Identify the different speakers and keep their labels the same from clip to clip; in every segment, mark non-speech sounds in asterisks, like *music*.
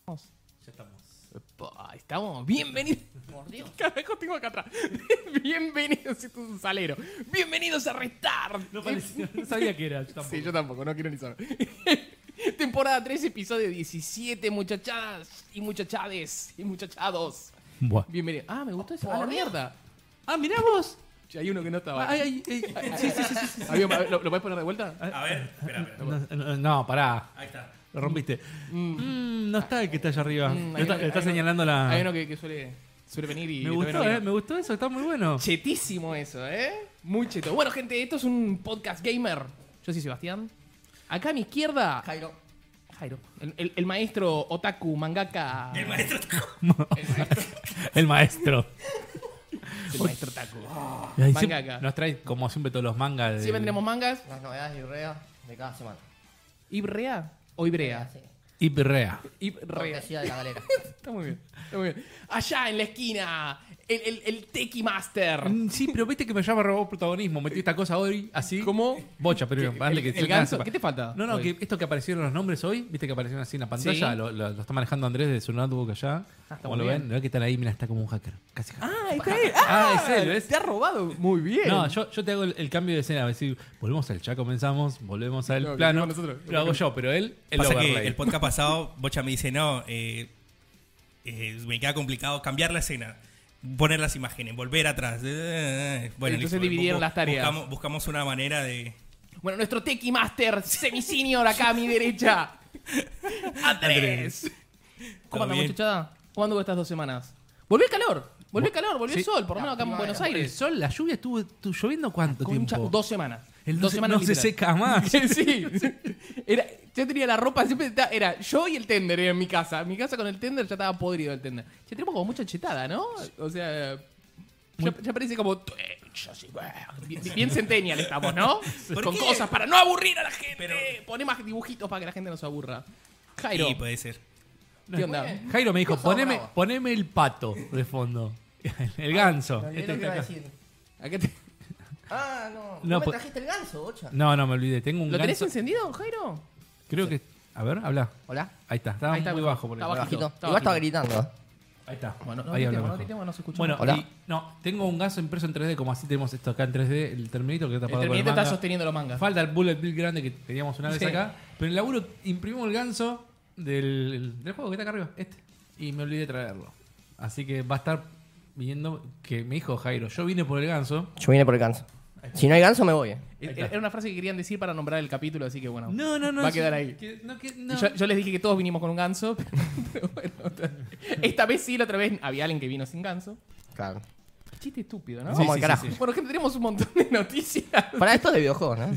Speaker 1: estamos?
Speaker 2: Ya estamos.
Speaker 1: Epa, Pues, ahí estamos. Bienvenidos. Por *laughs* Dios, carajo tengo acá atrás. Bienvenidos, esto es un salero. Bienvenidos a Restart.
Speaker 2: No, parecía, no sabía que era. yo tampoco.
Speaker 1: Sí, yo tampoco, no quiero ni saber. *laughs* Temporada 3, episodio 17, muchachadas y muchachades y muchachados.
Speaker 2: Buah.
Speaker 1: Bienvenidos. Ah, me gustó esa. ¡A la mierda!
Speaker 2: Ah, mirá vos.
Speaker 1: Che, Ah, Hay uno que no estaba.
Speaker 2: Ay, ay, ay,
Speaker 1: *laughs*
Speaker 2: ay. Sí, sí, sí. sí, sí.
Speaker 1: Había- ¿Lo, lo podés poner de vuelta?
Speaker 3: A ver, espera, espera.
Speaker 2: No, no, no, pará.
Speaker 3: Ahí está.
Speaker 2: Lo rompiste. Mm, no está el que está allá arriba.
Speaker 1: Mm,
Speaker 2: Le
Speaker 1: hay
Speaker 2: está,
Speaker 1: uno-
Speaker 2: le está
Speaker 1: hay uno-
Speaker 2: señalando
Speaker 1: Hay
Speaker 2: la.
Speaker 1: uno que, que suele, suele venir y.
Speaker 2: Ah.
Speaker 1: todavía
Speaker 2: Me gustó,
Speaker 1: no vino.
Speaker 2: eh. Me gustó eso. Está muy bueno.
Speaker 1: Chetísimo eso, ¿eh? Muy cheto. Bueno, gente, esto es un podcast gamer. Yo soy Sebastián. Acá a mi izquierda, Ja-
Speaker 3: Jairo.
Speaker 1: Jairo, el, el- el maestro otaku, mangaka.
Speaker 3: El maestro.
Speaker 2: *laughs*
Speaker 1: El maestro,
Speaker 2: El maestro.
Speaker 1: el maestro otaku.
Speaker 2: Ay,
Speaker 1: Mangaka.
Speaker 2: siempre Nos trae, como siempre, todos los mangas. de-
Speaker 1: Siempre tenemos mangas.
Speaker 4: Las novedades y reas de cada semana.
Speaker 1: Ibrea o Ibrea.
Speaker 4: Así.
Speaker 2: Ipirrea.
Speaker 1: Ibrea.
Speaker 4: Cortesía de la galera.
Speaker 1: Está muy bien. Está muy bien. Allá en la esquina, el, el, el Teki Master.
Speaker 2: Mm, Sí, pero viste que me llama robó protagonismo. Metí esta cosa hoy, así.
Speaker 1: ¿Cómo?
Speaker 2: Bocha, pero
Speaker 1: ¿Qué-
Speaker 2: dale
Speaker 1: el-
Speaker 2: que
Speaker 1: el
Speaker 2: se-
Speaker 1: ganso?
Speaker 2: nada,
Speaker 1: ¿Qué te falta
Speaker 2: No, no,
Speaker 1: hoy?
Speaker 2: que esto que aparecieron los nombres hoy, viste que aparecieron así en la pantalla,
Speaker 1: Sí.
Speaker 2: lo, lo- lo está manejando Andrés de su notebook allá.
Speaker 1: Ah, está
Speaker 2: como
Speaker 1: muy
Speaker 2: lo
Speaker 1: bien.
Speaker 2: ven, ¿no? que están ahí, mira, está como un hacker. Casi hacker.
Speaker 1: Ah, está él.
Speaker 2: Ah, es él, ¿ves?
Speaker 1: Te ha robado. Muy bien.
Speaker 2: No, yo, yo te hago el, el cambio de escena, a ver si volvemos al chat, comenzamos, volvemos al
Speaker 1: No, que
Speaker 2: plano.
Speaker 1: hicimos nosotros.
Speaker 2: Lo hago yo, pero él, el
Speaker 3: Pasa que
Speaker 2: overlay.
Speaker 3: el podcast pasado, Bocha me dice, no, eh, eh, me queda complicado cambiar la escena, poner las imágenes, volver atrás. Eh, Bueno,
Speaker 1: Entonces
Speaker 3: listo.
Speaker 1: dividieron
Speaker 3: Bu-
Speaker 1: las tareas.
Speaker 3: Buscamos, buscamos una manera de...
Speaker 1: Bueno, nuestro Teki Master semi-senior acá a mi derecha. Andrés. ¿Cómo
Speaker 3: ¿Todo
Speaker 1: andamos,
Speaker 3: bien?
Speaker 1: muchachada? ¿Cómo anduvo estas dos semanas? Volvió el calor. Volvió el calor, volvió el
Speaker 2: Sí.
Speaker 1: sol, por lo
Speaker 4: La
Speaker 1: menos acá en
Speaker 4: primavera.
Speaker 1: Buenos
Speaker 2: el
Speaker 1: Aires.
Speaker 2: sol, la lluvia estuvo, estuvo lloviendo cuánto
Speaker 1: Concha,
Speaker 2: tiempo?
Speaker 1: dos semanas.
Speaker 2: El no
Speaker 1: dos
Speaker 2: se-
Speaker 1: semanas
Speaker 2: no se
Speaker 1: literal.
Speaker 2: seca más.
Speaker 1: *laughs* Sí, sí. Era, yo tenía la ropa, siempre ta- era yo y el tender era en mi casa. Mi casa con el tender ya estaba podrido el tender. Ya tenemos como mucha chetada, ¿no? O sea, ya, ya parece como Twitch, así, bueno, bien, bien centennial estamos, ¿no?
Speaker 3: ¿Por
Speaker 1: Con
Speaker 3: qué?
Speaker 1: cosas para no aburrir a la gente.
Speaker 3: Pero-
Speaker 1: Poné más dibujitos para que la gente no se aburra. Jairo,
Speaker 3: Sí, puede ser.
Speaker 1: ¿qué onda?
Speaker 2: Jairo me dijo,
Speaker 4: No sos
Speaker 2: poneme,
Speaker 4: bravo.
Speaker 2: poneme el pato de fondo. *laughs* El ganso.
Speaker 4: Me olvidé
Speaker 2: Este
Speaker 4: *laughs* lo que
Speaker 2: está
Speaker 4: iba a
Speaker 2: acá.
Speaker 1: Acá
Speaker 4: decir.
Speaker 1: te-
Speaker 4: Ah, no.
Speaker 2: No,
Speaker 4: No,
Speaker 2: po-
Speaker 4: me trajiste el ganso, bocha.
Speaker 2: No, no, me olvidé. Tengo un
Speaker 1: ¿Lo tenés
Speaker 2: ganso.
Speaker 1: encendido, Jairo?
Speaker 2: Creo que. A ver, habla.
Speaker 4: Hola.
Speaker 2: Ahí está. Estaba
Speaker 1: Ahí está,
Speaker 2: muy
Speaker 1: mejor.
Speaker 2: bajo. por
Speaker 1: Está
Speaker 2: ahí.
Speaker 1: bajito.
Speaker 4: Bajito.
Speaker 1: estaba
Speaker 4: Igual estaba
Speaker 1: bajito.
Speaker 4: gritando.
Speaker 2: Ahí está.
Speaker 1: Bueno, no
Speaker 2: ahí habla
Speaker 1: gritemos, no
Speaker 2: mejor.
Speaker 1: gritemos, no se escucha.
Speaker 2: Bueno,
Speaker 4: Hola.
Speaker 2: y- no, tengo un ganso impreso en 3D, como así tenemos esto acá en 3D, el Terminator que está
Speaker 1: el
Speaker 2: tapado por el
Speaker 1: terminito está
Speaker 2: manga.
Speaker 1: sosteniendo los mangas.
Speaker 2: Falta el bullet bill grande que teníamos una vez
Speaker 1: Sí.
Speaker 2: acá. Pero en el laburo imprimimos el ganso del, del juego que está acá arriba, este. Y me olvidé de traerlo. Así que va a estar viniendo, que me dijo Jairo, yo vine por el ganso.
Speaker 4: Yo vine por el ganso. Si no hay ganso, me voy. eh.
Speaker 1: Era era una frase que querían decir para nombrar el capítulo, así que bueno.
Speaker 2: No, no, no.
Speaker 1: Va a
Speaker 2: sí,
Speaker 1: quedar ahí.
Speaker 2: que- no, que-
Speaker 1: Y
Speaker 2: no.
Speaker 1: Yo, yo les dije que todos vinimos con un ganso. *laughs* pero bueno, otra- esta vez sí, la otra vez había alguien que vino sin ganso.
Speaker 4: Claro.
Speaker 1: Chiste estúpido, ¿no?
Speaker 4: Sí, Vamos al sí, carajo. sí,
Speaker 1: Bueno, gente, tenemos un montón de noticias.
Speaker 4: Para esto es de videojuegos, ¿no?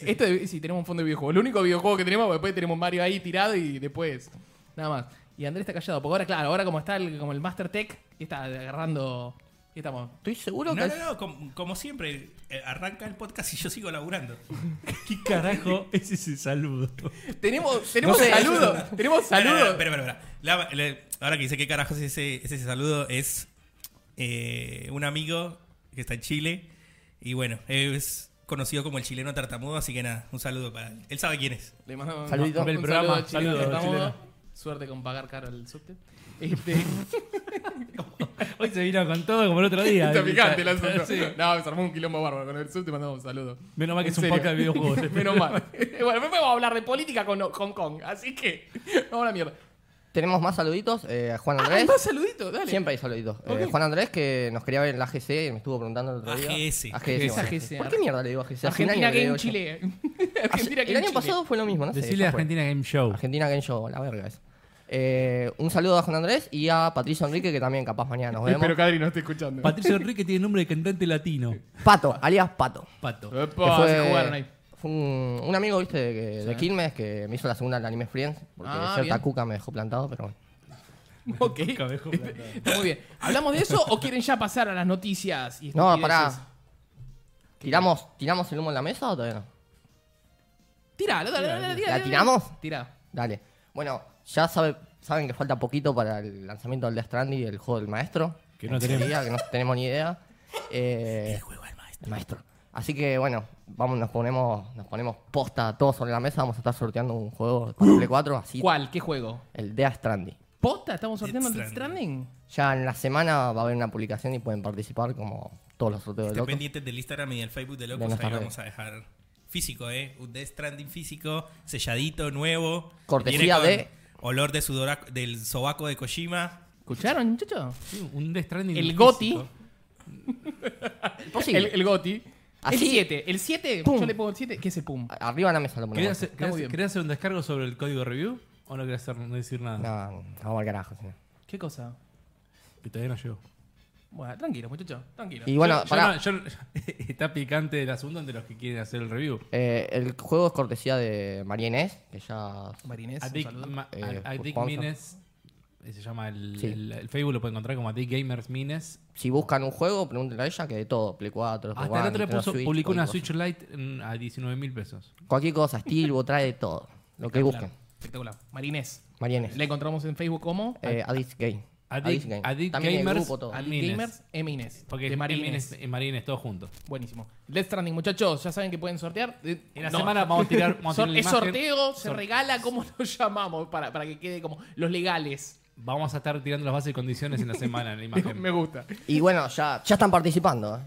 Speaker 1: Esto de- sí, tenemos un fondo de videojuegos. El único videojuego que tenemos, porque después tenemos Mario ahí tirado y después. Nada más. Y Andrés está callado, porque ahora, claro, ahora como está el, como el Master Tech, que está agarrando. ¿Qué estamos?
Speaker 4: Estoy seguro
Speaker 3: No,
Speaker 4: que.
Speaker 3: no, no, como, como siempre, eh, arranca el podcast y yo sigo laburando.
Speaker 2: ¿Qué carajo es ese saludo?
Speaker 1: Tenemos, tenemos
Speaker 4: sé,
Speaker 1: saludos. *laughs* Tenemos
Speaker 3: Espera,
Speaker 1: saludos.
Speaker 3: Espera, espera, espera. La- la- ahora que dice qué carajos es ese, es ese saludo, es eh, un amigo que está en Chile. Y bueno, es conocido como el chileno tartamudo, así que nada, un saludo para él. Él sabe quién es.
Speaker 1: Le mandamos
Speaker 4: Saludito.
Speaker 1: un
Speaker 2: Del
Speaker 1: saludo
Speaker 2: programa.
Speaker 1: al chileno
Speaker 2: Saludos,
Speaker 1: tartamudo.
Speaker 2: chileno.
Speaker 1: Suerte con pagar caro el
Speaker 2: *laughs*
Speaker 1: subte. Este,
Speaker 2: Hoy se vino con todo como el otro día.
Speaker 1: *laughs* está picante el asunto.
Speaker 2: Sí.
Speaker 1: No, se armó un quilombo bárbaro con el subte. Mandamos un saludo.
Speaker 2: Menos mal que
Speaker 1: En
Speaker 2: es un
Speaker 1: serio.
Speaker 2: podcast de
Speaker 1: *laughs*
Speaker 2: videojuegos.
Speaker 1: Menos mal.
Speaker 2: *laughs*
Speaker 1: bueno, después vamos a hablar de política con Hong Kong. Así que, vamos a la mierda.
Speaker 4: Tenemos más saluditos. eh, a Juan
Speaker 1: Ah, hay
Speaker 4: Andrés.
Speaker 1: más saluditos, dale.
Speaker 4: Siempre hay saluditos. Eh,
Speaker 1: Ok.
Speaker 4: Juan Andrés, que nos quería ver en la GC y me estuvo preguntando el otro día.
Speaker 3: AGS.
Speaker 4: AGS. bueno,
Speaker 1: AGS.
Speaker 4: ¿Por qué mierda le digo AGS? Hace un
Speaker 1: Argentina
Speaker 4: año que le
Speaker 1: Game
Speaker 4: digo yo.
Speaker 1: Chile. *laughs*
Speaker 4: Hace-
Speaker 1: Argentina
Speaker 4: El
Speaker 1: Game
Speaker 4: año
Speaker 1: Chile.
Speaker 4: pasado fue lo mismo, ¿no? sé,
Speaker 2: Decirle
Speaker 4: ya
Speaker 2: a
Speaker 4: fue.
Speaker 2: Argentina Game Show.
Speaker 4: Argentina Game Show, la verga es. Eh, un saludo a Juan Andrés y a Patricio Enrique, que también capaz mañana nos vemos.
Speaker 1: Espero que Adri no esté escuchando.
Speaker 2: Patricio Enrique tiene nombre de cantante latino.
Speaker 4: Pato, alias Pato.
Speaker 2: Pato.
Speaker 4: Que
Speaker 1: Epa, se jugaron ahí. *laughs*
Speaker 4: fue un, un amigo, viste, de, que- de Quilmes, que me hizo la segunda del Anime Friends, porque
Speaker 1: Ah,
Speaker 4: ser
Speaker 1: bien.
Speaker 4: tacuca me dejó plantado, pero bueno.
Speaker 1: Ok.
Speaker 2: Cabejo plantado.
Speaker 1: Está muy bien. ¿Hablamos de eso o quieren ya pasar a las noticias? y
Speaker 4: No,
Speaker 1: estupideces?
Speaker 4: pará. ¿Tiramos, ¿Tiramos el humo en la mesa o todavía no?
Speaker 1: Tiralo, dale, dale, dale,
Speaker 4: ¿La
Speaker 1: dale.
Speaker 4: tiramos?
Speaker 1: Tira.
Speaker 4: Dale. Bueno, ya sabe- saben que falta poquito para el lanzamiento del Death Stranding, el juego del maestro.
Speaker 2: Que no
Speaker 4: En
Speaker 2: tenemos.
Speaker 4: teoría, Que no tenemos ni idea. Eh,
Speaker 3: Juego al maestro.
Speaker 4: el maestro. Así que bueno, vamos, nos ponemos, nos ponemos posta todos sobre la mesa, vamos a estar sorteando un juego para Play 4, así
Speaker 1: ¿Cuál? ¿Qué juego?
Speaker 4: el Death Stranding.
Speaker 1: ¿Posta? ¿Estamos sorteando el
Speaker 3: Death
Speaker 1: Death Stranding?
Speaker 4: Ya en la semana va a haber una publicación y pueden participar como todos los sorteos de
Speaker 3: Estén
Speaker 4: locos.
Speaker 3: pendientes del Instagram y del Facebook de
Speaker 4: De
Speaker 3: Locos.
Speaker 4: nuestra
Speaker 3: Ahí
Speaker 4: red.
Speaker 3: vamos a dejar físico, ¿eh? Un Death Stranding físico, selladito, nuevo.
Speaker 4: Cortesía
Speaker 3: Viene con
Speaker 4: de-
Speaker 3: Olor de sudor a- del sobaco de Kojima.
Speaker 1: ¿Escucharon, muchachos?
Speaker 2: Sí, un Death Stranding
Speaker 1: El
Speaker 2: físico.
Speaker 1: Goti.
Speaker 4: Imposible.
Speaker 1: El, el Goti.
Speaker 4: Así.
Speaker 1: El 7. El 7.
Speaker 4: Pum.
Speaker 1: Yo le pongo el 7. ¿Qué es el pum?
Speaker 4: Arriba de la mesa lo
Speaker 2: ¿Querés
Speaker 4: ponemos.
Speaker 2: hacer,
Speaker 1: Está
Speaker 2: querés-
Speaker 1: muy bien.
Speaker 2: querés hacer un descargo sobre el código review o no querés hacer, no decir nada?
Speaker 4: No, vamos al carajo. si no.
Speaker 1: ¿Qué cosa?
Speaker 2: Que todavía no llegó.
Speaker 1: Bueno, tranquilo, muchachos. Tranquilo.
Speaker 4: Y bueno,
Speaker 2: Yo- yo
Speaker 4: pará.
Speaker 2: no- *laughs* yo- está picante el asunto entre los que quieren hacer el review.
Speaker 4: Eh, el juego es cortesía de María Inés, que ya.
Speaker 1: Marinés,
Speaker 2: A
Speaker 1: un
Speaker 2: Dick,
Speaker 1: saludo.
Speaker 2: Ma- a-
Speaker 4: Eh,
Speaker 2: a Dick
Speaker 4: sponsor.
Speaker 2: Mines. eh, Se llama el,
Speaker 4: Sí.
Speaker 2: el- el Facebook, lo pueden encontrar como a Dick Gamers Mines.
Speaker 4: Si buscan un juego, pregúntenle a ella que de todo. Play 4, Xbox
Speaker 2: Hasta el
Speaker 4: One,
Speaker 2: otro le
Speaker 4: Nintendo
Speaker 2: puso,
Speaker 4: Switch,
Speaker 2: publicó una
Speaker 4: cualquier
Speaker 2: Switch Lite en- a 19 mil pesos.
Speaker 4: cosa. Cualquier cosa, estilo, trae de todo. Lo que
Speaker 1: Espectacular,
Speaker 4: busquen.
Speaker 1: Espectacular. Marinés.
Speaker 4: María Inés.
Speaker 1: Le encontramos en Facebook como
Speaker 4: Eh, Addis Game.
Speaker 2: Addict,
Speaker 4: Addis Game.
Speaker 2: Addict
Speaker 4: También el
Speaker 2: Gamers.
Speaker 4: grupo, todo.
Speaker 2: Ad-
Speaker 1: Addict
Speaker 2: Marines.
Speaker 1: Gamers M. Inés.
Speaker 2: Porque
Speaker 1: de
Speaker 2: en
Speaker 1: Marinés.
Speaker 2: Marines, en Marines todos juntos.
Speaker 1: Buenísimo. Let's Stranding, muchachos, ya saben que pueden sortear. Eh,
Speaker 2: En la
Speaker 1: no.
Speaker 2: semana vamos a tirar, vamos a
Speaker 1: Sor-
Speaker 2: tirar la
Speaker 1: es
Speaker 2: imagen.
Speaker 1: sorteo, se
Speaker 2: Sor-
Speaker 1: regala, ¿cómo *laughs* lo llamamos? Para, para que quede como los legales.
Speaker 2: Vamos a estar tirando las bases y condiciones en la semana en *laughs* la
Speaker 1: *laughs*
Speaker 2: imagen.
Speaker 1: Me gusta.
Speaker 4: Y bueno, ya, ya están participando. eh.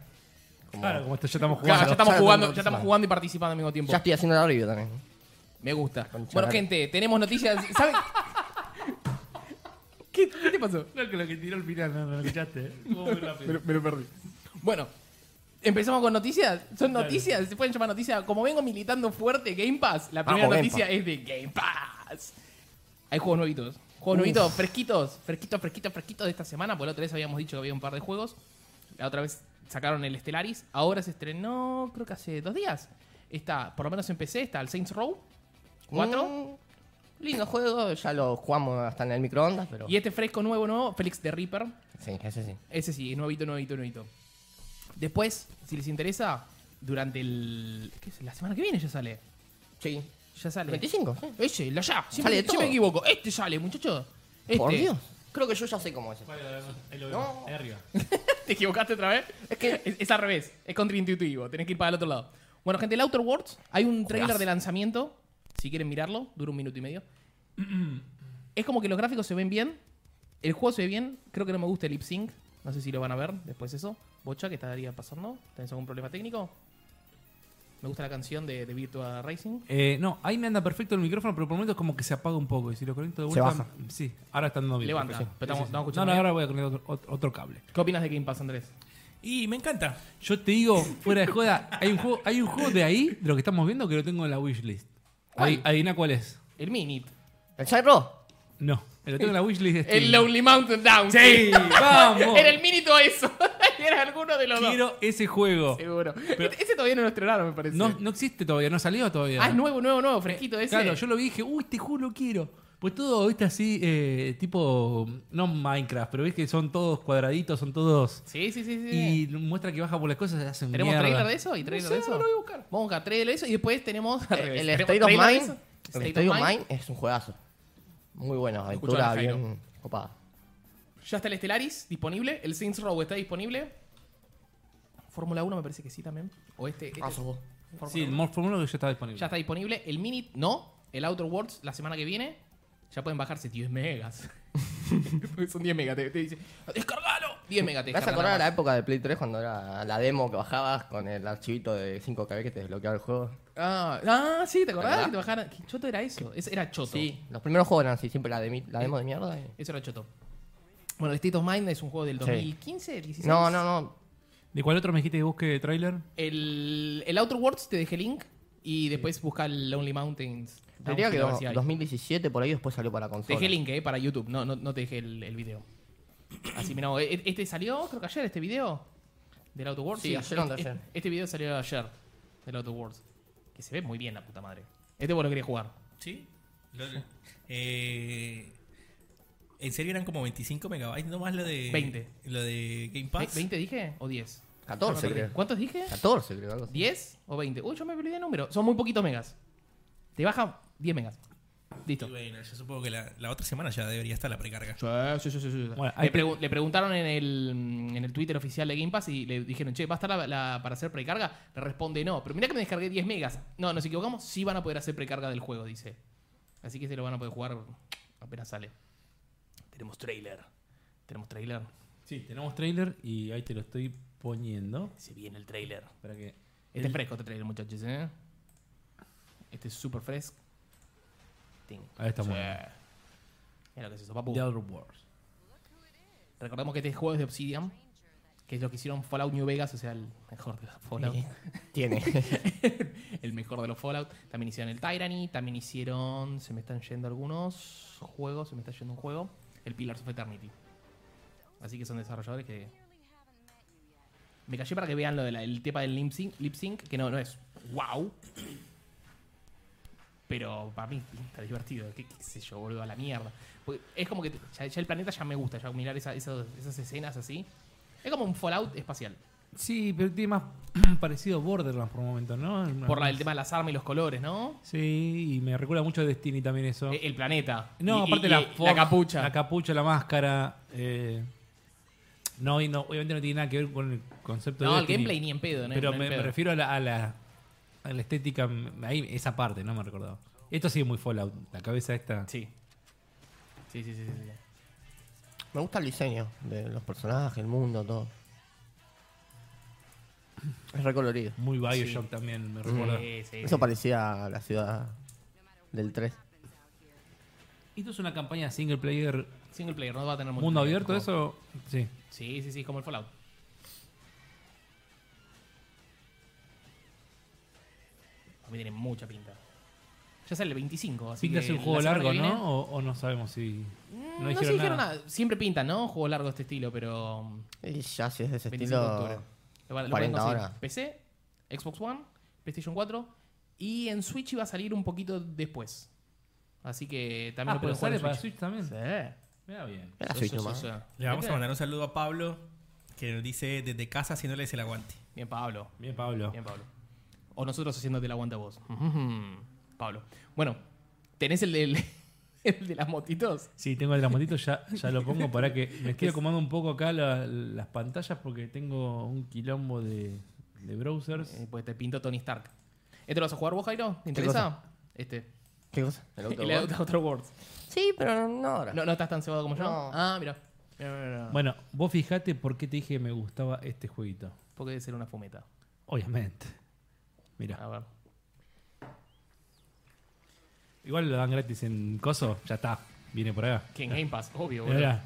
Speaker 2: Claro, como esto ya estamos
Speaker 1: Claro,
Speaker 2: jugando.
Speaker 1: ya estamos
Speaker 4: ya
Speaker 1: jugando,
Speaker 4: estamos
Speaker 1: ya estamos jugando y participando al mismo tiempo.
Speaker 4: Ya estoy haciendo la review también.
Speaker 1: Me gusta.
Speaker 4: Concha
Speaker 1: Bueno,
Speaker 4: la-
Speaker 1: gente, tenemos noticias. ¿Saben?
Speaker 4: *laughs*
Speaker 1: ¿Qué, qué te pasó?
Speaker 2: Creo que lo que tiró al final, no, no lo escuchaste. *laughs* ¿eh? Estuvo muy rápido.
Speaker 1: perdí. Bueno, empezamos con noticias. Son noticias, se pueden llamar noticias. Como vengo militando fuerte Game Pass, la primera
Speaker 4: Vamos, Game
Speaker 1: noticia es de Game Pass. Hay juegos nuevitos. Juegos nuevitos, fresquitos, fresquitos, fresquitos, fresquitos de esta semana. Por la otra vez habíamos dicho que había un par de juegos. La otra vez sacaron el Stellaris. Ahora se estrenó, creo que hace dos días. Está, por lo menos empecé, está el Saints Row 4.
Speaker 4: Mm, lindo juego, ya lo jugamos hasta en el microondas, pero.
Speaker 1: Y este fresco nuevo, ¿no? Félix the Reaper.
Speaker 4: Sí, ese sí.
Speaker 1: Ese sí, es nuevito, nuevito, nuevito. Después, si les interesa, durante el. ¿Qué es? La semana que viene ya sale.
Speaker 4: Sí.
Speaker 1: Ya sale.
Speaker 4: 25, sí.
Speaker 1: Ese, la ya. Siempre,
Speaker 4: Sale de
Speaker 1: siempre
Speaker 4: todo.
Speaker 1: me equivoco. Este sale, muchachos. Este.
Speaker 4: Por Dios. Creo que yo ya sé cómo es.
Speaker 2: Ahí lo
Speaker 4: vemos,
Speaker 2: ahí arriba.
Speaker 1: *laughs* ¿Te equivocaste otra vez? Es que es, es al revés. Es contraintuitivo. Tenés que ir para el otro lado. Bueno, gente, el Outer Worlds. Hay un trailer
Speaker 4: Juegazo.
Speaker 1: de lanzamiento. Si quieren mirarlo, dura un minuto y *clears throat* medio. es como que los gráficos se ven bien. El juego se ve bien. Creo que no me gusta el lip sync. No sé si lo van a ver después eso. Bocha, ¿qué estaría pasando? ¿Tenés algún problema técnico? Me gusta la canción de, de Virtua Racing.
Speaker 2: Eh, no, ahí me anda perfecto el micrófono, pero por momentos como que se apaga un poco. Y si lo conecto de vuelta.
Speaker 4: Se baja.
Speaker 2: Sí, ahora está andando bien.
Speaker 1: Levanta,
Speaker 2: perfecto.
Speaker 1: pero estamos-
Speaker 2: Sí, sí, sí.
Speaker 1: estamos
Speaker 2: No,
Speaker 1: escuchando
Speaker 2: no,
Speaker 1: bien.
Speaker 2: ahora voy a conectar otro, otro- otro cable.
Speaker 1: ¿Qué opinas de Game Pass, Andrés?
Speaker 3: Y me encanta.
Speaker 2: Yo te digo, fuera de joda, hay un juego, hay un juego de ahí, de lo que estamos viendo, que lo tengo en la wishlist.
Speaker 1: ¿Cuál?
Speaker 2: Adi- Adivina cuál es.
Speaker 1: El Minit.
Speaker 4: ¿El Cyro?
Speaker 2: No, lo tengo en la wishlist. de
Speaker 1: El
Speaker 2: Steam.
Speaker 1: Lonely Mountain Down.
Speaker 2: Sí, vamos.
Speaker 1: *laughs* Era el Minit o eso. *laughs* Era alguno de los dos.
Speaker 2: Quiero ese juego.
Speaker 1: Seguro. Este- Ese todavía no lo estrenaron, me parece.
Speaker 2: No, no existe todavía, no ha salido todavía.
Speaker 1: Ah, es nuevo, nuevo, nuevo, fresquito ese.
Speaker 2: Claro, yo lo vi y dije, uy, este juego lo quiero. Pues todo, viste, así, eh, tipo, no Minecraft, pero ves que son todos cuadraditos, son todos...
Speaker 1: Sí, sí, sí, sí.
Speaker 2: Y muestra que baja por las cosas, se hace
Speaker 1: ¿Tenemos
Speaker 2: mierda.
Speaker 1: trailer de eso? ¿Y trailer de eso? Vamos a buscar. Vamos a buscar trailer de eso y después tenemos. al revés.
Speaker 4: Eh, El
Speaker 1: Tenemos
Speaker 4: State of
Speaker 1: trailer de
Speaker 4: Mind.
Speaker 1: eso,
Speaker 4: El
Speaker 1: State
Speaker 4: State
Speaker 1: of
Speaker 4: of
Speaker 1: Mind.
Speaker 4: Mind es un juegazo. Muy bueno,
Speaker 1: escuchaba
Speaker 4: aventura
Speaker 1: a Jairo.
Speaker 4: bien copada.
Speaker 1: Ya está el Stellaris disponible. El Saints Row está disponible. Fórmula 1 me parece que sí también. O este. este-
Speaker 4: Ah, sos vos.
Speaker 1: Fórmula
Speaker 2: Sí, el
Speaker 1: 1.
Speaker 2: Morph Formula que ya está disponible.
Speaker 1: Ya está disponible. El Minit no. El Outer Worlds la semana que viene. Ya pueden bajarse 10 megas. *laughs* Porque Son 10 megas. Te, te dice. ¡Descargalo! 10 megas te
Speaker 4: ¿Te vas a
Speaker 1: descargan
Speaker 4: acordar la
Speaker 1: nada
Speaker 4: época de Play 3 cuando era la demo que bajabas con el archivito de 5KB que te desbloqueaba el juego?
Speaker 1: más. Ah, ah, sí, ¿te acordás?
Speaker 4: ¿Verdad?
Speaker 1: Que te bajaran- ¿Qué choto era eso? Ese era choto.
Speaker 4: Sí, los primeros juegos eran así, siempre la, demi- la demo de mierda. y-
Speaker 1: Eso era choto. Bueno, el State of Mind es un juego del
Speaker 4: Sí.
Speaker 1: 2015, 16.
Speaker 4: No, no, no.
Speaker 2: ¿De cuál otro me dijiste que busque trailer?
Speaker 1: El, el Outer Worlds te dejé link y después busca el Lonely Mountains.
Speaker 4: Diría que
Speaker 1: Vamos a ver
Speaker 4: do-
Speaker 1: si hay.
Speaker 4: 2017 por ahí después salió para
Speaker 1: Te
Speaker 4: consola.
Speaker 1: dejé link eh, para YouTube, no, no, no te dejé el, el video. Así mira, este salió, creo que ayer, este video del Outer Worlds.
Speaker 4: Sí, ayer o
Speaker 1: este,
Speaker 4: anteayer.
Speaker 1: este- este video salió ayer del Outer Worlds. Que se ve muy bien la puta madre. Este vos lo quería jugar.
Speaker 3: Sí. Lo- eh, en serio eran como 25 megabytes nomás lo de.
Speaker 1: 20.
Speaker 3: Lo de Game
Speaker 1: ¿Ve-
Speaker 3: Pass.
Speaker 1: ¿20 dije o 10?
Speaker 4: 14
Speaker 1: Ya me perdí.
Speaker 4: creo.
Speaker 1: ¿Cuántos dije?
Speaker 4: 14 creo. algo así.
Speaker 1: ¿10 o 20? Uy, yo me olvidé el número. Son muy poquitos megas. Te baja 10 megas. Listo.
Speaker 3: Y bueno, yo supongo que la, la otra semana ya debería estar la precarga.
Speaker 1: Sí, sí, sí, sí, sí.
Speaker 2: Bueno, hay
Speaker 1: le,
Speaker 2: pre-
Speaker 1: pregun- le preguntaron en el, mm, en el Twitter oficial de Game Pass y le dijeron, che, ¿va a estar la, la- para hacer precarga? Le responde no, pero mirá que me descargué 10 megas. No, nos equivocamos, sí van a poder hacer precarga del juego, dice. Así que se lo van a poder jugar apenas sale. Tenemos trailer. Tenemos trailer.
Speaker 2: Sí, tenemos trailer y ahí te lo estoy poniendo.
Speaker 1: Se viene el trailer.
Speaker 2: Para que.
Speaker 1: Este es fresco este trailer, muchachos, ¿eh? Este es súper fresco. Ting.
Speaker 2: Ahí está,
Speaker 1: Sí.
Speaker 2: bueno.
Speaker 1: Mira lo que es eso, papu.
Speaker 2: The Outer Worlds.
Speaker 1: Recordemos que este juego es de Obsidian, que es lo que hicieron Fallout New Vegas, o sea, el mejor de los Fallout.
Speaker 4: Tiene.
Speaker 1: *laughs* el mejor de los Fallout. También hicieron el Tyranny, también hicieron. Se me están yendo algunos juegos, se me está yendo un juego. El Pillars of Eternity. Así que son desarrolladores que. Me callé para que vean lo del tema del lip sync, lip sync, que no, no es wow. Pero para mí está divertido, qué, qué sé yo, boludo, a la mierda. Porque es como que te- ya, ya el planeta ya me gusta, ya mirar esa- esas- esas escenas así. Es como un Fallout espacial.
Speaker 2: Sí, pero tiene más *clears throat* parecido a Borderlands por un momento, ¿no? En
Speaker 1: Por la- el
Speaker 2: algunas-
Speaker 1: tema de las armas y los colores, ¿no?
Speaker 2: Sí, y me recuerda mucho a Destiny también eso.
Speaker 1: Eh, El planeta.
Speaker 2: no,
Speaker 1: Y-
Speaker 2: aparte
Speaker 1: y-
Speaker 2: la,
Speaker 1: y
Speaker 2: forma-
Speaker 1: capucha.
Speaker 2: La capucha, la máscara. eh, no, y no, obviamente no tiene nada que ver con el concepto de
Speaker 1: no, el
Speaker 2: Destiny,
Speaker 1: gameplay ni en pedo, ¿no?
Speaker 2: este Pero
Speaker 1: No en
Speaker 2: me, me
Speaker 1: pedo.
Speaker 2: refiero a la, a la, a la estética, mm, ahí esa parte, no me recordaba. Esto sí es muy Fallout, la cabeza esta.
Speaker 1: Sí. Sí, sí, sí. sí, sí.
Speaker 4: Me gusta el diseño de los personajes, el mundo, todo. Es recolorido.
Speaker 2: Muy Bioshock también, me recuerda.
Speaker 1: Sí, sí,
Speaker 4: Eso
Speaker 1: sí.
Speaker 4: parecía a la ciudad del 3.
Speaker 2: Esto es una campaña single player,
Speaker 1: Single player, no va a tener mucho.
Speaker 2: mundo abierto, eso. Sí.
Speaker 1: Sí, sí, sí, como el Fallout. A mí tiene mucha pinta. Ya sale el 25, así
Speaker 2: Pinta
Speaker 1: que
Speaker 2: ser un
Speaker 1: la
Speaker 2: juego
Speaker 1: semana que
Speaker 2: largo,
Speaker 1: viene-
Speaker 2: ¿no? O, o no sabemos si.
Speaker 1: Mm, No, se dijeron nada. Siempre pintan, ¿no? Juego largo de este estilo, pero. um,
Speaker 4: Y ya si es de ese
Speaker 1: 25 de
Speaker 4: estilo.
Speaker 1: octubre. Lo, van- lo
Speaker 4: 40
Speaker 1: pueden conseguir
Speaker 4: horas.
Speaker 1: PC, Xbox One, PlayStation 4 y en Switch iba a salir un poquito después. Así que también
Speaker 2: Ah,
Speaker 1: lo
Speaker 2: pero
Speaker 1: pueden jugar
Speaker 2: sale
Speaker 1: en
Speaker 2: para
Speaker 1: Switch.
Speaker 2: Switch también.
Speaker 1: Sí.
Speaker 2: Mira bien.
Speaker 4: Era
Speaker 1: Sí,
Speaker 4: Switch
Speaker 1: sí,
Speaker 4: nomás.
Speaker 1: sí, sí.
Speaker 3: Le vamos a
Speaker 1: ¿Viste?
Speaker 3: mandar un saludo a Pablo, que nos dice desde casa haciéndoles el aguante.
Speaker 1: Bien, Pablo.
Speaker 2: Bien, Pablo.
Speaker 1: Bien, Pablo. O nosotros haciéndote el aguanta vos. *laughs* Ujú. Pablo. Bueno, ¿tenés el, del- *laughs* el de las motitos?
Speaker 2: Sí, tengo el dramotito, ya, ya lo pongo para que. Me estoy acomodando un poco acá la- las pantallas porque tengo un quilombo de, de browsers.
Speaker 1: Eh, pues te pintó Tony Stark. ¿Este lo vas a jugar vos, Jairo? ¿Te interesa? *laughs* Este.
Speaker 4: ¿Qué cosa? El
Speaker 1: El
Speaker 4: autobot.
Speaker 1: Outer Worlds.
Speaker 4: Sí, pero no ahora.
Speaker 1: No, no estás tan cebado como yo.
Speaker 4: No.
Speaker 1: Ah, mira. Mira, mira, mira.
Speaker 2: Bueno, vos fijate por qué te dije que me gustaba este jueguito.
Speaker 1: Porque debe ser una fumeta.
Speaker 2: Obviamente. Mira,
Speaker 1: A ver.
Speaker 2: igual lo dan gratis en Coso, ya está. Viene por acá.
Speaker 1: Que en Game Pass, obvio, boludo.
Speaker 2: Mirá,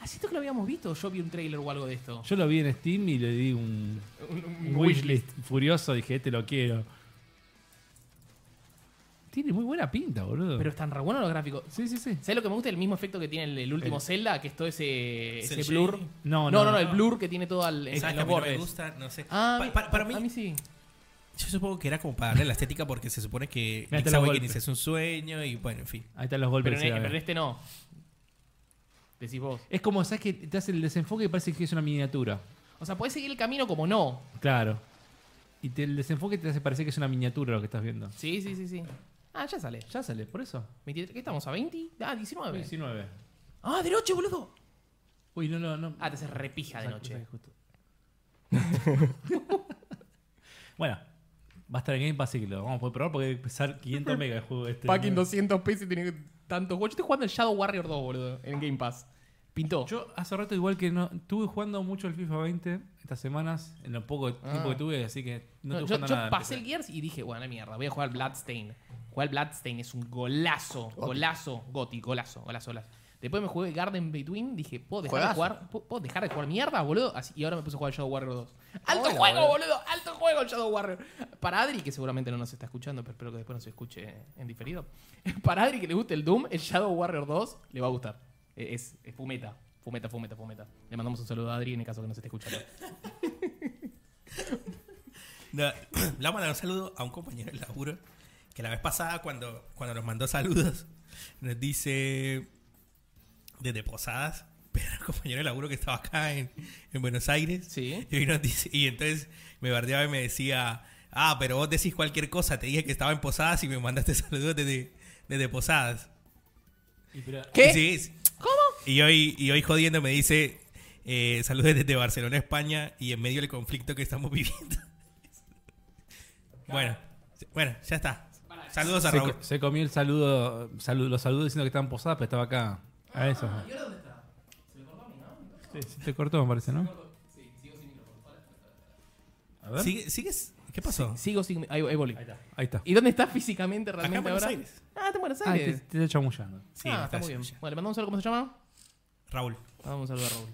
Speaker 1: Así esto que lo habíamos visto. Yo vi un trailer o algo de esto.
Speaker 2: yo lo vi en Steam y le di un,
Speaker 1: Un- un-
Speaker 2: un wishlist furioso. Dije, este lo quiero. Tiene muy buena pinta, boludo.
Speaker 1: Pero están re buenos los gráficos.
Speaker 2: sí, sí, sí.
Speaker 1: ¿Sabes lo que me gusta? El mismo efecto que tiene el, el último
Speaker 2: El-
Speaker 1: Zelda, que es todo ese,
Speaker 3: ¿Es
Speaker 1: ese
Speaker 3: el
Speaker 1: blur.
Speaker 3: shading?
Speaker 2: No,
Speaker 1: no,
Speaker 2: no,
Speaker 1: el blur que tiene todo al, en, en
Speaker 3: ¿Sabes que a
Speaker 1: los
Speaker 3: mí no me
Speaker 1: bordes.
Speaker 3: gusta? No sé.
Speaker 1: Ah,
Speaker 3: Pa-
Speaker 1: a mí-
Speaker 3: pa- para
Speaker 1: a mí
Speaker 3: mí,
Speaker 1: sí.
Speaker 3: yo supongo que era como para darle la estética porque se supone que
Speaker 2: Mirá, te
Speaker 3: Link's
Speaker 2: lo
Speaker 3: Awakening
Speaker 2: golpe.
Speaker 3: es un sueño y bueno, en fin.
Speaker 2: Ahí están los golpes.
Speaker 1: Pero,
Speaker 2: que se
Speaker 1: en,
Speaker 2: dan.
Speaker 1: pero en este no. Decís vos.
Speaker 2: Es como, ¿sabes que Te hace el desenfoque y parece que es una miniatura.
Speaker 1: O sea, podés seguir el camino como no.
Speaker 2: Claro. Y te- el desenfoque te hace parecer que es una miniatura lo que estás viendo.
Speaker 1: Sí, sí, sí, sí. Ah, ya sale.
Speaker 2: Ya sale, por eso.
Speaker 1: 23, ¿Qué estamos? ¿A 20? Ah, 19.
Speaker 2: 19.
Speaker 1: Ah, de noche, boludo.
Speaker 2: Uy, no, no, no.
Speaker 1: Ah, te haces repija de
Speaker 2: Exacto,
Speaker 1: noche.
Speaker 2: exacto, justo. bueno, va a estar en Game Pass, así que lo vamos a poder probar porque debe pesar 500 megas el juego este.
Speaker 1: Packing 200 pesos y tenía tantos juegos. Yo estoy jugando el Shadow Warrior 2, boludo, en Game Pass. Pintó.
Speaker 2: Yo hace rato igual que no... Estuve jugando mucho el FIFA 20 estas semanas, en lo poco tiempo que tuve, así que no,
Speaker 1: Ah. No,
Speaker 2: estuve
Speaker 1: yo
Speaker 2: jugando
Speaker 1: yo
Speaker 2: nada.
Speaker 1: pasé el Gears y dije, bueno, la mierda, voy a jugar al Bloodstain. Jugar al Bloodstain es un golazo, golazo, Goti, golazo, golazo, golazo. Después me jugué Garden Between, dije, ¿puedo dejar, de
Speaker 4: Juegazo.
Speaker 1: jugar, ¿puedo dejar de jugar mierda, boludo? Así, y ahora me puse a jugar Shadow Warrior 2. ¡Alto
Speaker 4: Hola,
Speaker 1: juego,
Speaker 4: boludo.
Speaker 1: boludo! ¡Alto juego el Shadow Warrior! Para Adri, que seguramente no nos está escuchando, pero espero que después nos escuche en diferido. *laughs* Para Adri, que le guste el Doom, el Shadow Warrior 2 le va a gustar. Eh, Es, es fumeta, fumeta, fumeta, fumeta. Le mandamos un saludo a Adri en el caso que nos esté escuchando.
Speaker 3: No, *clears throat* le vamos a mandar un saludo a un compañero del laburo que la vez pasada cuando, cuando nos mandó saludos nos dice desde Posadas, *laughs* pero era un compañero del laburo que estaba acá en, en Buenos Aires.
Speaker 1: Sí.
Speaker 3: Y, hoy nos dice- y entonces me bardeaba y me decía, ah, pero vos decís cualquier cosa, te dije que estaba en Posadas y me mandaste *laughs* saludos desde, desde Posadas.
Speaker 2: Y pero-
Speaker 1: ¿Qué?
Speaker 3: Sí, sí. Y hoy, y hoy jodiendo me dice, eh, saludos desde Barcelona, España, y en medio del conflicto que estamos *laughs* viviendo. bueno, sí, bueno, ya está. Saludos a
Speaker 2: se,
Speaker 3: Raúl.
Speaker 2: co- se comió el saludo, salu- los saludos diciendo que estaban posadas, pero estaba acá. A eso.
Speaker 1: Ah, ¿Y ahora dónde
Speaker 2: Se te cortó, me parece, ¿no? A ver.
Speaker 3: ¿Sigue, ¿Sigues? ¿Qué pasó?
Speaker 1: Sigo sin. Ahí, ahí volví.
Speaker 2: Ahí está.
Speaker 1: ¿Y dónde estás físicamente realmente
Speaker 3: Acá en Buenos
Speaker 1: ahora?
Speaker 3: Aires.
Speaker 1: Ah, está en Buenos
Speaker 2: Ah, te,
Speaker 1: Aires.
Speaker 2: te está chamullando.
Speaker 1: ah,
Speaker 3: Sí, me
Speaker 1: está
Speaker 3: estás-
Speaker 1: muy bien.
Speaker 3: ya.
Speaker 1: Vale, le mandamos un saludo. ¿Cómo se llama?
Speaker 3: Raúl.
Speaker 1: Vamos a saludar a Raúl.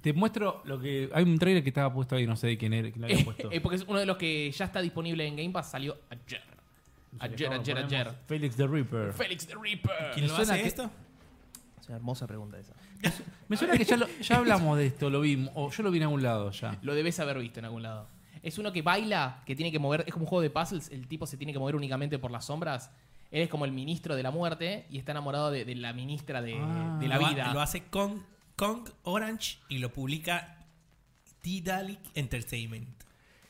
Speaker 2: Te muestro lo que. Hay un trailer que estaba puesto ahí, no sé de quién era, quién lo había puesto.
Speaker 1: Eh, porque es uno de los que ya está disponible en Game Pass. Salió ayer. Ayer,
Speaker 2: Ahora
Speaker 1: ayer,
Speaker 2: ponemos
Speaker 1: ayer.
Speaker 2: Felix the Reaper.
Speaker 1: Félix the Reaper.
Speaker 3: ¿Quién
Speaker 2: Me
Speaker 3: lo
Speaker 2: suena
Speaker 3: hace
Speaker 2: que-
Speaker 3: esto?
Speaker 1: Es una hermosa pregunta esa.
Speaker 2: Me suena que ya, lo- ya hablamos de esto, lo vimos. O yo lo vi en algún lado ya.
Speaker 1: Lo debes haber visto en algún lado. Es uno que baila, que tiene que mover. Es como un juego de puzzles. El tipo se tiene que mover únicamente por las sombras. Él es como el ministro de la muerte y está enamorado de, de la ministra de,
Speaker 2: Ah.
Speaker 1: de la
Speaker 3: lo, ha-
Speaker 1: vida.
Speaker 3: lo hace Kong, Kong Orange y lo publica Tidalic
Speaker 1: *laughs*
Speaker 3: Entertainment.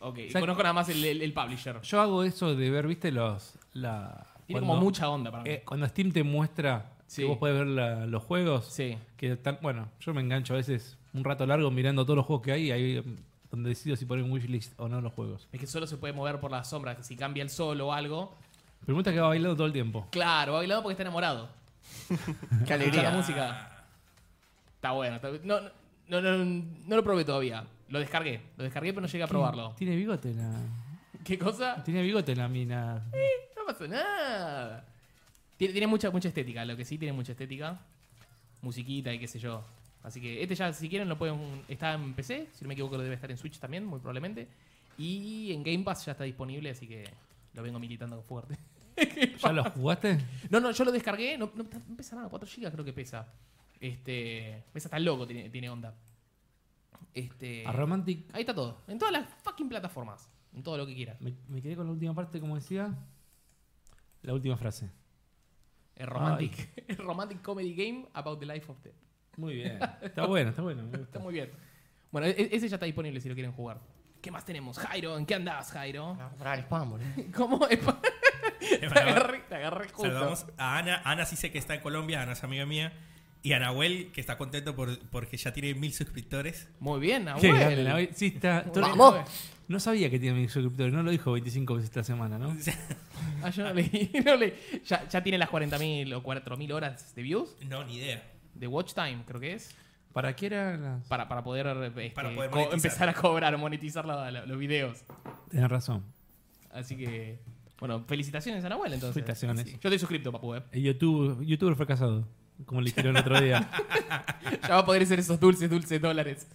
Speaker 1: Ok,
Speaker 2: sea,
Speaker 1: conozco nada más el, el- el publisher.
Speaker 2: Yo hago eso de ver, viste, los. La,
Speaker 1: Tiene
Speaker 2: cuando-
Speaker 1: como mucha onda para mí.
Speaker 2: eh, cuando Steam te muestra
Speaker 1: Sí.
Speaker 2: que vos podés ver la- los juegos.
Speaker 1: sí.
Speaker 2: Que están. Bueno, yo me engancho a veces un rato largo mirando todos los juegos que hay y ahí mm, donde decido si poner un wishlist o no los juegos.
Speaker 1: Es que solo se puede mover por las sombras. que Si cambia el sol o algo.
Speaker 2: Pregunta que va bailando todo el tiempo.
Speaker 1: Claro, va bailando porque está enamorado.
Speaker 4: Qué
Speaker 1: Escucha la
Speaker 4: alegría.
Speaker 1: música. Está bueno. está- No, no, no, no, no lo probé todavía. Lo descargué. Lo descargué, pero no llegué a probarlo.
Speaker 2: Tiene bigote la.
Speaker 1: ¿Qué cosa?
Speaker 2: Tiene bigote la mina.
Speaker 1: No pasa nada. Tiene, tiene mucha, mucha estética, lo que sí tiene mucha estética. Musiquita y qué sé yo. Así que este ya, si quieren, lo pueden. Está en PC, si no me equivoco, lo debe estar en Switch también, muy probablemente. Y en Game Pass ya está disponible, así que lo vengo militando fuerte.
Speaker 2: ¿Ya *laughs* lo jugaste?
Speaker 1: No, no, yo lo descargué, no, no, no pesa nada, 4 GB creo que pesa. Este. Pesa tan loco, tiene, tiene onda. Este.
Speaker 2: A Romantic.
Speaker 1: Ahí está todo. En todas las fucking plataformas. En todo lo que quieras.
Speaker 2: Me, me quedé con la última parte, como decía. La última frase.
Speaker 1: Es romantic. *laughs* es romantic comedy game about the life of the.
Speaker 2: Muy bien. Está bueno, está bueno. me
Speaker 1: Está
Speaker 2: gusta.
Speaker 1: muy bien. Bueno, e- ese ya está disponible si lo quieren jugar. ¿Qué más tenemos? Jairo, ¿en qué andás, Jairo?
Speaker 4: Ah, pará, el spam, boludo.
Speaker 1: *laughs* ¿Cómo? Epa, te agarré, te agarré justo.
Speaker 3: Eh, Saludamos a Ana. Ana sí sé que está en Colombia, Ana es amiga mía. Y a Nahuel, que está contento por- porque ya tiene mil suscriptores.
Speaker 1: Muy bien,
Speaker 2: Qué
Speaker 1: Nahuel.
Speaker 2: grande, Nahuel. Sí, está.
Speaker 1: Muy
Speaker 2: todo-
Speaker 1: bien,
Speaker 4: ¡Vamos!
Speaker 1: Nahuel.
Speaker 2: No sabía que tiene mil suscriptores, no lo dijo 25 veces esta semana, ¿no?
Speaker 1: Ah, yo no leí, *laughs* no leí. Ya, ya tiene las 40.000 o 4.000 horas de views,
Speaker 3: No, ni idea.
Speaker 1: de watch time, creo que es,
Speaker 2: ¿Para qué eran las.?
Speaker 1: para, para poder, este,
Speaker 3: Para poder
Speaker 1: co-
Speaker 3: monetizar.
Speaker 1: empezar a cobrar, monetizar la- la- los videos.
Speaker 2: Tenés razón.
Speaker 1: Así que, bueno, felicitaciones a Nahuel entonces.
Speaker 2: Felicitaciones.
Speaker 1: Sí. Yo estoy suscripto, papu, eh. *laughs*
Speaker 2: El YouTube, youtuber fracasado, como le hicieron el otro día.
Speaker 1: Ya va a poder ser esos dulces, dulces dólares.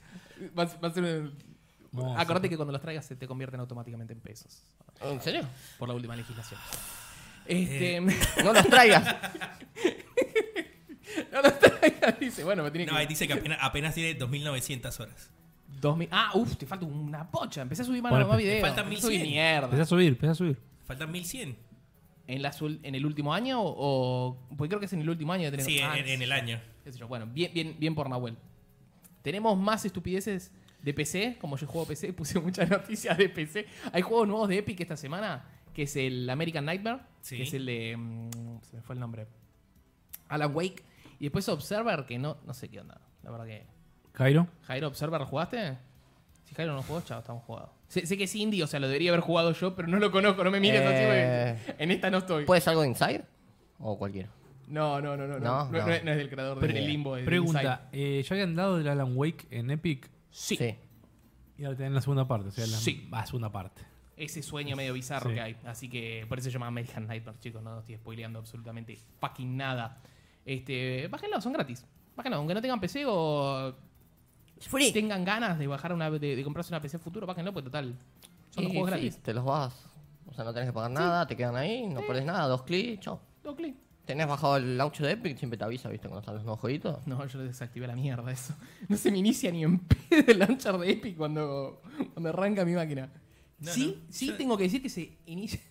Speaker 1: Va, a- va a ser un-
Speaker 2: Hermoso.
Speaker 1: Acordate que cuando los traigas se te convierten automáticamente en pesos.
Speaker 4: ¿En serio?
Speaker 1: Por la última legislación.
Speaker 2: Eh,
Speaker 1: Este. *laughs*
Speaker 4: No los traigas.
Speaker 1: no los traigas, dice. Bueno, me tiene
Speaker 3: No, ahí
Speaker 1: que.
Speaker 3: dice que apenas, apenas tiene 2.900 horas.
Speaker 1: 2000. Ah, uff, te falta una pocha. Empecé a subir más,
Speaker 2: Bueno,
Speaker 1: más
Speaker 2: te
Speaker 1: videos.
Speaker 3: faltan
Speaker 1: Empecé a subir
Speaker 3: 1100.
Speaker 2: Empezá a
Speaker 1: mierda.
Speaker 2: subir, empezá a subir.
Speaker 3: Faltan 1.100.
Speaker 1: ¿En, las ul- ¿En el último año o.? o- Porque creo que es en el último año de tener.
Speaker 3: Sí,
Speaker 1: Ah,
Speaker 3: en, en el año.
Speaker 1: qué sé yo. Bueno, bien, bien, bien por Nahuel. Tenemos más estupideces de PC. Como yo juego PC, *laughs* puse muchas noticias de PC. Hay juegos nuevos de Epic esta semana, que es el American Nightmare,
Speaker 3: Sí.
Speaker 1: que es el de... mm, se me fue el nombre. Alan Wake. Y después Observer, que no, no sé qué onda. La verdad que...
Speaker 2: Cairo.
Speaker 1: Jairo, ¿Observer lo jugaste? Si Jairo no jugó, chao, estamos jugados. Sé, sé que es indie, o sea, lo debería haber jugado yo, pero no lo conozco, no me mires
Speaker 4: Eh.
Speaker 1: así. porque En esta no estoy.
Speaker 4: ¿Puedes algo de Inside? O cualquiera.
Speaker 1: No, no, no, no. No, no,
Speaker 4: No, no.
Speaker 1: no es, no es del creador de
Speaker 4: Pre-
Speaker 1: El Limbo. de Inside.
Speaker 2: Pregunta, eh, ¿ya habían dado el Alan Wake en Epic?
Speaker 4: Sí.
Speaker 2: Y ahora tienen la segunda parte, o sea, la
Speaker 1: Sí.
Speaker 2: ah, segunda parte.
Speaker 1: ese sueño medio bizarro
Speaker 2: Sí.
Speaker 1: que hay. Así que por eso se llama American Nightmare, chicos. No estoy spoileando absolutamente fucking nada. Este, bájenlo, son gratis. Bájenlo, aunque no tengan PC o
Speaker 4: Es free.
Speaker 1: tengan ganas de bajar una de, de comprarse una PC futuro, bájenlo, pues total. Son dos juegos
Speaker 4: Sí, Eh, sí,
Speaker 1: gratis.
Speaker 4: Te los vas. O sea, no tenés que pagar nada, te quedan ahí, no perdés nada, dos clics, chao.
Speaker 1: Dos clics.
Speaker 4: Tenés bajado el launcher de Epic, siempre te avisa, ¿viste? Cuando están los nuevos jueguitos.
Speaker 1: No, yo lo desactivé a la mierda eso. *laughs* No se me inicia ni en pedo el launcher de Epic cuando, cuando arranca mi máquina.
Speaker 3: No,
Speaker 1: sí,
Speaker 3: no,
Speaker 1: sí
Speaker 3: yo-
Speaker 1: tengo que decir que se inicia.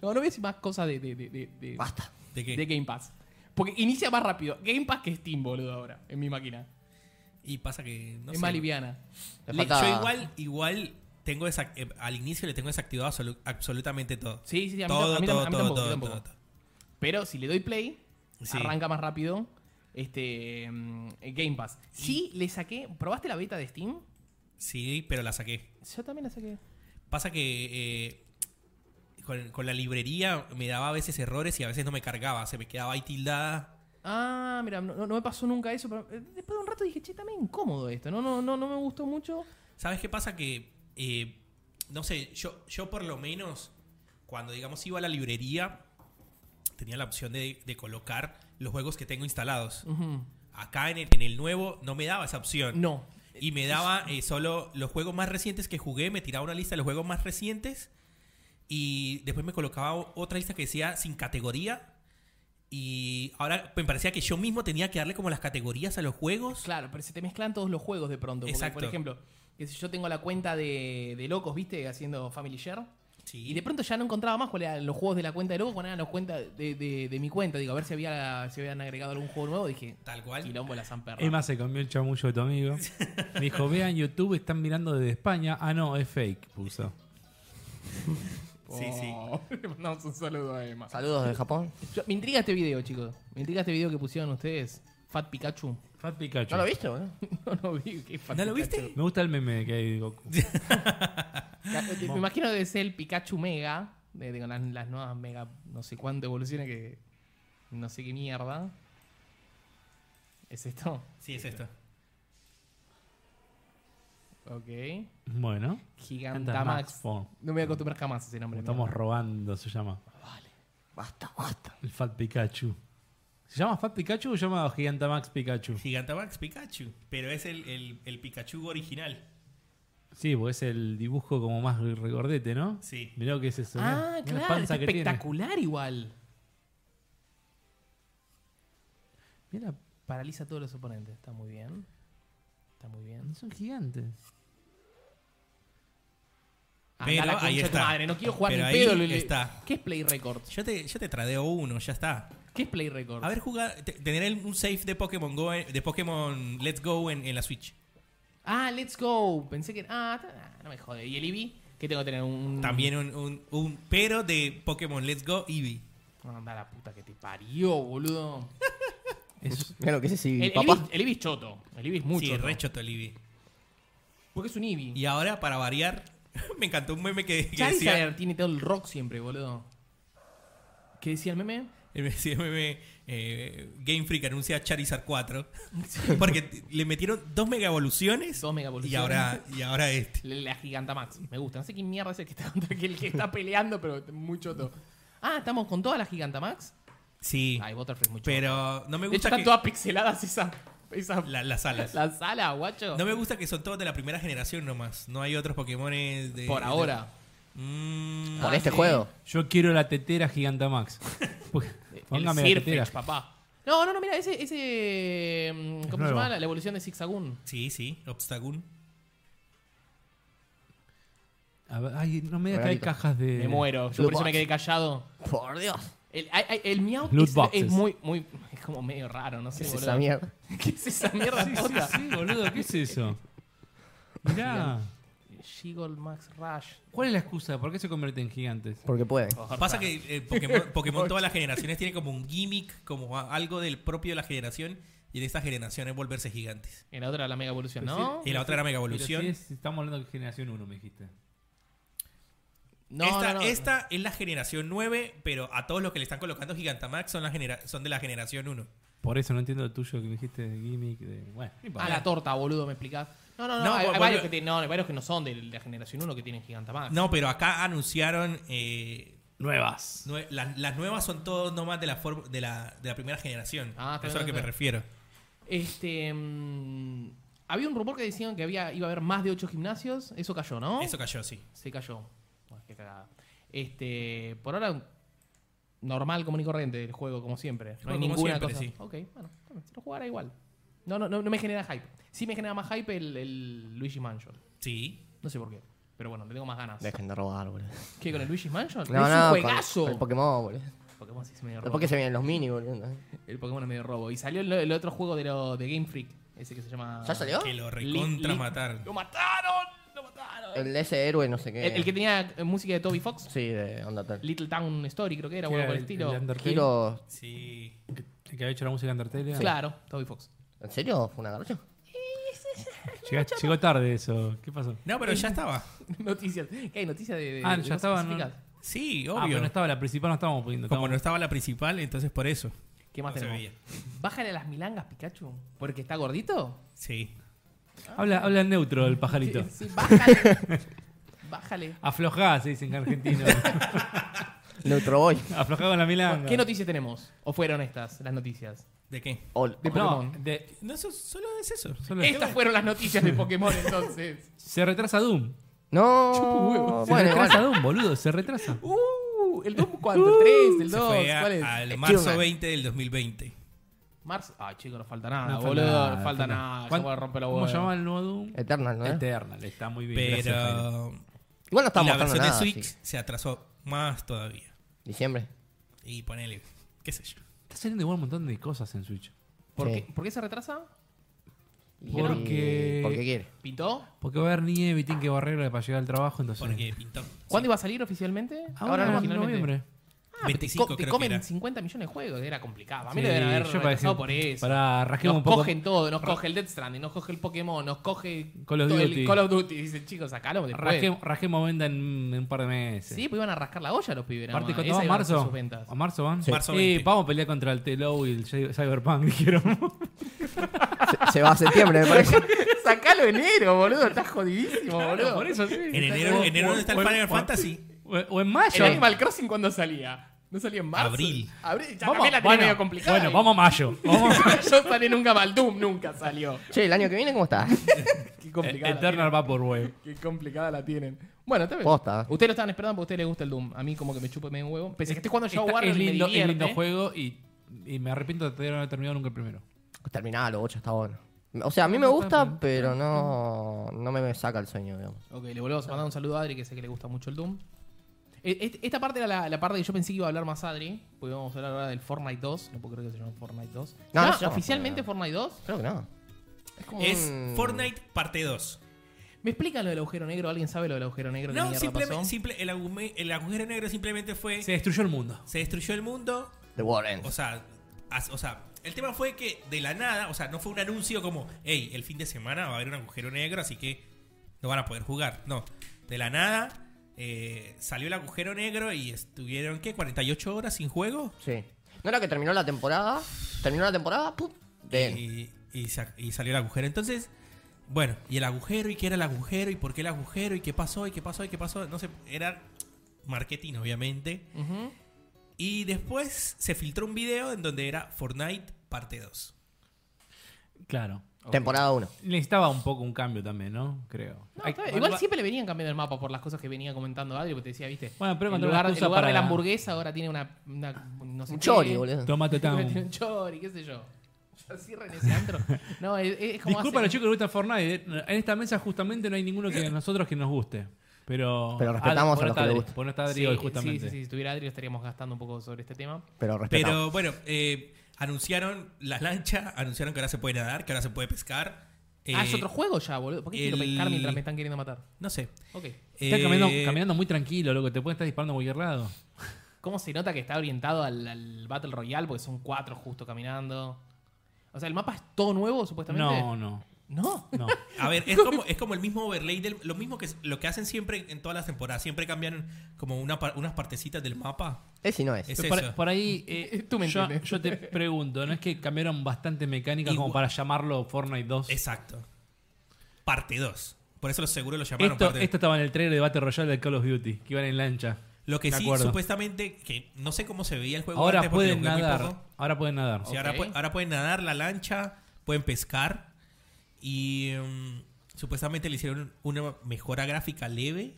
Speaker 1: No, no voy a decir más cosas de, de, de- de- de-
Speaker 4: Basta.
Speaker 3: ¿De qué?
Speaker 1: de Game Pass. Porque inicia más rápido. Game Pass que Steam, boludo, ahora, en mi máquina.
Speaker 3: Y pasa que. No
Speaker 1: es
Speaker 3: sé.
Speaker 1: más liviana.
Speaker 4: Le
Speaker 3: Le-
Speaker 4: falta-
Speaker 3: Yo igual, igual tengo desac- eh, al inicio le tengo desactivado absolu- absolutamente todo.
Speaker 1: Sí, sí, sí, a mí,
Speaker 3: todo,
Speaker 1: tam- a mí tam-
Speaker 3: todo,
Speaker 1: a mí
Speaker 3: todo,
Speaker 1: tampoco. a mí
Speaker 3: todo,
Speaker 1: tampoco.
Speaker 3: todo, todo.
Speaker 1: Pero si le doy play,
Speaker 3: Sí.
Speaker 1: arranca más rápido este mm, Game Pass. Sí, le saqué. ¿Probaste la beta de Steam?
Speaker 3: Sí, pero la saqué.
Speaker 1: Yo también la saqué.
Speaker 3: Pasa que eh, con, con la librería me daba a veces errores y a veces no me cargaba, se me quedaba ahí tildada.
Speaker 1: Ah, mira, no, no me pasó nunca eso, pero eh, después de un rato dije, che, está medio incómodo esto, no, no, no, no me gustó mucho.
Speaker 3: ¿Sabes qué pasa? Que, eh, no sé, yo, yo por lo menos, cuando digamos iba a la librería, tenía la opción de, de colocar los juegos que tengo instalados.
Speaker 1: Ujú.
Speaker 3: Acá en el, en el nuevo no me daba esa opción.
Speaker 1: No.
Speaker 3: Y me daba eh, solo los juegos más recientes que jugué, me tiraba una lista de los juegos más recientes y después me colocaba o- otra lista que decía sin categoría. Y ahora me parecía que yo mismo tenía que darle como las categorías a los juegos.
Speaker 1: Claro, pero se te mezclan todos los juegos de pronto. Porque,
Speaker 3: Exacto.
Speaker 1: Por ejemplo, que si yo tengo la cuenta de, de locos, ¿viste? Haciendo Family Share.
Speaker 3: Sí.
Speaker 1: Y de pronto ya no encontraba más cuáles eran los juegos de la cuenta de locos, cuáles eran los cuentas de, de- de mi cuenta. Digo, a ver si, había, si habían agregado algún juego nuevo. Dije,
Speaker 3: Tal cual.
Speaker 1: quilombo la San Perro.
Speaker 2: Emma se comió el chamullo de
Speaker 1: *laughs*
Speaker 2: tu amigo. Me dijo, vean YouTube, están mirando desde España. Ah, no, es fake, puso.
Speaker 3: Sí, sí.
Speaker 1: Le *laughs* mandamos un saludo a Emma.
Speaker 4: Saludos de Japón.
Speaker 1: Oh. Yo- me intriga este video, chicos. Me intriga este video que pusieron ustedes. Fat Pikachu. *laughs*
Speaker 2: Fat Pikachu.
Speaker 4: ¿No lo viste, boludo?
Speaker 1: no lo vi. ¿qué Fat
Speaker 3: ¿No lo
Speaker 1: Pikachu?
Speaker 3: viste?
Speaker 2: Me gusta el meme que hay de Goku.
Speaker 1: Ya, eh, Me imagino que es el Pikachu Mega, de, de- con las, las nuevas Mega, no sé cuánto evoluciones que. No sé qué mierda. ¿Es esto?
Speaker 3: Sí, es esto.
Speaker 1: Ok.
Speaker 2: Bueno.
Speaker 1: Gigantamax.
Speaker 2: Form.
Speaker 1: No me voy a acostumbrar jamás a ese nombre.
Speaker 2: Estamos
Speaker 1: mierda.
Speaker 2: robando, se llama.
Speaker 4: Basta, basta.
Speaker 2: El Fat Pikachu. ¿Se llama Fat Pikachu o se llama Gigantamax Pikachu?
Speaker 3: Gigantamax Pikachu. Pero es el, el, el Pikachu original.
Speaker 2: Sí, porque es el dibujo como más regordete, ¿no?
Speaker 3: Sí.
Speaker 2: Mirá lo que es eso. mirá.
Speaker 1: Ah,
Speaker 2: Mirá la
Speaker 1: claro.
Speaker 2: panza
Speaker 1: es
Speaker 2: que tiene.
Speaker 1: espectacular igual.
Speaker 2: Mirá,
Speaker 1: Paraliza a todos los oponentes. Está muy bien. Está muy bien.
Speaker 2: son gigantes.
Speaker 1: Andá a la
Speaker 3: Pero
Speaker 1: concha
Speaker 3: ahí
Speaker 1: de tu
Speaker 3: está.
Speaker 1: madre. No quiero jugar
Speaker 3: Pero
Speaker 1: ni
Speaker 3: ahí
Speaker 1: pedo. Lele.
Speaker 3: está.
Speaker 1: ¿Qué es Play Records?
Speaker 3: Yo te, yo te tradeo uno, ya está.
Speaker 1: ¿Qué es Play Records?
Speaker 3: A ver, jugar, te- tener el- un save de Pokémon Go, en- de Pokémon Let's Go en, en la Switch.
Speaker 1: Ah, Let's Go. Pensé que. Ah, ta- ah, no me jode. ¿Y el Eevee? ¿Qué tengo que tener? Un,
Speaker 3: También un, un- un pero de Pokémon Let's Go Eevee.
Speaker 1: Anda la puta que te parió, boludo.
Speaker 2: Es-
Speaker 4: Mira lo que es ese
Speaker 1: El, el
Speaker 4: papá.
Speaker 1: Ibis- el Ibis choto. El Ibis mucho.
Speaker 3: Sí, re choto el Eevee.
Speaker 1: Porque es un Ibi.
Speaker 3: Y ahora, para variar, *laughs* me encantó un meme que, que decía...
Speaker 1: Charizard tiene todo el rock siempre, boludo. ¿Qué decía el meme?
Speaker 3: el meme- decía el meme, eh, Game Freak anuncia Charizard 4. *laughs* Porque t- le metieron dos mega evoluciones.
Speaker 1: Dos megavoluciones.
Speaker 3: Y ahora, y ahora este.
Speaker 1: *laughs* La, la Gigantamax. Me gusta. No sé quién mierda es el que está, *laughs* contra- que el que está peleando, pero muy choto. Ah, estamos con todas las Gigantamax.
Speaker 3: Sí.
Speaker 1: Ay, Butterfree es muy choto.
Speaker 3: Pero no me
Speaker 1: de hecho,
Speaker 3: gusta
Speaker 1: están
Speaker 3: que...
Speaker 1: todas pixeladas esas. esas- la,
Speaker 3: la- las alas.
Speaker 1: sala, guacho.
Speaker 3: No me gusta que son todos de la primera generación nomás. No hay otros Pokémones de...
Speaker 1: Por
Speaker 3: de-
Speaker 1: ahora.
Speaker 3: Mm,
Speaker 4: Por
Speaker 1: Ah,
Speaker 4: este
Speaker 1: sí.
Speaker 4: juego.
Speaker 2: Yo quiero la tetera Gigantamax.
Speaker 1: *laughs*
Speaker 2: Pues, Póngame
Speaker 1: el
Speaker 2: la
Speaker 1: Sirfetch,
Speaker 2: tetera.
Speaker 1: papá. No, no, no, mira, ese. ese mm, ¿Cómo se
Speaker 2: nuevo.
Speaker 1: llama? La, la evolución de Zigzagoon.
Speaker 3: sí, sí. Obstagoon.
Speaker 2: A ver, ay, no me digas que hay
Speaker 4: Regalito.
Speaker 2: cajas de.
Speaker 1: Me muero. Yo por
Speaker 4: Loot
Speaker 1: eso me
Speaker 4: box.
Speaker 1: quedé callado.
Speaker 4: Por Dios.
Speaker 1: El, ay, ay, el miau
Speaker 2: Loot
Speaker 1: es,
Speaker 2: boxes.
Speaker 1: es muy, muy. Es como medio raro, no sé,
Speaker 4: ¿Qué es
Speaker 1: boludo.
Speaker 4: esa mierda?
Speaker 1: *laughs* ¿Qué es esa mierda
Speaker 2: Sí, sí,
Speaker 1: puta?
Speaker 2: sí, boludo, ¿qué es eso? Mirá.
Speaker 1: Shigol Max Rush.
Speaker 2: ¿Cuál es la excusa? ¿Por qué se convierten en gigantes?
Speaker 4: Porque puede.
Speaker 3: Pasa que eh,
Speaker 1: *laughs*
Speaker 3: Pokémon, Pokémon todas las generaciones tiene como un gimmick, como a- algo del propio de la generación, y de esta generación es volverse gigantes.
Speaker 1: En la otra la mega evolución, ¿no?
Speaker 3: Y la otra era Mega Evolución.
Speaker 2: Pero sí es- estamos hablando de generación 1, me dijiste.
Speaker 1: No,
Speaker 3: esta,
Speaker 1: no, no.
Speaker 3: esta es la generación 9, pero a todos los que le están colocando Gigantamax son, la genera- son de la generación 1.
Speaker 2: Por eso no entiendo el tuyo que me dijiste de gimmick. De... Bueno, no
Speaker 1: A
Speaker 2: importa.
Speaker 1: Ah, la torta, boludo, me explicás. No, no, pues, no.
Speaker 3: No,
Speaker 1: hay,
Speaker 3: vol-
Speaker 1: hay varios
Speaker 3: volve-
Speaker 1: que tienen- no, hay varios que no son de la generación 1 que tienen Gigantamax.
Speaker 3: No, pero acá anunciaron. eh,
Speaker 2: Nuevas.
Speaker 3: nue- las- las nuevas son todos nomás de la, form- de la, de la primera generación.
Speaker 1: Ah, está
Speaker 3: Eso es a lo que
Speaker 1: bien,
Speaker 3: me
Speaker 1: está
Speaker 3: refiero.
Speaker 1: Este. mm, había un rumor que decían que había, iba a haber más de 8 gimnasios. Eso cayó, ¿no?
Speaker 3: Eso cayó, sí.
Speaker 1: Se cayó. Bueno, qué cagada. Este, por ahora, normal, común y corriente el juego, como siempre. No hay
Speaker 3: Como
Speaker 1: ninguna
Speaker 3: siempre,
Speaker 1: cosa.
Speaker 3: sí.
Speaker 1: Ok, bueno, está bien, se lo jugará igual. No, no, no, no me genera hype. Sí me genera más hype el, el Luigi Mansion.
Speaker 3: Sí.
Speaker 1: No sé por qué. Pero bueno, le tengo más ganas.
Speaker 4: Dejen de robar, boludo.
Speaker 1: ¿Qué con el Luigi Mansion?
Speaker 4: No,
Speaker 1: es
Speaker 4: no,
Speaker 1: un
Speaker 4: con-
Speaker 1: juegazo.
Speaker 4: con el Pokémon, boludo.
Speaker 1: El Pokémon sí es medio robo.
Speaker 4: Después que se vienen los mini, boludo.
Speaker 1: El Pokémon es medio robo. Y salió el, el otro juego de, lo, de Game Freak, ese que se llama.
Speaker 4: ¿Ya salió?
Speaker 3: Que lo
Speaker 1: Link-
Speaker 3: recontra
Speaker 1: Link-
Speaker 3: mataron.
Speaker 1: ¡Lo mataron! ¡Lo mataron! El,
Speaker 4: El de ese héroe, no sé qué.
Speaker 1: el que tenía eh, música de Toby Fox.
Speaker 4: Sí, de Undertale.
Speaker 1: Little Town Story, creo que era,
Speaker 2: ¿Qué
Speaker 1: o algo
Speaker 2: era
Speaker 1: por el
Speaker 2: el-
Speaker 1: estilo.
Speaker 2: el Undertale?
Speaker 4: Kiro.
Speaker 3: Sí.
Speaker 2: Que, que había hecho la música de Undertale.
Speaker 1: Claro, Toby Fox. *laughs*
Speaker 4: ¿En serio? ¿Fue una garrocha?
Speaker 2: Llega- llegó tarde eso. ¿Qué pasó?
Speaker 3: No, pero ya estaba.
Speaker 1: Noticias. ¿Qué hay noticias de, de-
Speaker 2: Ah,
Speaker 1: de
Speaker 2: ya
Speaker 1: los
Speaker 2: estaba, ¿no?
Speaker 1: específicas?
Speaker 3: Sí,
Speaker 2: Ah,
Speaker 3: obvio.
Speaker 2: pero no estaba la principal, no estábamos poniendo.
Speaker 3: Como
Speaker 2: estábamos-
Speaker 3: no estaba la principal, entonces por eso.
Speaker 1: Que ¿Qué más
Speaker 3: No se
Speaker 1: tenemos?
Speaker 3: veía.
Speaker 1: Bájale a las milangas, Pikachu. Porque está gordito.
Speaker 3: Sí.
Speaker 2: Habla, habla neutro el pajarito.
Speaker 1: Sí, sí, bájale. bájale.
Speaker 2: Aflojá, se dicen en
Speaker 1: *laughs*
Speaker 2: argentino.
Speaker 4: Neutro Boy.
Speaker 2: Aflojá con la milanga.
Speaker 1: ¿Qué noticias tenemos? ¿O fueron estas las noticias?
Speaker 3: ¿De qué?
Speaker 4: Ol-
Speaker 1: De
Speaker 2: no,
Speaker 1: Pokémon.
Speaker 2: de-
Speaker 3: No, eso- solo es eso.
Speaker 1: *laughs*
Speaker 2: solo-
Speaker 1: Estas fueron las noticias de Pokémon entonces.
Speaker 2: se retrasa Doom.
Speaker 4: No.
Speaker 2: Se
Speaker 4: Bueno,
Speaker 2: retrasa
Speaker 4: bueno.
Speaker 2: Doom, boludo, se retrasa.
Speaker 1: *laughs* Uh, el 2 cuánto, el 3, el
Speaker 3: Se
Speaker 1: 2,
Speaker 3: fue a-
Speaker 1: ¿cuál es?
Speaker 3: al
Speaker 4: Estoy
Speaker 3: marzo
Speaker 4: mal.
Speaker 3: 20 del 2020.
Speaker 1: Marzo. Ay, chicos, no falta nada,
Speaker 2: No falta
Speaker 1: Ah, boludo.
Speaker 2: nada,
Speaker 1: no falta nada. Se
Speaker 2: ¿Cuán-
Speaker 1: puede romper la
Speaker 2: ¿Cómo
Speaker 1: huevo.
Speaker 2: se llama el nuevo Doom?
Speaker 4: Eternal, ¿no?
Speaker 2: Eternal, está muy bien. gracias, Jairo.
Speaker 3: Pero
Speaker 4: Igual no estamos
Speaker 3: Este. la
Speaker 4: mostrando
Speaker 3: versión
Speaker 4: nada.
Speaker 3: de Switch
Speaker 4: sí.
Speaker 3: se atrasó más todavía.
Speaker 4: Diciembre.
Speaker 3: Y ponele, qué sé yo.
Speaker 2: Está saliendo igual un montón de cosas en Switch.
Speaker 1: ¿Por,
Speaker 4: Sí.
Speaker 1: qué, ¿Por qué se retrasa?
Speaker 2: Porque-
Speaker 4: Porque quiere.
Speaker 1: ¿Pintó?
Speaker 2: Porque va a haber nieve y tienen que barrerla para llegar al trabajo, entonces.
Speaker 3: Porque pintó.
Speaker 1: ¿Cuándo iba a salir oficialmente?
Speaker 2: Ahora, en
Speaker 1: originalmente.
Speaker 2: Ah, noviembre.
Speaker 1: Ah, pero te
Speaker 3: 25
Speaker 1: co- te,
Speaker 3: creo que
Speaker 1: comen
Speaker 3: era.
Speaker 1: 50 millones de juegos, era complicado. A mí
Speaker 2: Sí,
Speaker 1: me deben haber
Speaker 2: yo
Speaker 1: retrasado
Speaker 2: parecí-
Speaker 1: por eso.
Speaker 2: Pará, rasquemos
Speaker 1: nos
Speaker 2: un poco.
Speaker 1: cogen todo, nos coge el Death Stranding, nos coge el Pokémon, nos coge
Speaker 2: Call of
Speaker 1: todo
Speaker 2: Duty.
Speaker 1: el Call of Duty. Dicen, chicos, sacalo después.
Speaker 2: Rasquemos, rasquemos venta en, en un par de meses.
Speaker 1: Sí, pues iban a rascar la olla los pibes. nada
Speaker 2: Aparte,
Speaker 1: más.
Speaker 2: ¿cuánto
Speaker 1: Esa
Speaker 2: va?
Speaker 1: iban a ser
Speaker 2: ¿Marzo?
Speaker 1: sus ventas.
Speaker 2: ¿A marzo van?
Speaker 4: Sí.
Speaker 3: Marzo
Speaker 2: Eh,
Speaker 3: 20.
Speaker 2: vamos a pelear contra el Telo y el Cy- Cyberpunk, *laughs* dijeron.
Speaker 4: Se- Se va a septiembre, me
Speaker 3: *laughs*
Speaker 4: parece.
Speaker 1: *laughs* Sacalo enero, boludo, estás jodidísimo, boludo.
Speaker 2: Por eso sí.
Speaker 3: En enero,
Speaker 2: O-
Speaker 3: en enero está
Speaker 2: o-
Speaker 3: el Final
Speaker 2: o-
Speaker 3: Fantasy.
Speaker 2: O, o en
Speaker 1: ¿El
Speaker 2: mayo.
Speaker 1: Animal Crossing cuándo salía? ¿No salía en marzo?
Speaker 3: Abril.
Speaker 1: Abril, ya
Speaker 2: Vamos,
Speaker 1: también la tenía
Speaker 2: bueno,
Speaker 1: medio complicada.
Speaker 2: bueno, vamos a mayo. Vamos.
Speaker 1: *laughs* Yo salí nunca mal, Doom nunca salió.
Speaker 4: Che, el año que viene, ¿cómo está?
Speaker 1: Qué complicada. la
Speaker 2: Eternal Vaporwave.
Speaker 1: tienen. Qué complicada la tienen. Bueno, está bien.
Speaker 4: Posta.
Speaker 1: Ustedes lo estaban esperando porque a ustedes les gusta el Doom. A mí como que me chupa medio un huevo. Pese a que estoy jugando Shadow
Speaker 2: Está-
Speaker 1: Warrior
Speaker 2: es
Speaker 1: y me
Speaker 2: lindo, es
Speaker 1: divierte.
Speaker 2: lindo juego y, y me arrepiento de no haber terminado nunca el primero.
Speaker 4: Terminalo, 8 está bueno. O sea, a mí me gusta, pero no, no me saca el sueño, digamos.
Speaker 1: Ok, le volvemos a mandar un saludo a Adri, que sé que le gusta mucho el Doom. Eh, est- Esta parte era la, la parte que yo pensé que iba a hablar más Adri, porque vamos a hablar ahora del Fortnite 2. No puedo creer que se llama Fortnite 2.
Speaker 4: No,
Speaker 1: No,
Speaker 4: no se llama
Speaker 1: oficialmente Fortnite 2.
Speaker 4: Creo que no. como
Speaker 3: Es
Speaker 4: un-
Speaker 3: Fortnite parte 2.
Speaker 1: ¿Me explica lo del agujero negro? ¿Alguien sabe lo del agujero negro?
Speaker 3: No,
Speaker 1: ¿Qué mierda
Speaker 3: simplemente
Speaker 1: pasó?
Speaker 3: simple, el, agume- el agujero negro simplemente fue.
Speaker 2: Se destruyó el mundo.
Speaker 3: Se destruyó el mundo.
Speaker 4: The War Ends.
Speaker 3: O sea, as- o sea, el tema fue que de la nada, o sea, no fue un anuncio como, hey, el fin de semana va a haber un agujero negro, así que no van a poder jugar. No, de la nada eh, salió el agujero negro y estuvieron, ¿qué? ¿48 horas sin juego?
Speaker 4: Sí. No era que terminó la temporada. Terminó la temporada, ¡pum! Bien.
Speaker 3: Y, y sa- y salió el agujero. Entonces, bueno, y el agujero, y qué era el agujero, y por qué el agujero, y qué pasó, y qué pasó, y qué pasó. No sé, era marketing, obviamente.
Speaker 1: Ujú.
Speaker 3: Y después se filtró un video en donde era Fortnite parte 2.
Speaker 2: Claro.
Speaker 4: Temporada 1.
Speaker 2: Necesitaba un poco un cambio también, ¿no? Creo.
Speaker 1: No,
Speaker 2: Hay-
Speaker 1: está bien. Igual siempre le venían cambiando el mapa por las cosas que venía comentando Adri, porque te decía, viste,
Speaker 2: Bueno, pero
Speaker 1: en
Speaker 2: encontré
Speaker 1: lugar,
Speaker 2: una
Speaker 1: en
Speaker 2: excusa
Speaker 1: lugar de la
Speaker 2: para-
Speaker 1: hamburguesa ahora tiene una, una no sé
Speaker 4: Un
Speaker 1: qué.
Speaker 4: chori, boludo.
Speaker 1: *laughs*
Speaker 2: Tomate
Speaker 1: Tiene un
Speaker 2: Town.
Speaker 1: chori, qué sé yo. Ya Cierren ese antro. No, es, es como
Speaker 2: Disculpa a
Speaker 1: hace-
Speaker 2: los chicos que les gusta Fortnite. eh, En esta mesa justamente no hay ninguno que a nosotros que nos guste. Pero,
Speaker 4: Pero respetamos
Speaker 2: por
Speaker 4: a los que
Speaker 2: no está
Speaker 4: les
Speaker 2: Adri-
Speaker 4: gusta.
Speaker 2: por no está Adri
Speaker 1: Sí,
Speaker 2: hoy,
Speaker 1: sí,
Speaker 2: justamente.
Speaker 1: sí, sí, si estuviera Adri estaríamos gastando un poco sobre este tema.
Speaker 4: Pero respetamos.
Speaker 3: Pero bueno, eh, anunciaron la lancha, anunciaron que ahora se puede nadar, que ahora se puede pescar. Eh,
Speaker 1: ah, es otro juego ya, boludo. ¿Por qué quiero
Speaker 3: el-
Speaker 1: pescar mientras me están queriendo matar?
Speaker 3: No sé.
Speaker 1: Ok.
Speaker 2: Está
Speaker 3: Eh,
Speaker 2: caminando, caminando muy tranquilo, loco. Te pueden estar disparando a cualquier lado.
Speaker 1: ¿Cómo se nota que está orientado al, al Battle Royale? Porque son cuatro justo caminando. O sea, ¿el mapa es todo nuevo, supuestamente?
Speaker 2: No, no.
Speaker 1: ¿No?
Speaker 2: No.
Speaker 3: A ver, es como, es como el mismo overlay, del, lo mismo que es- lo que hacen siempre en todas las temporadas. Siempre cambian como una, par- unas partecitas del mapa.
Speaker 4: Ese no es.
Speaker 3: Es
Speaker 2: Pero
Speaker 3: eso.
Speaker 2: por, por ahí.
Speaker 3: *laughs*
Speaker 2: eh,
Speaker 1: Tú me
Speaker 2: yo,
Speaker 1: entiendes.
Speaker 2: yo te pregunto, ¿no es que cambiaron bastante mecánica como
Speaker 3: Igual-
Speaker 2: para llamarlo Fortnite 2?
Speaker 3: Exacto. Parte 2. Por eso los seguros lo llamaron
Speaker 2: Esto,
Speaker 3: parte 2.
Speaker 2: esto estaba en el trailer de Battle Royale de Call of Duty, que iban en lancha.
Speaker 3: Lo que
Speaker 2: Me
Speaker 3: sí,
Speaker 2: acuerdo.
Speaker 3: supuestamente, que no sé cómo se veía el juego.
Speaker 2: Ahora
Speaker 3: antes porque lo
Speaker 2: pueden
Speaker 3: jugué muy
Speaker 2: nadar.
Speaker 3: poco.
Speaker 2: Ahora pueden nadar.
Speaker 3: Sí, ahora,
Speaker 1: Ok.
Speaker 3: pue- ahora pueden nadar la lancha, pueden pescar. Y mm, supuestamente le hicieron una mejora gráfica leve.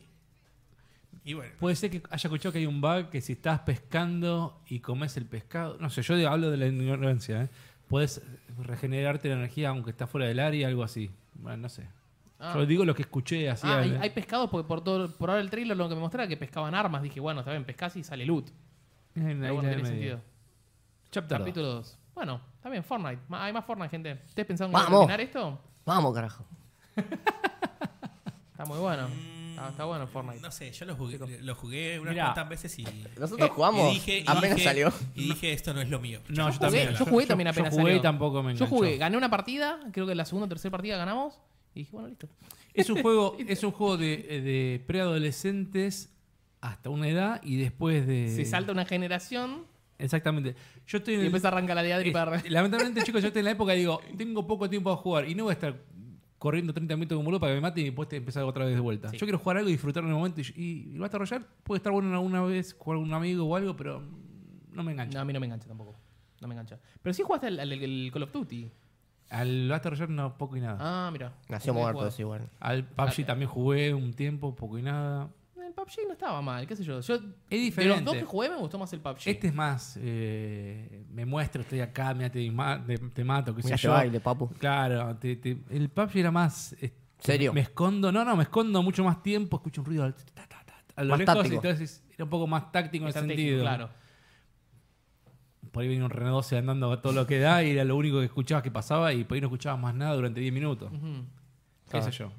Speaker 3: Y bueno,
Speaker 2: Puede ser que haya escuchado que hay un bug que si estás pescando y comes el pescado. No sé, yo digo- hablo de la ignorancia, ¿eh? Puedes regenerarte la energía aunque estás fuera del área, algo así. Bueno, no sé.
Speaker 1: Ah.
Speaker 2: Yo digo lo que escuché así.
Speaker 1: Ah, hay,
Speaker 2: al-
Speaker 1: hay pescados porque por, todo, por ahora el trailer lo que me mostraba que pescaban armas. Dije, bueno, está bien, pescás y sale loot.
Speaker 2: en la
Speaker 1: Pero bueno,
Speaker 2: isla del
Speaker 1: tiene
Speaker 2: medio.
Speaker 1: sentido.
Speaker 2: Chapter dos.
Speaker 1: Capítulo 2. Bueno, está bien, Fortnite. Ma- Hay más Fortnite, gente. ¿Ustedes pensaron
Speaker 4: Vamos.
Speaker 1: terminar esto?
Speaker 4: Vamos, carajo.
Speaker 1: Está muy bueno. Está, está bueno Fortnite.
Speaker 3: no sé, yo lo jugué, lo jugué unas
Speaker 2: Mirá.
Speaker 3: cuantas veces y, y
Speaker 4: Nosotros jugamos.
Speaker 3: dije, y
Speaker 4: apenas
Speaker 3: dije-
Speaker 4: salió.
Speaker 3: Y dije, esto no es lo mío.
Speaker 2: No, yo,
Speaker 1: Yo jugué,
Speaker 2: también.
Speaker 1: yo jugué también apenas
Speaker 2: Yo jugué
Speaker 1: salió.
Speaker 2: y tampoco me
Speaker 1: Yo
Speaker 2: enganchó.
Speaker 1: jugué, gané una partida, creo que la segunda o tercera partida ganamos. Y dije, bueno, listo.
Speaker 2: Es un juego, es un juego de, eh, de preadolescentes hasta una edad y después de...
Speaker 1: Se salta una generación
Speaker 2: Exactamente. Yo estoy
Speaker 1: Y
Speaker 2: en el-
Speaker 1: empieza a arrancar la de Adri
Speaker 2: eh,
Speaker 1: para...
Speaker 2: *laughs* lamentablemente, chicos, yo estoy en la época y digo, tengo poco tiempo a jugar y no voy a estar corriendo 30 minutos como boludo para que me mate y después te empezar otra vez de vuelta. Yo quiero jugar algo y disfrutar en el momento. Y, y el Battle Royale puede estar bueno en alguna vez, jugar con un amigo o algo, pero no me engancha.
Speaker 1: No, a mí no me engancha tampoco. No me engancha. Pero sí jugaste al, al- al Call of Duty.
Speaker 2: Al Battle Royale no, poco y nada.
Speaker 1: Ah, mira.
Speaker 4: Nació
Speaker 1: Nunca he
Speaker 4: muerto,
Speaker 1: jugado.
Speaker 4: es igual.
Speaker 2: Al PUBG también jugué un tiempo, poco y nada.
Speaker 1: El PUBG no estaba mal, qué sé yo. Yo, De los
Speaker 2: diferente.
Speaker 1: dos que jugué me gustó más el PUBG.
Speaker 2: Este es más, eh, me muestro, estoy acá, mira, te, ma- te- te mato, qué sé
Speaker 4: Mira este
Speaker 2: yo.
Speaker 4: baile, papu.
Speaker 2: Claro, te- te- el PUBG era más... eh,
Speaker 4: ¿Serio?
Speaker 2: Me escondo, no, no, me escondo mucho más tiempo, escucho un ruido al- ta, ta, ta, ta, a lo
Speaker 4: Más
Speaker 2: lejos,
Speaker 4: táctico.
Speaker 2: entonces era un poco más táctico en el
Speaker 1: Estratégico,
Speaker 2: sentido.
Speaker 1: Claro.
Speaker 2: Por ahí venía un Renault 12 andando a todo lo que da y era lo único que escuchabas que pasaba y por ahí no escuchabas más nada durante 10 minutos.
Speaker 1: Ujú.
Speaker 2: Qué
Speaker 4: Claro.
Speaker 2: sé yo.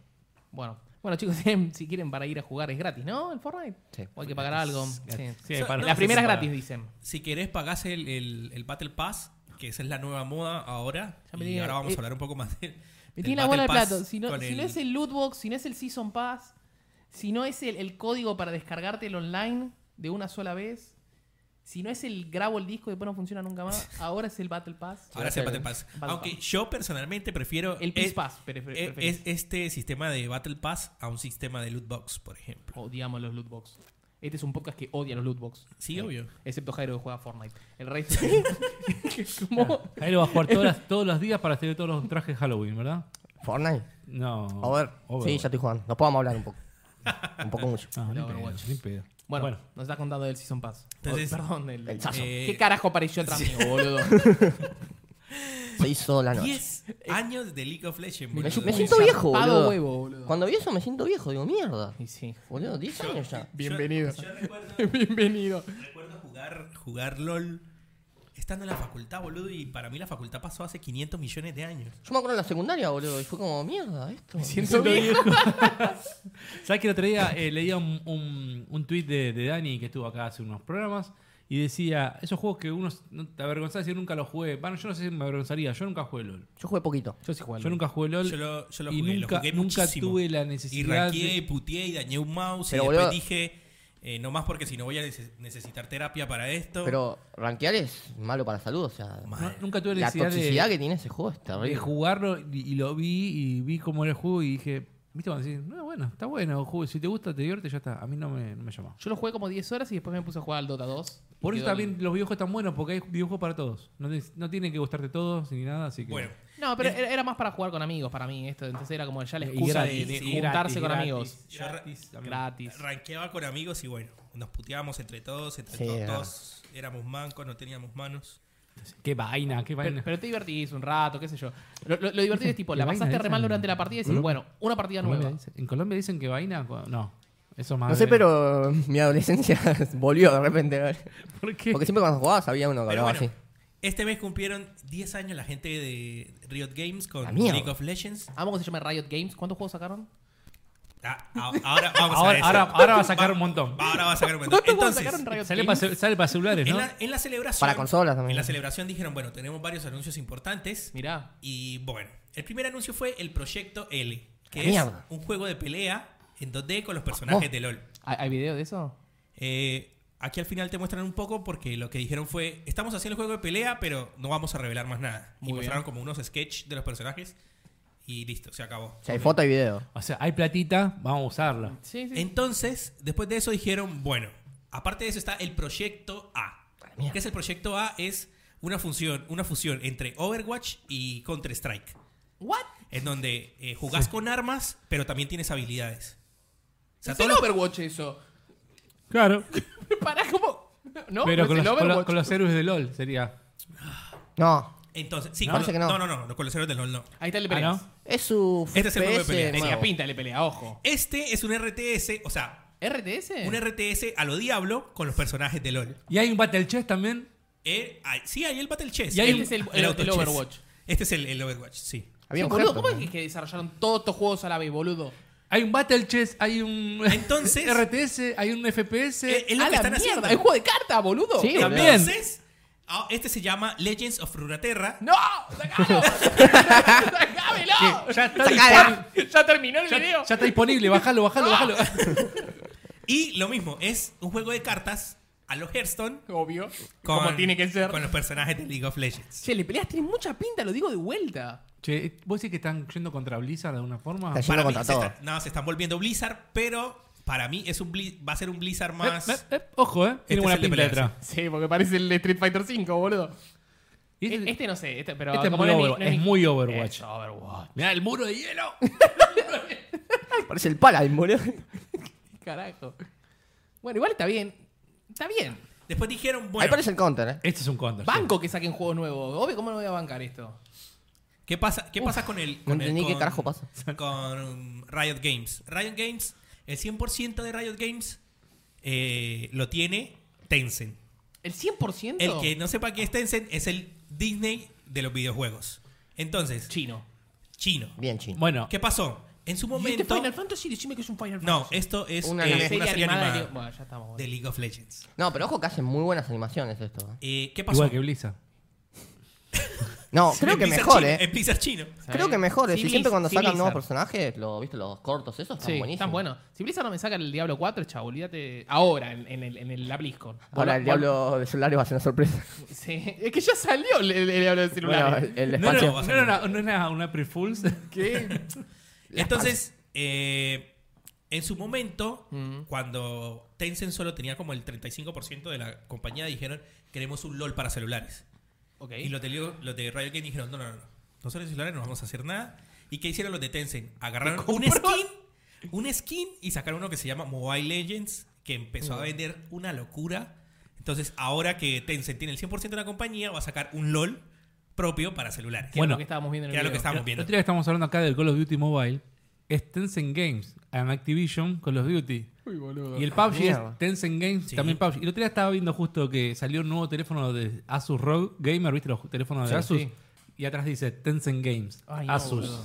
Speaker 1: Bueno. Bueno, chicos, *laughs* si quieren para ir a jugar es gratis, ¿no? El Fortnite.
Speaker 4: Sí.
Speaker 1: O hay que pagar algo. Sí.
Speaker 2: Sí,
Speaker 3: So-
Speaker 2: para-
Speaker 1: La primera es
Speaker 2: para-
Speaker 1: gratis, dicen.
Speaker 3: Si querés, pagás el, el, el Battle Pass, que esa es la nueva moda ahora.
Speaker 1: Ya me
Speaker 3: y
Speaker 1: tiene-
Speaker 3: ahora vamos
Speaker 1: eh,
Speaker 3: a hablar un poco más de.
Speaker 1: Me
Speaker 3: del
Speaker 1: tiene la
Speaker 3: Battle
Speaker 1: bola de
Speaker 3: Pass
Speaker 1: plato. Si no,
Speaker 3: con
Speaker 1: si
Speaker 3: el-
Speaker 1: no es el loot box, si no es el Season Pass, si no es el, el código para descargarte el online de una sola vez, si no es el grabo el disco y después no funciona nunca más, ahora es el Battle Pass.
Speaker 3: Ahora es el
Speaker 4: Battle
Speaker 3: Battle Pass.
Speaker 1: Battle
Speaker 3: Aunque
Speaker 1: Pass.
Speaker 3: yo personalmente prefiero.
Speaker 1: El Peace
Speaker 3: es-
Speaker 1: Pass, pero
Speaker 3: es- es este sistema de Battle Pass a un sistema de loot box, por ejemplo.
Speaker 1: odiamos los loot box. Este es un podcast que odia los loot box.
Speaker 3: Sí, obvio.
Speaker 1: Excepto Jairo que juega Fortnite. El rey *laughs* se- como-
Speaker 2: Ahí lo vas a jugar todas las- todos los días para tener todos los trajes Halloween, ¿verdad?
Speaker 4: ¿Fortnite?
Speaker 2: No.
Speaker 4: A ver. Sí,
Speaker 2: Overwatch.
Speaker 4: ya estoy jugando. Nos podemos hablar un
Speaker 3: *laughs*
Speaker 4: poco. Un poco mucho.
Speaker 2: No, ni
Speaker 1: El
Speaker 2: pedo,
Speaker 1: Overwatch.
Speaker 2: ni pedo.
Speaker 1: Bueno,
Speaker 2: Bueno.
Speaker 1: nos está contando del Season Pass.
Speaker 3: Entonces-
Speaker 1: Oh, perdón, el,
Speaker 4: El chazo.
Speaker 3: Eh,
Speaker 1: ¿Qué carajo apareció atrás mío, boludo?
Speaker 4: Se hizo la noche.
Speaker 3: 10
Speaker 1: Eh,
Speaker 3: años de League of Legends.
Speaker 4: Me,
Speaker 3: boludo.
Speaker 4: me siento viejo,
Speaker 1: Zarpado
Speaker 4: boludo.
Speaker 1: huevo, boludo.
Speaker 4: Cuando vi eso me siento viejo. Digo, mierda.
Speaker 1: Y sí.
Speaker 4: Boludo, 10 años ya.
Speaker 1: Bienvenido.
Speaker 3: Yo
Speaker 1: *laughs*
Speaker 3: recuerdo,
Speaker 1: Bienvenido.
Speaker 3: recuerdo jugar, jugar LOL estando en la facultad, boludo. Y para mí la facultad pasó hace 500 millones de años.
Speaker 4: Yo me acuerdo en la secundaria, boludo. Y fue como, mierda, esto.
Speaker 1: Me siento viejo.
Speaker 2: *laughs* ¿Sabes que el otro día eh, leía un, un, un tweet de, de Dani que estuvo acá hace unos programas y decía: Esos juegos que uno s- no te avergonzás si nunca los jugué. Bueno, yo no sé si me avergonzaría, yo nunca jugué LOL.
Speaker 4: Yo jugué poquito.
Speaker 1: Yo sí juego.
Speaker 2: Yo nunca jugué LOL
Speaker 3: Yo lo, yo lo
Speaker 2: y
Speaker 3: jugué,
Speaker 2: nunca,
Speaker 3: lo jugué
Speaker 2: nunca
Speaker 3: muchísimo.
Speaker 2: tuve la
Speaker 3: Y
Speaker 2: necesidad.
Speaker 3: raqueé, y
Speaker 2: de-
Speaker 3: puteé, y dañé un mouse.
Speaker 4: Pero,
Speaker 3: y después
Speaker 4: boludo-
Speaker 3: dije, eh, no más porque si no voy a nece- necesitar terapia para esto.
Speaker 4: Pero rankear es malo para la salud, o sea.
Speaker 2: no,
Speaker 3: Mal.
Speaker 2: nunca tuve la
Speaker 4: La
Speaker 2: necesidad
Speaker 4: toxicidad
Speaker 2: de,
Speaker 4: que tiene ese juego es
Speaker 2: de
Speaker 4: terrible.
Speaker 2: jugarlo y, y lo vi y vi cómo era el juego y dije: ¿Viste cuando decís? No, bueno, está bueno, juego. Si te gusta, te divierte, ya está. A mí no me, no me llamó.
Speaker 1: Yo lo jugué como 10 horas y después me puse a jugar al Dota 2.
Speaker 2: Por
Speaker 1: Y
Speaker 2: eso
Speaker 1: quedó
Speaker 2: también los videojuegos están buenos porque hay videojuegos para todos. No, te- no tiene que gustarte todos ni nada, así que.
Speaker 3: Bueno,
Speaker 1: el- No, pero era era más para jugar con amigos para mí esto. Entonces era como ya la excusa de,
Speaker 2: gratis,
Speaker 1: de
Speaker 2: sí,
Speaker 1: juntarse
Speaker 2: gratis,
Speaker 1: con
Speaker 2: gratis,
Speaker 1: amigos.
Speaker 3: Yo ra-
Speaker 2: gratis también.
Speaker 1: Gratis.
Speaker 3: ranqueaba con amigos y bueno, nos puteábamos entre todos, entre
Speaker 4: Sí,
Speaker 3: todos,
Speaker 4: era.
Speaker 3: todos éramos mancos, no teníamos manos.
Speaker 2: Qué vaina, qué
Speaker 1: Pero,
Speaker 2: vaina.
Speaker 1: pero te divertís un rato, qué sé yo. Lo, lo- lo divertido es tipo,
Speaker 2: Qué
Speaker 1: la
Speaker 2: vaina
Speaker 1: pasaste re
Speaker 2: esa.
Speaker 1: mal durante la partida y decís, bueno, una partida
Speaker 2: ¿En, Colombia
Speaker 1: nueva.
Speaker 2: dicen, en Colombia dicen que vaina. cua- No, eso es más.
Speaker 4: No sé,
Speaker 2: de-
Speaker 4: pero mi adolescencia *laughs* volvió de repente. ¿vale?
Speaker 2: ¿Por qué?
Speaker 4: Porque siempre cuando jugaba sabía uno que
Speaker 3: Pero
Speaker 4: hablaba
Speaker 3: bueno,
Speaker 4: así.
Speaker 3: este mes cumplieron 10 años la gente de Riot Games con
Speaker 4: La mierda.
Speaker 3: League of Legends.
Speaker 1: Amo que se llama Riot Games. ¿Cuántos juegos sacaron?
Speaker 3: Ah, ah, ahora vamos a
Speaker 2: Ahora-
Speaker 3: eso.
Speaker 2: ahora- ahora va a sacar un montón.
Speaker 3: Ahora va a sacar un montón.
Speaker 1: ¿Cuántos juegos
Speaker 3: Entonces,
Speaker 1: sacaron Riot
Speaker 2: Sale para
Speaker 1: Games?
Speaker 2: celulares,
Speaker 3: en
Speaker 2: ¿no?
Speaker 3: la, en la celebración.
Speaker 4: Para consolas también.
Speaker 3: En la celebración dijeron, bueno, tenemos varios anuncios importantes.
Speaker 1: Mirá.
Speaker 3: Y bueno, el primer anuncio fue el Proyecto L, que
Speaker 1: Ah,
Speaker 4: La
Speaker 3: es
Speaker 4: mierda.
Speaker 3: un juego de pelea en 2D con los personajes
Speaker 4: Oh.
Speaker 3: de LOL.
Speaker 1: ¿Hay, hay video de eso?
Speaker 3: Eh, aquí al final te muestran un poco porque lo que dijeron fue, estamos haciendo el juego de pelea, pero no vamos a revelar más nada.
Speaker 1: Muy
Speaker 3: y
Speaker 1: bien.
Speaker 3: mostraron como unos sketch de los personajes y listo, se acabó.
Speaker 4: O sea, hay foto y video.
Speaker 2: O sea, hay platita, vamos a usarla.
Speaker 1: Sí, sí.
Speaker 3: Entonces, después de eso dijeron, bueno, aparte de eso está el Proyecto A.
Speaker 4: mierda.
Speaker 3: ¿Qué es el Proyecto A? Es una función, una fusión entre Overwatch y Counter-Strike.
Speaker 1: ¿What?
Speaker 3: En donde eh, jugás con armas, pero también tienes habilidades. O sea,
Speaker 1: es
Speaker 3: todo
Speaker 1: el
Speaker 3: lo-
Speaker 1: Overwatch eso.
Speaker 2: *laughs* Claro.
Speaker 1: *laughs* Pará, ¿cómo? No,
Speaker 2: pero
Speaker 1: no
Speaker 2: con
Speaker 1: es el
Speaker 2: los, con, los,
Speaker 1: Overwatch.
Speaker 2: con los héroes de LOL sería.
Speaker 4: No,
Speaker 3: Entonces, sí,
Speaker 4: No,
Speaker 3: con
Speaker 4: parece
Speaker 3: lo-
Speaker 4: que
Speaker 3: no.
Speaker 4: no.
Speaker 3: no, no, no, con los héroes del LOL no.
Speaker 1: Ahí está el de
Speaker 2: Ah,
Speaker 1: pelea.
Speaker 2: ¿no?
Speaker 4: es su.
Speaker 3: Este es el juego de
Speaker 4: FPS
Speaker 3: pelea,
Speaker 4: nuevo.
Speaker 1: Tenía pinta el de pelea, ojo.
Speaker 3: Este es un RTS, o sea,
Speaker 1: ¿RTS?
Speaker 3: un RTS a lo diablo con los personajes de LOL.
Speaker 2: Y hay un Battle Chess también.
Speaker 3: Eh, hay- sí, hay el Battle Chess.
Speaker 1: Y ahí este es el- el-
Speaker 3: auto
Speaker 1: el
Speaker 3: chess.
Speaker 1: Overwatch.
Speaker 3: Este es el, el Overwatch, sí.
Speaker 1: Sí,
Speaker 4: Había un
Speaker 1: boludo,
Speaker 4: jefe,
Speaker 1: ¿cómo es
Speaker 4: ¿no?
Speaker 1: que- que desarrollaron todos estos juegos a la vez, boludo?
Speaker 2: Hay un Battle Chess, hay un *laughs*
Speaker 3: Entonces-
Speaker 2: RTS, hay un FPS.
Speaker 3: Eh, Es lo
Speaker 1: ¡A
Speaker 3: que
Speaker 1: la
Speaker 3: están
Speaker 1: mierda!
Speaker 3: haciendo.
Speaker 1: ¡Es juego de cartas, boludo!
Speaker 4: Sí, boludo.
Speaker 2: También.
Speaker 3: Entonces, ah, este se llama Legends of Runeterra.
Speaker 1: *laughs* ¡No! *laughs* ¡Sacalo! ¡Sacámelo!
Speaker 2: Que ya está
Speaker 1: Sacá- ¡Ya terminó el
Speaker 2: Ya, ya
Speaker 1: video!
Speaker 2: está disponible, bajalo, bajalo, bajalo.
Speaker 3: Y lo mismo, es un juego de cartas a los Hearthstone.
Speaker 1: Obvio.
Speaker 3: con-
Speaker 1: como tiene que ser.
Speaker 3: Con los personajes de League of Legends.
Speaker 1: Che, le peleas tiene mucha pinta, lo digo de vuelta.
Speaker 2: Che, eh, ¿vos decís que están yendo contra Blizzard de alguna forma?
Speaker 4: Está yendo
Speaker 3: mí
Speaker 4: contra
Speaker 3: se
Speaker 4: todo.
Speaker 3: está- no, se están volviendo Blizzard, pero para mí es un Blizz- va a ser un Blizzard más.
Speaker 2: Eh, eh, eh, ojo, ¿eh?
Speaker 3: Este
Speaker 2: Tiene buena
Speaker 3: es el de
Speaker 2: pinta
Speaker 3: peleas.
Speaker 2: detrás.
Speaker 1: Sí, porque parece el Street Fighter 5, boludo.
Speaker 2: Y
Speaker 1: E-
Speaker 2: este-
Speaker 1: Este no sé, este, pero.
Speaker 2: Este es
Speaker 1: como
Speaker 2: muy
Speaker 1: no mi-
Speaker 2: Overwatch,
Speaker 1: no mi-
Speaker 2: es muy Overwatch.
Speaker 1: Es Overwatch.
Speaker 2: Mirá, el muro de
Speaker 3: *laughs*
Speaker 2: hielo.
Speaker 4: Parece el Paladin, boludo.
Speaker 1: Carajo. Bueno, igual está bien. Está bien.
Speaker 3: Después dijeron,
Speaker 4: Ahí
Speaker 3: bueno,
Speaker 4: parece el counter, eh.
Speaker 2: Este es un counter.
Speaker 1: Banco que saquen juegos nuevos. Obvio, ¿cómo no voy a bancar esto?
Speaker 3: ¿qué pasa, qué pasa con el.
Speaker 4: no
Speaker 3: con el-
Speaker 4: entendí qué
Speaker 3: con-
Speaker 4: carajo pasa.
Speaker 3: Con um, Riot Games. Riot Games, el 100% de Riot Games eh, lo tiene Tencent.
Speaker 1: ¿El 100%?
Speaker 3: El que no sepa qué es Tencent es el Disney de los videojuegos. Entonces,
Speaker 1: chino.
Speaker 3: chino.
Speaker 4: Bien
Speaker 2: sí.
Speaker 4: chino.
Speaker 2: Bueno,
Speaker 3: ¿Qué pasó? En su
Speaker 1: ¿Y este
Speaker 3: momento.
Speaker 1: Final Fantasy? Decime que es un Final
Speaker 3: No,
Speaker 1: Fantasy.
Speaker 3: esto es eh,
Speaker 4: Una
Speaker 3: una,
Speaker 4: serie
Speaker 3: serie, animada,
Speaker 1: de- Bueno, ya estamos. boludo.
Speaker 3: de League of Legends.
Speaker 4: No, pero ojo que hacen muy buenas animaciones esto. eh.
Speaker 3: Eh, ¿Qué pasó?
Speaker 2: igual que Blizzard.
Speaker 4: No, creo
Speaker 3: Es
Speaker 4: que
Speaker 3: Blizzard
Speaker 4: mejor,
Speaker 3: chino,
Speaker 4: eh.
Speaker 3: Es Blizzard chino.
Speaker 4: Creo que mejor, eh.
Speaker 1: Sí,
Speaker 4: Si siempre
Speaker 1: Blizz-
Speaker 4: cuando
Speaker 1: sí,
Speaker 4: sacan nuevos
Speaker 1: Blizzard.
Speaker 4: personajes, lo, ¿viste? Los cortos esos están
Speaker 1: Sí,
Speaker 4: buenísimos.
Speaker 1: están buenos. Si Blizzard no me saca el Diablo 4, chao, olvídate. Ahora, en, en el, en el, la BlizzCon.
Speaker 4: Ahora el
Speaker 1: Vol-
Speaker 4: diablo de celular va a ser una sorpresa.
Speaker 1: vol- *laughs* Sí, es que ya salió el, el- el Diablo de celular.
Speaker 4: Bueno, el, el
Speaker 2: No, no,
Speaker 4: expansión.
Speaker 2: no, no, era una- no era una April Fools.
Speaker 3: *laughs*
Speaker 1: ¿Qué?
Speaker 3: Entonces, eh, en su momento,
Speaker 4: Mm.
Speaker 3: cuando Tencent solo tenía como el 35% de la compañía, dijeron, queremos un LOL para celulares.
Speaker 1: Ok.
Speaker 3: Y los de, Leo- los de Riot Games dijeron, no, no, no, nosotros en celulares no vamos a hacer nada. ¿Y qué hicieron los de Tencent? Agarraron un skin, un skin y sacaron uno que se llama Mobile Legends, que empezó a vender una locura. Entonces, ahora que Tencent tiene el 100% de la compañía, va a sacar un LOL propio para celulares.
Speaker 1: Que era
Speaker 2: Bueno,
Speaker 1: lo que estábamos viendo en el
Speaker 3: que era lo que
Speaker 1: video.
Speaker 3: estábamos
Speaker 2: El
Speaker 3: viendo.
Speaker 2: otro día estamos hablando acá del Call of Duty Mobile. Es Tencent Games and Activision Call of Duty.
Speaker 1: Uy, boludo.
Speaker 2: Y el PUBG
Speaker 4: Mierda.
Speaker 2: es Tencent Games,
Speaker 3: Sí.
Speaker 2: también PUBG. Y el otro día estaba viendo justo que salió un nuevo teléfono de Asus ROG Gamer, ¿viste los teléfonos de
Speaker 1: Sí,
Speaker 2: Asus?
Speaker 1: sí.
Speaker 2: Y atrás dice Tencent Games,
Speaker 1: Ay, no,
Speaker 2: Asus.
Speaker 1: boludo.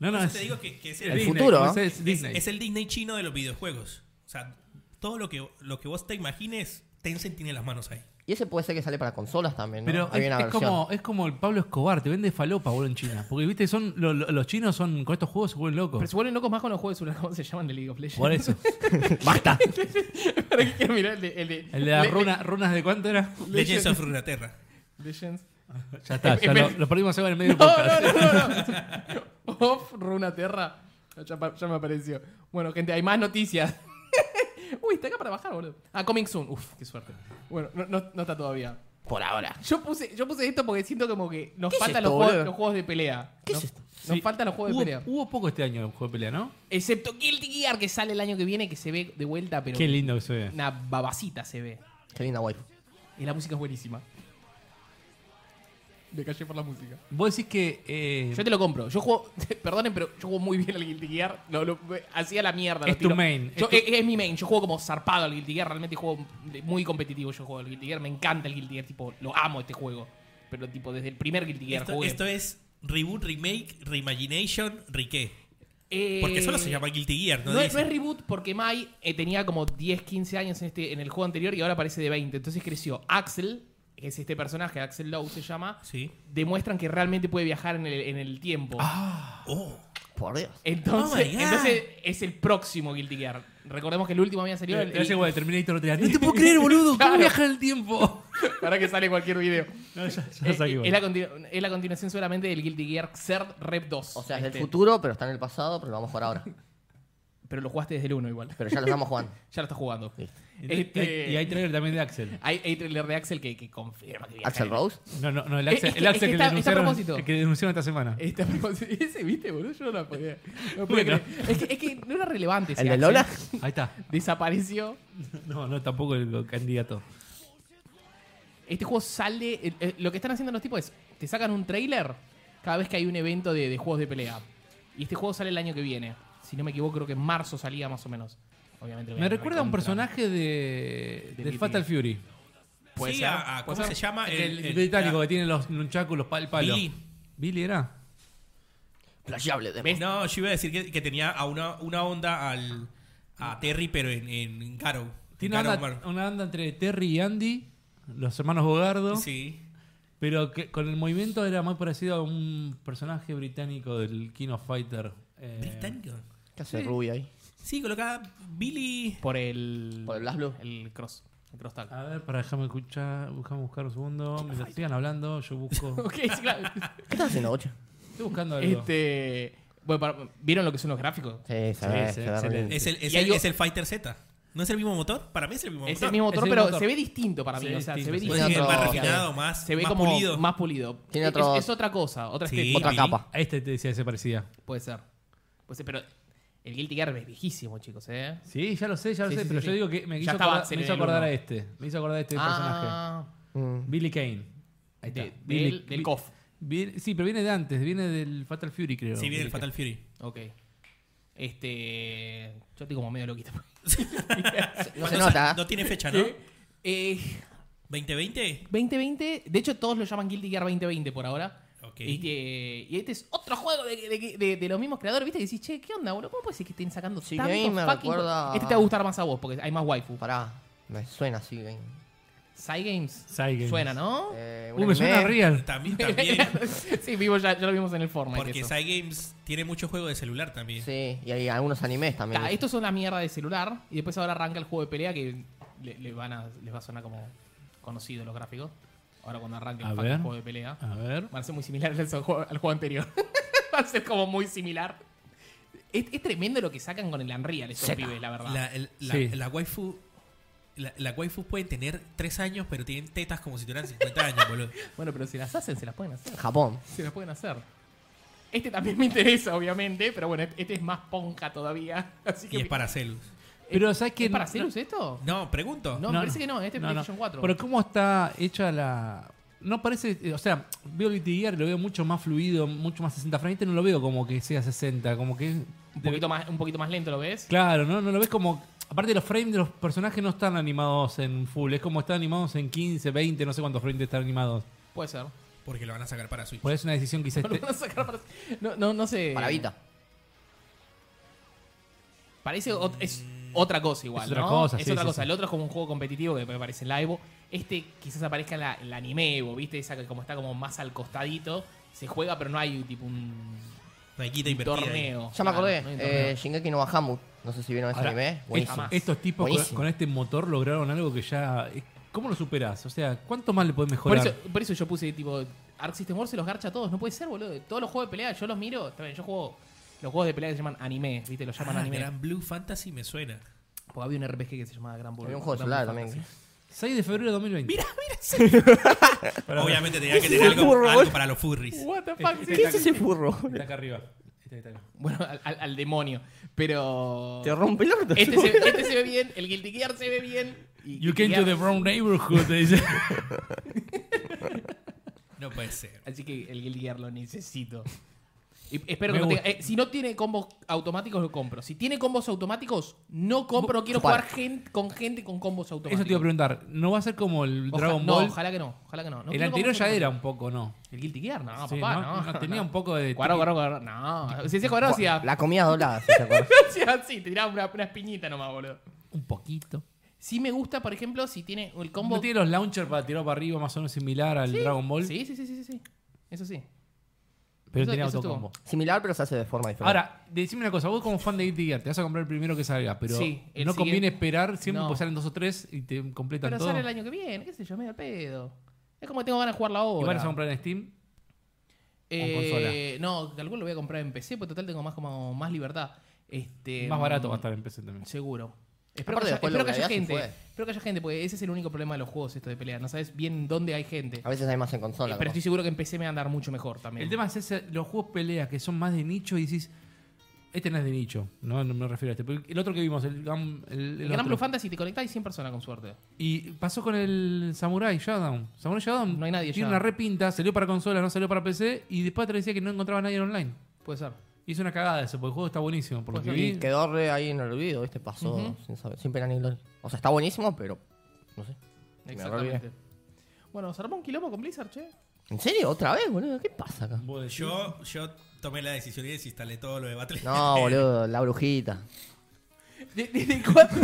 Speaker 2: No, no,
Speaker 3: Entonces
Speaker 2: es,
Speaker 3: te digo que, que es
Speaker 4: El
Speaker 3: Disney.
Speaker 4: futuro,
Speaker 2: no
Speaker 4: ¿no?
Speaker 2: sé, es Disney.
Speaker 3: Es el Disney chino de los videojuegos. O sea, todo lo que, lo que vos te imagines, Tencent tiene las manos ahí.
Speaker 4: Y ese puede ser que sale para consolas también, ¿no?
Speaker 2: Pero
Speaker 4: Hay
Speaker 2: es,
Speaker 4: una
Speaker 2: es
Speaker 4: versión.
Speaker 2: como, es como el Pablo Escobar, te vende falopa, boludo, en China. Porque, viste, son lo- lo- los chinos son con estos juegos se vuelven
Speaker 1: Pero se
Speaker 2: locos.
Speaker 1: vuelven locos más con los juegos de celular, ¿cómo se llaman de League of Legends?
Speaker 2: Por eso.
Speaker 4: ¡Basta!
Speaker 1: *laughs* ¿Para qué quiero mirar el de, el de,
Speaker 2: El de las
Speaker 1: Le-
Speaker 2: runas, runas de cuánto era.
Speaker 3: Legends of Runeterra.
Speaker 1: Legends.
Speaker 2: Ya está, ya
Speaker 1: Em-
Speaker 2: lo,
Speaker 1: em-
Speaker 2: lo perdimos ahora
Speaker 1: *laughs*
Speaker 2: en medio
Speaker 1: No,
Speaker 2: del podcast.
Speaker 1: no, no, no. *laughs* no. Off, Runaterra. Ya, pa- ya me apareció. Bueno, gente, hay más noticias. *laughs* Uy, está acá para bajar, boludo. Ah, Coming Soon. Uf, qué suerte. Bueno, no, no- no está todavía.
Speaker 4: Por ahora.
Speaker 1: Yo puse, yo puse esto porque siento como que nos
Speaker 4: ¿Qué es
Speaker 1: faltan
Speaker 4: esto,
Speaker 1: los, juegos,
Speaker 4: boludo?
Speaker 1: los juegos de pelea.
Speaker 4: ¿Qué
Speaker 1: nos,
Speaker 4: es esto?
Speaker 1: Nos
Speaker 2: Sí.
Speaker 1: faltan los juegos de pelea.
Speaker 2: Hubo, hubo poco este año el juego de pelea, ¿no?
Speaker 1: Excepto Guilty Gear que sale el año que viene, que se ve de vuelta, pero
Speaker 2: Qué lindo que se ve.
Speaker 1: una babacita se ve.
Speaker 4: Qué linda waifu.
Speaker 1: Y la música es buenísima. Me callé por la música.
Speaker 2: Vos decís que. eh,
Speaker 1: Yo te lo compro. Yo juego, *laughs* perdonen, pero yo juego muy bien al Guilty Gear. Lo, lo- hacía la mierda. lo
Speaker 2: Es tu
Speaker 1: tiro.
Speaker 2: main,
Speaker 1: Yo- eh,
Speaker 2: es tu-
Speaker 1: Es, es mi main. Yo juego como zarpado al Guilty Gear. Realmente juego muy competitivo. Yo juego al Guilty Gear. Me encanta el Guilty Gear. Tipo, lo amo este juego. Pero tipo, desde el primer Guilty Gear
Speaker 3: Esto,
Speaker 1: jugué.
Speaker 3: esto es reboot, remake, reimagination, riqué.
Speaker 1: Eh,
Speaker 3: Porque solo se llama Guilty Gear,
Speaker 1: No,
Speaker 3: ¿no?
Speaker 1: es, no
Speaker 3: dice.
Speaker 1: es reboot porque Mai eh, tenía como 10, 15 años en, este, en el juego anterior y ahora parece de 20. Entonces creció. Axel, que es este personaje, Axel Lowe se llama,
Speaker 3: Sí.
Speaker 1: demuestran que realmente puede viajar en el, en el tiempo.
Speaker 3: Oh.
Speaker 4: Por Dios.
Speaker 1: Entonces,
Speaker 3: Oh my God.
Speaker 1: entonces es el próximo Guilty Gear. Recordemos que el último había salido.
Speaker 2: eh, te-
Speaker 1: El,
Speaker 2: te hace igual, Terminator otro día. No te puedo
Speaker 1: creer, boludo, ¿cómo viaja
Speaker 2: el tiempo?
Speaker 1: para que sale cualquier video.
Speaker 3: *laughs*
Speaker 2: No, ya, ya *laughs*
Speaker 1: Eh,
Speaker 2: saqué
Speaker 1: eh,
Speaker 2: igual.
Speaker 1: es, la continu- es la continuación seguramente del Guilty Gear Xrd Rep 2.
Speaker 4: O sea, es del
Speaker 1: Este,
Speaker 4: futuro, pero está en el pasado, pero lo vamos a jugar ahora.
Speaker 1: Pero lo jugaste desde el 1 igual. *laughs*
Speaker 4: Pero ya lo estamos jugando.
Speaker 1: Ya lo estás jugando. Este,
Speaker 2: Y y hay trailer también de Axel.
Speaker 1: hay, hay trailer de Axel que, que confirma que viaja
Speaker 4: ¿Axel
Speaker 1: en-
Speaker 4: Rose?
Speaker 2: No, no, no, el
Speaker 1: Eh,
Speaker 2: Axel,
Speaker 1: es que-
Speaker 2: el Axel
Speaker 1: es que
Speaker 2: que,
Speaker 1: está- está a
Speaker 2: denunciaron,
Speaker 1: propósito.
Speaker 2: el que denunciaron esta semana.
Speaker 1: Este, *laughs* ese, ¿viste, boludo? Yo no la podía. No pude
Speaker 2: Bueno.
Speaker 1: creer. es, que, es que no era relevante. ese
Speaker 4: ¿El de
Speaker 1: Axel.
Speaker 4: Lola?
Speaker 2: Ahí está.
Speaker 1: Desapareció.
Speaker 2: No, no, tampoco el candidato.
Speaker 1: Este juego sale. eh, eh, lo que están haciendo los tipos es. Te sacan un trailer cada vez que hay un evento de, de juegos de pelea. Y este juego sale el año que viene. Si no me equivoco, creo que en marzo salía más o menos. Obviamente. lo voy
Speaker 2: Me recuerda a un
Speaker 1: recontra-
Speaker 2: personaje de,
Speaker 1: De
Speaker 2: de
Speaker 1: Guilty
Speaker 2: Fatal Fury.
Speaker 1: Puede
Speaker 3: Sí,
Speaker 1: ser,
Speaker 3: a- a-
Speaker 1: puede
Speaker 3: ¿cómo
Speaker 1: ser.
Speaker 3: se llama?
Speaker 2: Ah, El, el británico que tiene los nunchakus, los pal palo.
Speaker 3: Billy.
Speaker 2: Billy era.
Speaker 4: Playable de
Speaker 3: la- No, yo iba a decir que, que tenía a una, una onda al, a Terry, pero en, en Garou.
Speaker 2: Tiene
Speaker 3: En
Speaker 2: una
Speaker 3: Garou
Speaker 2: banda,
Speaker 3: Mar-
Speaker 2: una banda entre Terry y Andy, los hermanos Bogardo.
Speaker 3: Sí.
Speaker 2: Pero que con el movimiento era muy parecido a un personaje británico del King of Fighter. eh,
Speaker 3: Británico.
Speaker 4: ¿Qué hace Ruby ahí?
Speaker 3: Sí, colocaba Billy.
Speaker 1: Por el.
Speaker 4: ¿Por el Blast Blue?
Speaker 1: El cross.
Speaker 2: *laughs*
Speaker 1: Crostal.
Speaker 2: A ver, para déjame escuchar, déjame buscar un segundo. Mientras sigan hablando, yo busco. *laughs*
Speaker 1: Ok, sí, claro.
Speaker 4: ¿Qué estás haciendo, Bocha?
Speaker 2: Estoy buscando algo.
Speaker 1: Este. Bueno, para- ¿vieron lo que son los gráficos?
Speaker 4: Sí, se
Speaker 2: Sí,
Speaker 4: ve,
Speaker 2: sí,
Speaker 4: se ve
Speaker 2: excelente.
Speaker 4: re bien.
Speaker 3: Es el, es,
Speaker 1: Y hay
Speaker 3: el,
Speaker 1: o-
Speaker 3: es el Fighter Z. ¿No es el mismo motor? Para mí es el mismo
Speaker 1: Es
Speaker 3: motor.
Speaker 1: el mismo motor,
Speaker 2: Es el
Speaker 1: pero
Speaker 2: motor.
Speaker 1: se ve distinto para mí.
Speaker 2: Sí,
Speaker 1: o sea, se ve
Speaker 2: distinto,
Speaker 4: sí.
Speaker 1: distinto.
Speaker 4: Tiene otro-
Speaker 3: más refinado, más-
Speaker 1: Se ve
Speaker 3: más
Speaker 1: como
Speaker 3: pulido.
Speaker 1: más pulido.
Speaker 4: Tiene
Speaker 1: Es-
Speaker 4: otro-
Speaker 1: es, otra cosa, otra
Speaker 3: Sí.
Speaker 1: estética.
Speaker 4: Otra
Speaker 3: Sí.
Speaker 4: capa.
Speaker 2: A este te decía que se parecía.
Speaker 1: Puede ser. Puede ser, pero el Guilty Gear es viejísimo, chicos, ¿eh?
Speaker 2: Sí, ya lo sé, ya lo
Speaker 1: Sí,
Speaker 2: sé,
Speaker 1: sí,
Speaker 2: pero
Speaker 1: sí,
Speaker 2: yo
Speaker 1: sí.
Speaker 2: digo que me
Speaker 1: Ya
Speaker 2: quiso
Speaker 1: estaba
Speaker 2: acordar,
Speaker 1: Axel
Speaker 2: me
Speaker 1: en
Speaker 2: hizo
Speaker 1: el
Speaker 2: acordar a
Speaker 1: uno.
Speaker 2: este. Me hizo acordar a este
Speaker 1: Ah,
Speaker 4: Mm.
Speaker 2: personaje. Billy Kane. Ahí está.
Speaker 1: de-
Speaker 2: Billy-
Speaker 1: del, del
Speaker 2: Bi-
Speaker 1: KOF.
Speaker 2: Bi- sí, pero viene de antes, viene del Fatal Fury, creo.
Speaker 3: Sí, viene el
Speaker 2: Billy Kane.
Speaker 3: Fatal Fury.
Speaker 1: Ok. Este. Yo estoy como medio loquito.
Speaker 4: No se
Speaker 3: ¿Cuándo
Speaker 4: nota.
Speaker 3: sal- No tiene fecha, ¿no?
Speaker 1: Eh,
Speaker 3: ¿2020?
Speaker 1: 2020, de hecho todos lo llaman Guilty Gear 2020 por ahora.
Speaker 3: Ok.
Speaker 1: Y, que- y este es otro juego de, de- de- de los mismos creadores, ¿viste? Que decís, che, ¿qué onda, boludo? ¿Cómo puede ser que estén sacando
Speaker 4: Sí,
Speaker 1: tantos
Speaker 4: Game me
Speaker 1: fucking
Speaker 4: recuerda
Speaker 1: juegos?
Speaker 4: a-
Speaker 1: Este te va a gustar más a vos porque hay más waifu.
Speaker 4: Pará, me suena así. bien.
Speaker 1: Cygames.
Speaker 2: Cygames.
Speaker 1: Suena, ¿no?
Speaker 4: Eh, un
Speaker 2: Uh, me suena
Speaker 4: anime.
Speaker 2: real.
Speaker 3: También, también.
Speaker 1: *laughs* sí, vivo ya, ya lo vimos en el Fortnite.
Speaker 3: porque
Speaker 1: eso.
Speaker 3: Cygames tiene mucho juego de celular también.
Speaker 4: Sí, y hay algunos animes también.
Speaker 1: Ta, estos son la mierda de celular y después ahora arranca el juego de pelea que le, le van a, les va a sonar como conocido los gráficos. Ahora cuando arranque el
Speaker 2: A
Speaker 1: fucking
Speaker 2: ver.
Speaker 1: juego de pelea.
Speaker 2: A ver.
Speaker 1: Van a ser muy similares al juego, al juego anterior. *laughs* Va a ser como muy similar. Es, es tremendo lo que sacan con el Unreal esos
Speaker 4: Zeta.
Speaker 1: pibes, la verdad.
Speaker 3: La, el- la-
Speaker 2: Sí.
Speaker 3: la waifu. La, la waifu puede tener 3 años, pero tienen tetas como si tuvieran 50
Speaker 1: *laughs*
Speaker 3: años, boludo.
Speaker 1: Bueno, pero si las hacen, se las pueden hacer.
Speaker 4: Japón.
Speaker 1: Se las pueden hacer. Este también me interesa, obviamente, pero bueno, este es más ponja todavía. *laughs* Así que
Speaker 3: Y es para Celus.
Speaker 2: Pero ¿sabes
Speaker 1: ¿Es
Speaker 2: qué?
Speaker 1: para
Speaker 2: No-
Speaker 1: Celus esto?
Speaker 3: No, pregunto.
Speaker 1: No, me parece que no, este es PlayStation 4.
Speaker 2: Pero ¿cómo está hecha la...? No parece, eh, o sea, veo Guilty Gear, lo veo mucho más fluido, mucho más 60 frames, este no lo veo como que sea 60, como que...
Speaker 1: Un poquito más, un poquito más lento, ¿lo ves?
Speaker 2: Claro, no, no lo ves como... Aparte los frames de los personajes no están animados en full, es como están animados en 15, 20, no sé cuántos frames están animados.
Speaker 1: Puede ser.
Speaker 3: Porque lo van a sacar para Switch.
Speaker 2: Por eso es una decisión quizás...
Speaker 1: *laughs* No
Speaker 3: Este-
Speaker 1: lo van a sacar para- No, no, Eh, no sé.
Speaker 4: Para Vita.
Speaker 1: Parece ot- es otra cosa igual.
Speaker 2: Es otra
Speaker 1: ¿no?
Speaker 2: cosa,
Speaker 1: Es
Speaker 2: sí,
Speaker 1: otra
Speaker 2: sí,
Speaker 1: cosa.
Speaker 2: sí.
Speaker 1: El otro es como un juego competitivo que me aparece en la Evo. Este quizás aparezca en la, en la anime Evo, ¿viste? Esa que como está como más al costadito. Se juega, pero no hay tipo un
Speaker 3: No hay guita invertida. ahí.
Speaker 1: torneo.
Speaker 4: Ya me acordé,
Speaker 1: Claro, no hay un torneo.
Speaker 4: eh, Shingeki no Bahamut. No sé si vieron ese
Speaker 2: Ahora,
Speaker 4: anime.
Speaker 2: estos-
Speaker 4: Buenísimo.
Speaker 1: jamás.
Speaker 2: estos tipos con,
Speaker 4: Buenísimo.
Speaker 2: con este motor lograron algo que ya... eh, ¿Cómo lo superás? O sea, ¿cuánto más le podés
Speaker 1: por,
Speaker 2: mejorar?
Speaker 1: eso, por eso yo puse tipo. Arc System War se los garcha a todos. No puede ser, boludo. Todos los juegos de pelea, yo los miro. Está bien, yo juego. Los juegos de pelea que se llaman anime, ¿viste? Los llaman
Speaker 3: Ah,
Speaker 1: anime.
Speaker 3: Gran Blue Fantasy me suena.
Speaker 1: Porque había un RPG que se llamaba Gran Blue.
Speaker 4: Había un juego de
Speaker 1: Gran
Speaker 4: celular
Speaker 1: Blue
Speaker 4: también.
Speaker 1: Fantasy.
Speaker 2: 6 de febrero de 2020. Mira, mira.
Speaker 3: Obviamente tenía
Speaker 2: *laughs*
Speaker 3: que tener algo, algo para los furries.
Speaker 1: What the fuck, sí.
Speaker 4: ¿Qué es ese furro?
Speaker 2: Está acá arriba. Este Está, está acá.
Speaker 1: Bueno, al, al- al demonio. Pero.
Speaker 4: Te rompe el orto.
Speaker 1: Este se, este se ve bien, el Guilty Gear se ve bien. y
Speaker 2: You
Speaker 1: Guilty
Speaker 2: came to the
Speaker 1: Gear-
Speaker 2: wrong
Speaker 1: *laughs*
Speaker 2: neighborhood, te dice.
Speaker 3: No puede ser.
Speaker 1: Así que el Guilty Gear lo necesito. Y espero
Speaker 2: Me
Speaker 1: que no tenga-
Speaker 2: gusta.
Speaker 1: eh, Si no tiene combos automáticos, lo compro. Si tiene combos automáticos, no compro. Quiero
Speaker 4: Chupar.
Speaker 1: jugar gen- con gente con combos automáticos.
Speaker 2: Eso te iba a preguntar. ¿No va a ser como el
Speaker 1: Oja-
Speaker 2: Dragon
Speaker 1: no,
Speaker 2: Ball?
Speaker 1: ojalá que no. Ojalá que no. No
Speaker 2: el
Speaker 1: quiero
Speaker 2: anterior
Speaker 1: combos
Speaker 2: ya era
Speaker 1: automáticos.
Speaker 2: un poco, ¿no?
Speaker 1: El Guilty Gear, no,
Speaker 2: Sí,
Speaker 1: papá,
Speaker 2: ¿no?
Speaker 1: no. *laughs*
Speaker 2: No, tenía un poco de-
Speaker 1: Cuadro, cuadro, cuadro. No. Si ese cuadro
Speaker 2: *laughs*
Speaker 1: hacía.
Speaker 4: La comida doblada, si te acuerdas.
Speaker 1: *laughs* hacía así, te tiraba una, una espiñita nomás, boludo.
Speaker 2: Un poquito.
Speaker 1: Sí me gusta, por ejemplo, si tiene el combo.
Speaker 2: ¿No tiene los launchers para tirar para arriba más o menos similar al Dragon Ball?
Speaker 1: Sí, sí, sí, sí, sí, sí. Eso sí.
Speaker 2: Pero
Speaker 1: Eso-
Speaker 2: tenía
Speaker 1: eso
Speaker 2: autocombo.
Speaker 4: Similar, pero se hace de forma diferente.
Speaker 2: Ahora, decime una cosa. Vos como fan de Guilty Gear, te vas a comprar el primero que salga, pero
Speaker 1: Sí, el
Speaker 2: no conviene
Speaker 1: siguiente-
Speaker 2: esperar siempre
Speaker 1: No.
Speaker 2: porque salen dos o tres y te completan
Speaker 1: Pero
Speaker 2: todo.
Speaker 1: sale el año que viene, qué sé yo, medio al pedo. Es como que tengo ganas de jugarla ahora.
Speaker 2: ¿Y van a comprar en Steam?
Speaker 1: eh, No, calculo lo voy a comprar en PC, porque total tengo más como más libertad. Este,
Speaker 2: Más barato
Speaker 1: mm,
Speaker 2: va a estar en PC también.
Speaker 1: Seguro. Espero,
Speaker 4: Aparte,
Speaker 1: que haya,
Speaker 4: después
Speaker 1: espero
Speaker 4: lo
Speaker 1: que haya
Speaker 4: bloqueás y
Speaker 1: gente.
Speaker 4: fue.
Speaker 1: Espero que haya gente, porque ese es el único problema de los juegos esto de pelea. No sabes bien dónde hay gente.
Speaker 4: A veces hay más en consola.
Speaker 1: pero
Speaker 4: capaz.
Speaker 1: estoy seguro que en PC me va a andar mucho mejor también.
Speaker 2: El tema es ese, los juegos peleas que son más de nicho y decís, este no es de nicho, no, no me refiero a este. Pero el otro que vimos, el, Gam- el, el
Speaker 1: el Gran
Speaker 2: otro.
Speaker 1: Blue Fantasy te conectás y 100 personas con suerte.
Speaker 2: Y pasó con el Samurai Shodown. Samurai Shodown
Speaker 1: No hay nadie
Speaker 2: tiene
Speaker 1: ya.
Speaker 2: una repinta, salió para consolas, no salió para PC y después te decía que no encontraba a nadie online.
Speaker 1: Puede ser.
Speaker 2: Hizo una cagada eso, porque el juego está buenísimo, por lo que
Speaker 1: Pues
Speaker 2: vi.
Speaker 4: Y quedó re ahí en el olvido, ¿viste? Pasó
Speaker 1: Ujú.
Speaker 4: sin, saber, sin pena ni gloria. O sea, está buenísimo, pero. No sé. Me
Speaker 1: Exactamente. Bueno, ¿se armó un quilombo con Blizzard, che?
Speaker 4: ¿En serio? ¿Otra vez, boludo? ¿Qué pasa acá?
Speaker 2: Vos decís,
Speaker 3: Yo, yo tomé la decisión y desinstalé todo lo de Battle.
Speaker 4: No, boludo, la brujita.
Speaker 1: ¿De- ¿Desde
Speaker 2: *laughs*
Speaker 1: cuándo?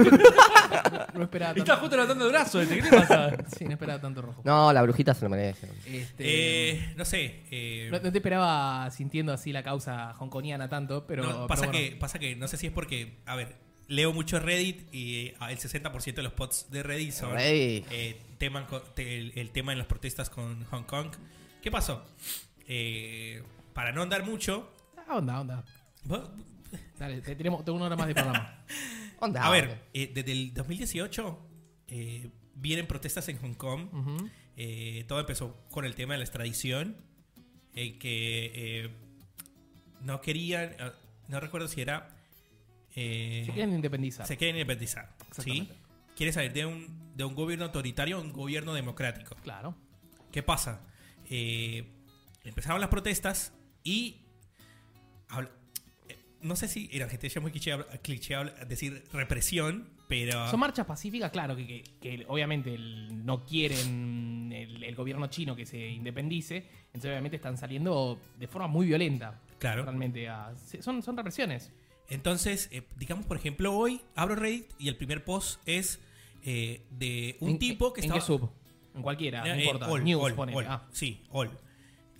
Speaker 1: no esperaba
Speaker 2: Estás
Speaker 1: tanto.
Speaker 2: justo levantando el brazo, este, ¿qué te pasa?
Speaker 1: Sí, no esperaba tanto rojo.
Speaker 4: No, la brujita se lo merece.
Speaker 1: Este,
Speaker 3: *laughs* Eh, no sé. eh,
Speaker 1: no, no te esperaba sintiendo así la causa hongkoniana tanto, pero.
Speaker 3: no,
Speaker 1: pero
Speaker 3: pasa,
Speaker 1: bueno.
Speaker 3: que, pasa que no sé si es porque. A ver, leo mucho Reddit y eh, el 60% de los posts de Reddit son
Speaker 4: Reddit.
Speaker 3: eh, teman co- te- el, el tema en las protestas con Hong Kong. ¿Qué pasó? Eh, para no andar mucho,
Speaker 1: Ah, onda, onda.
Speaker 3: vos-
Speaker 1: Dale, te- tenemos tengo una hora más de
Speaker 2: *laughs*
Speaker 1: programa.
Speaker 4: Onda,
Speaker 3: a ver,
Speaker 4: hombre.
Speaker 3: eh, desde el 2018 eh, vienen protestas en Hong Kong.
Speaker 1: Ujú.
Speaker 3: Eh, todo empezó con el tema de la extradición, eh, que eh, no querían, ah, no recuerdo si era... eh,
Speaker 1: Se quieren independizar.
Speaker 3: se quieren independizar. ¿sí?
Speaker 1: Exactamente.
Speaker 3: Quieren salir de un, de un gobierno autoritario a un gobierno democrático.
Speaker 1: Claro.
Speaker 3: ¿Qué pasa? Eh, empezaron las protestas y. habl- eh, no sé si en Argentina ya es muy cliché, habl- cliché habl- decir represión,
Speaker 2: Ah.
Speaker 3: pero.
Speaker 1: Son marchas pacíficas, claro, que, que- que obviamente el- no quieren el, el gobierno chino que se independice, entonces obviamente están saliendo de forma muy violenta.
Speaker 3: Claro.
Speaker 1: Realmente, a- se- son, son represiones.
Speaker 3: Entonces, eh, digamos, por ejemplo, hoy abro Reddit y el primer post es eh, de un
Speaker 1: ¿En-
Speaker 3: tipo que
Speaker 1: ¿en
Speaker 3: estaba.
Speaker 1: qué sub? En cualquiera, no
Speaker 3: Eh,
Speaker 1: importa.
Speaker 3: all,
Speaker 1: News,
Speaker 3: all,
Speaker 1: ponele.
Speaker 3: all.
Speaker 1: Ah,
Speaker 3: Sí, all.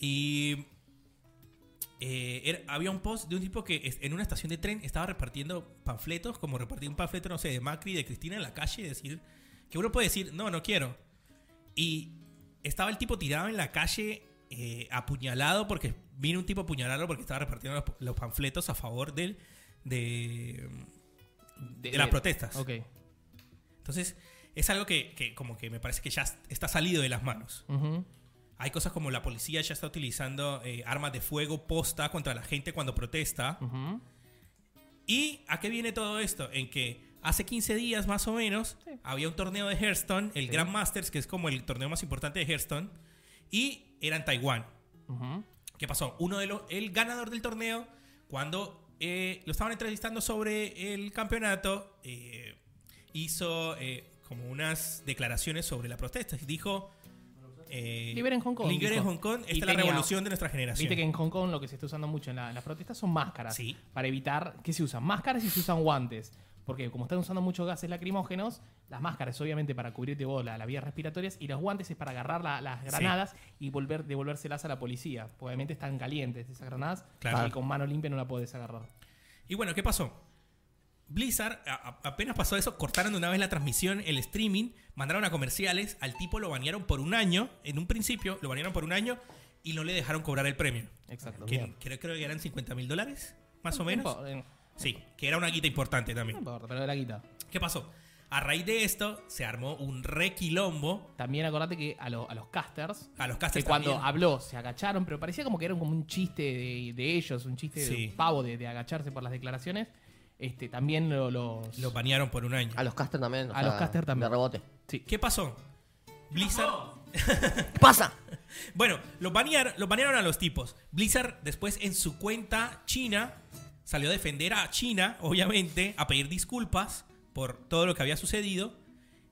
Speaker 3: Y eh, era- había un post de un tipo que es- en una estación de tren estaba repartiendo panfletos, como repartir un panfleto, no sé, de Macri, de Cristina en la calle, y decir que uno puede decir, no, no quiero. Y estaba el tipo tirado en la calle, eh, apuñalado, porque vino un tipo a apuñalarlo porque estaba repartiendo los, los panfletos a favor del, de, de, las protestas.
Speaker 1: Ok.
Speaker 3: Entonces, es algo que, que como que me parece que ya está salido de las manos.
Speaker 1: Ujú.
Speaker 3: Hay cosas como la policía ya está utilizando eh, armas de fuego posta contra la gente cuando protesta.
Speaker 1: Ujú.
Speaker 3: ¿Y a qué viene todo esto? En que hace 15 días más o menos
Speaker 1: Sí.
Speaker 3: había un torneo de Hearthstone, el Grand Masters, que es como el torneo más importante de Hearthstone, y era en Taiwán.
Speaker 1: Ujú.
Speaker 3: ¿Qué pasó? Uno de los, el ganador del torneo, cuando eh, lo estaban entrevistando sobre el campeonato, eh, hizo eh, como unas declaraciones sobre la protesta. Y Dijo... eh,
Speaker 1: Liberen Hong Kong,
Speaker 3: Liberen
Speaker 1: dijo.
Speaker 3: Hong Kong. Esta
Speaker 1: Y
Speaker 3: es la
Speaker 1: tenía-
Speaker 3: revolución de nuestra generación.
Speaker 1: Viste que en Hong Kong lo que se está usando mucho en, la- en las protestas son máscaras.
Speaker 3: Sí.
Speaker 1: Para evitar que se usan máscaras y se usan guantes. Porque como están usando muchos gases lacrimógenos, las máscaras obviamente para cubrirte vos la- las vías respiratorias y los guantes es para agarrar la- las granadas y volver, devolvérselas a la policía. Porque obviamente están calientes esas granadas
Speaker 3: Claro.
Speaker 1: y con mano limpia no la podés agarrar.
Speaker 3: Y bueno, ¿qué pasó? Blizzard, a- a- apenas pasó eso, cortaron de una vez la transmisión, el streaming, mandaron a comerciales, al tipo lo banearon por un año, en un principio lo banearon por un año y no le dejaron cobrar el premio.
Speaker 1: Exacto.
Speaker 3: Que-
Speaker 1: Bien.
Speaker 3: creo, creo que eran 50 mil dólares, más o
Speaker 1: No
Speaker 3: menos.
Speaker 1: importa, eh,
Speaker 3: Sí, que era una guita importante
Speaker 1: no
Speaker 3: también.
Speaker 1: importa, pero de la guita.
Speaker 3: ¿Qué pasó? A raíz de esto se armó un requilombo
Speaker 1: También acordate que a, lo- a los casters
Speaker 3: a los
Speaker 1: que
Speaker 3: casters
Speaker 1: cuando
Speaker 3: también.
Speaker 1: habló se agacharon, pero parecía como que era como un chiste de, de ellos, un chiste de
Speaker 3: Sí.
Speaker 1: un pavo de, de agacharse por las declaraciones. Este, también lo- los.
Speaker 3: Lo banearon por un año.
Speaker 4: A los caster también. o
Speaker 1: A los caster también.
Speaker 4: De rebote.
Speaker 1: sí.
Speaker 3: ¿Qué pasó? Blizzard...
Speaker 4: ¡Pasa!
Speaker 3: Bueno, los banearon, los banearon a los tipos. Blizzard después en su cuenta china salió a defender a China, obviamente, a pedir disculpas por todo lo que había sucedido.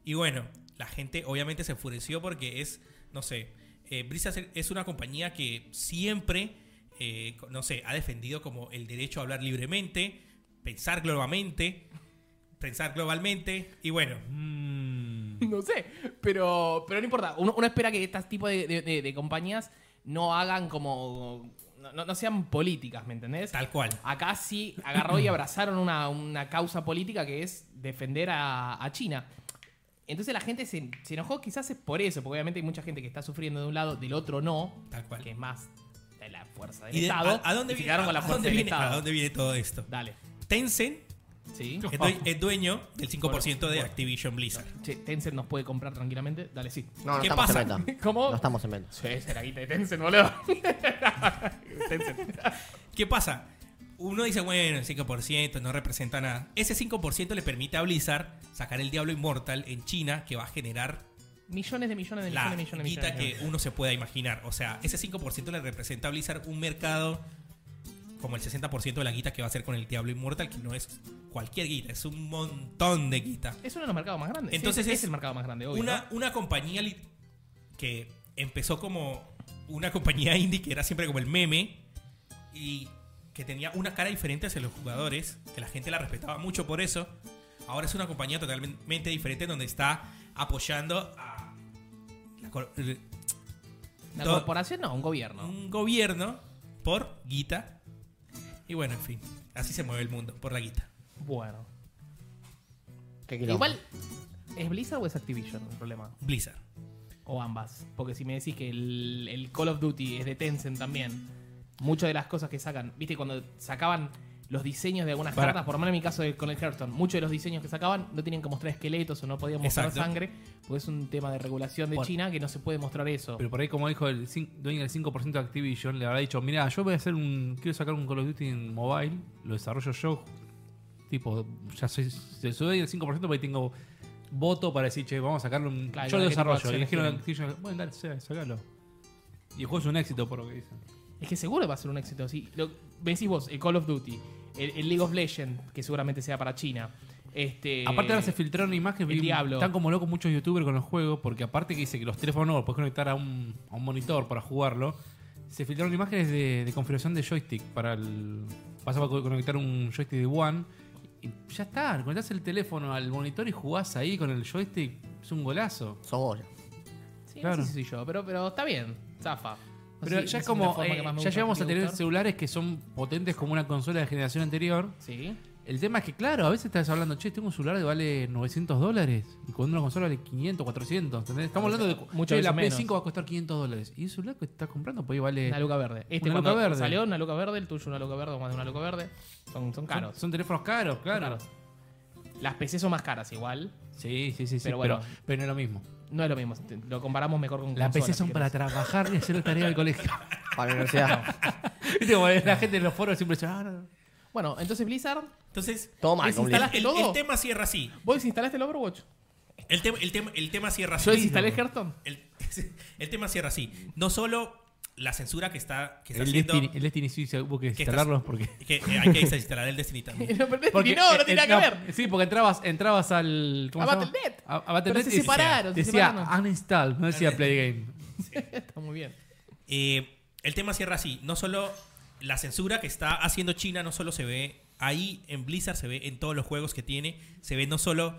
Speaker 3: Y bueno, la gente obviamente se enfureció porque es, no sé, eh, Blizzard es una compañía que siempre, eh, no sé, ha defendido como el derecho a hablar libremente, pensar globalmente, pensar globalmente. Y bueno, Mm.
Speaker 1: *laughs* No sé, pero, pero no importa. Uno, uno espera que este tipo de, de- de- de compañías no hagan como. No, no- no sean políticas, ¿me entendés?
Speaker 3: tal cual.
Speaker 1: Acá sí agarró y abrazaron una, una causa política que es defender a, a China. Entonces la gente se, se enojó, quizás es por eso, porque obviamente hay mucha gente que está sufriendo de un lado, del otro no,
Speaker 3: Tal cual.
Speaker 1: que es más de la fuerza del
Speaker 3: ¿Y de-
Speaker 1: Estado.
Speaker 3: ¿A, a dónde
Speaker 1: y se
Speaker 3: viene-
Speaker 1: quedaron con la
Speaker 3: a
Speaker 1: fuerza
Speaker 3: dónde
Speaker 1: del
Speaker 3: viene-
Speaker 1: Estado.
Speaker 3: ¿A dónde viene todo esto?
Speaker 1: Dale.
Speaker 3: Tencent
Speaker 1: Sí. *laughs*
Speaker 3: es, due- es dueño del 5% de
Speaker 1: Bueno.
Speaker 3: Activision Blizzard.
Speaker 1: Che, Tencent nos puede comprar tranquilamente. Dale, sí. *laughs*
Speaker 4: No, no
Speaker 3: ¿Qué
Speaker 4: estamos
Speaker 3: pasa?
Speaker 4: en venta.
Speaker 1: ¿Cómo?
Speaker 4: No estamos en venta.
Speaker 1: Sí, esa era guita de Tencent, boludo. Tencent.
Speaker 3: ¿Qué pasa? Uno dice, bueno, el 5% no representa nada. Ese 5% le permite a Blizzard sacar el Diablo Immortal en China que va a generar
Speaker 1: Millones de millones de millones
Speaker 3: la
Speaker 1: de millones de
Speaker 3: guita
Speaker 1: millones.
Speaker 3: que uno se pueda imaginar. O sea, ese 5% le representa a Blizzard un mercado como el 60% de la guita que va a hacer con el Diablo Immortal, que no es cualquier guita, es un montón de guita.
Speaker 1: Es uno de los mercados más grandes. Sí,
Speaker 3: Entonces
Speaker 1: es,
Speaker 3: es
Speaker 1: el mercado más grande, obvio.
Speaker 3: una, una compañía lit- que empezó como una compañía *laughs* indie que era siempre como el meme y que tenía una cara diferente hacia los jugadores, que la gente la respetaba mucho por eso. Ahora es una compañía totalmente diferente donde está apoyando a la cor-
Speaker 1: ¿no? La
Speaker 3: todo-
Speaker 1: corporación no, un gobierno.
Speaker 3: un gobierno por guita. Y bueno, en fin, así se mueve el mundo, por la guita.
Speaker 1: Bueno.
Speaker 4: Qué quilombo.
Speaker 1: Igual, ¿es Blizzard o es Activision el problema?
Speaker 3: Blizzard.
Speaker 1: O ambas. Porque si me decís que el, el Call of Duty es de Tencent también, muchas de las cosas que sacan, viste, cuando sacaban los diseños de algunas
Speaker 3: Para.
Speaker 1: cartas, por lo menos en mi caso de- con el Hearthstone, muchos de los diseños que sacaban no tenían que mostrar esqueletos o no podían mostrar
Speaker 3: Exacto.
Speaker 1: sangre, porque es un tema de regulación de
Speaker 2: Bueno.
Speaker 1: China que no se puede mostrar eso.
Speaker 2: Pero por ahí, como dijo el cin- dueño del 5% de Activision, le habrá dicho, mira, yo voy a hacer un... Quiero sacar un Call of Duty en mobile, lo desarrollo yo. Tipo, ya soy, soy dueño del 5% porque tengo voto para decir, che, vamos a sacarlo un...
Speaker 1: Claro,
Speaker 2: yo lo
Speaker 1: ¿qué tipo de
Speaker 2: desarrollo. Y
Speaker 1: acciones
Speaker 2: dijeron a
Speaker 1: tienen?
Speaker 2: Activision, bueno, dale, sea, sacalo. Y el juego es un éxito, por lo que dicen.
Speaker 1: Es que seguro va a ser un éxito. Sí, lo, me decís vos, el Call of Duty, el, el League of Legends, que seguramente sea para China. Este,
Speaker 2: Aparte ahora se filtraron imágenes,
Speaker 1: el
Speaker 2: vi-
Speaker 1: diablo.
Speaker 2: están como locos muchos youtubers con los juegos, porque aparte que dice que los teléfonos los puedes conectar a un, a un monitor para jugarlo, se filtraron imágenes de, de configuración de joystick para el... Vas a co- conectar un joystick de One y ya está, conectás el teléfono al monitor y jugás ahí con el joystick, es un golazo.
Speaker 4: Sos vos.
Speaker 1: Sí,
Speaker 2: Claro.
Speaker 1: no sé si soy yo, pero, pero está bien, zafa. No
Speaker 2: Pero
Speaker 1: sé,
Speaker 2: ya es
Speaker 1: es una
Speaker 2: como,
Speaker 1: forma
Speaker 2: eh,
Speaker 1: que más me
Speaker 2: ya
Speaker 1: gusta,
Speaker 2: llegamos a tener
Speaker 1: Computer.
Speaker 2: celulares que son potentes como una consola de generación anterior.
Speaker 1: Sí.
Speaker 2: El tema es que, claro, a veces estás hablando, che, tengo un celular que vale 900 dólares y cuando una consola vale 500, 400, ¿entendés? Estamos hablando de
Speaker 1: Muchas
Speaker 2: che, la
Speaker 1: veces
Speaker 2: P5
Speaker 1: menos.
Speaker 2: va a costar 500 dólares y el celular que estás comprando pues ahí vale...
Speaker 1: Una luca verde. Este
Speaker 2: una
Speaker 1: cuando
Speaker 2: luca verde.
Speaker 1: salió una luca verde, el tuyo una luca verde, o más de una luca verde. Son, son
Speaker 2: son-
Speaker 1: caros.
Speaker 2: Son, teléfonos caros, claro.
Speaker 1: caros. Las PC son más caras igual.
Speaker 2: Sí, sí, sí, sí, pero,
Speaker 1: Pero bueno.
Speaker 2: pero, no es lo mismo.
Speaker 1: No es lo mismo. te- Lo comparamos mejor con
Speaker 2: Las
Speaker 1: consolas,
Speaker 2: PC son
Speaker 1: si
Speaker 2: para
Speaker 1: querés.
Speaker 2: trabajar y hacer tarea del colegio. *laughs*
Speaker 4: Para la universidad. no.
Speaker 2: Viste, como la gente en los foros siempre dice, ah, no.
Speaker 1: Bueno, entonces Blizzard,
Speaker 3: Entonces,
Speaker 4: Todo mal,
Speaker 1: ¿Es
Speaker 4: con
Speaker 1: instalar-
Speaker 4: Blizzard.
Speaker 1: ¿Instalaste
Speaker 3: el,
Speaker 1: todo?
Speaker 3: el tema cierra así.
Speaker 1: ¿vos instalaste el Overwatch?
Speaker 3: El, tema el, tema- el tema cierra así.
Speaker 1: Yo desinstalé Hearthstone. *laughs*
Speaker 3: El, *laughs* el tema cierra así. No solo la censura que está, que está
Speaker 2: el,
Speaker 3: haciendo.
Speaker 2: Destiny, el Destiny sí se- hubo que
Speaker 3: estás-
Speaker 2: instalarlos porque...
Speaker 3: Que, eh, hay que instalar el Destiny también.
Speaker 2: *laughs*
Speaker 1: Pero *laughs* Destiny
Speaker 2: Porque
Speaker 1: no, no
Speaker 2: el-
Speaker 1: tiene
Speaker 2: el-
Speaker 1: nada que
Speaker 2: no,
Speaker 1: ver. *laughs*
Speaker 2: Sí, porque entrabas, entrabas al.
Speaker 1: A
Speaker 2: se llama?
Speaker 1: Battle.net.
Speaker 2: A, a Battle.net
Speaker 1: Pero se
Speaker 2: y decía-
Speaker 1: separaron, se
Speaker 2: Decía,
Speaker 1: separaron.
Speaker 2: uninstall, no decía play game.
Speaker 1: Está muy bien.
Speaker 3: Eh, el tema cierra así. No solo la censura que está haciendo China, no solo se ve ahí en Blizzard, se ve en todos los juegos que tiene. Se ve no solo,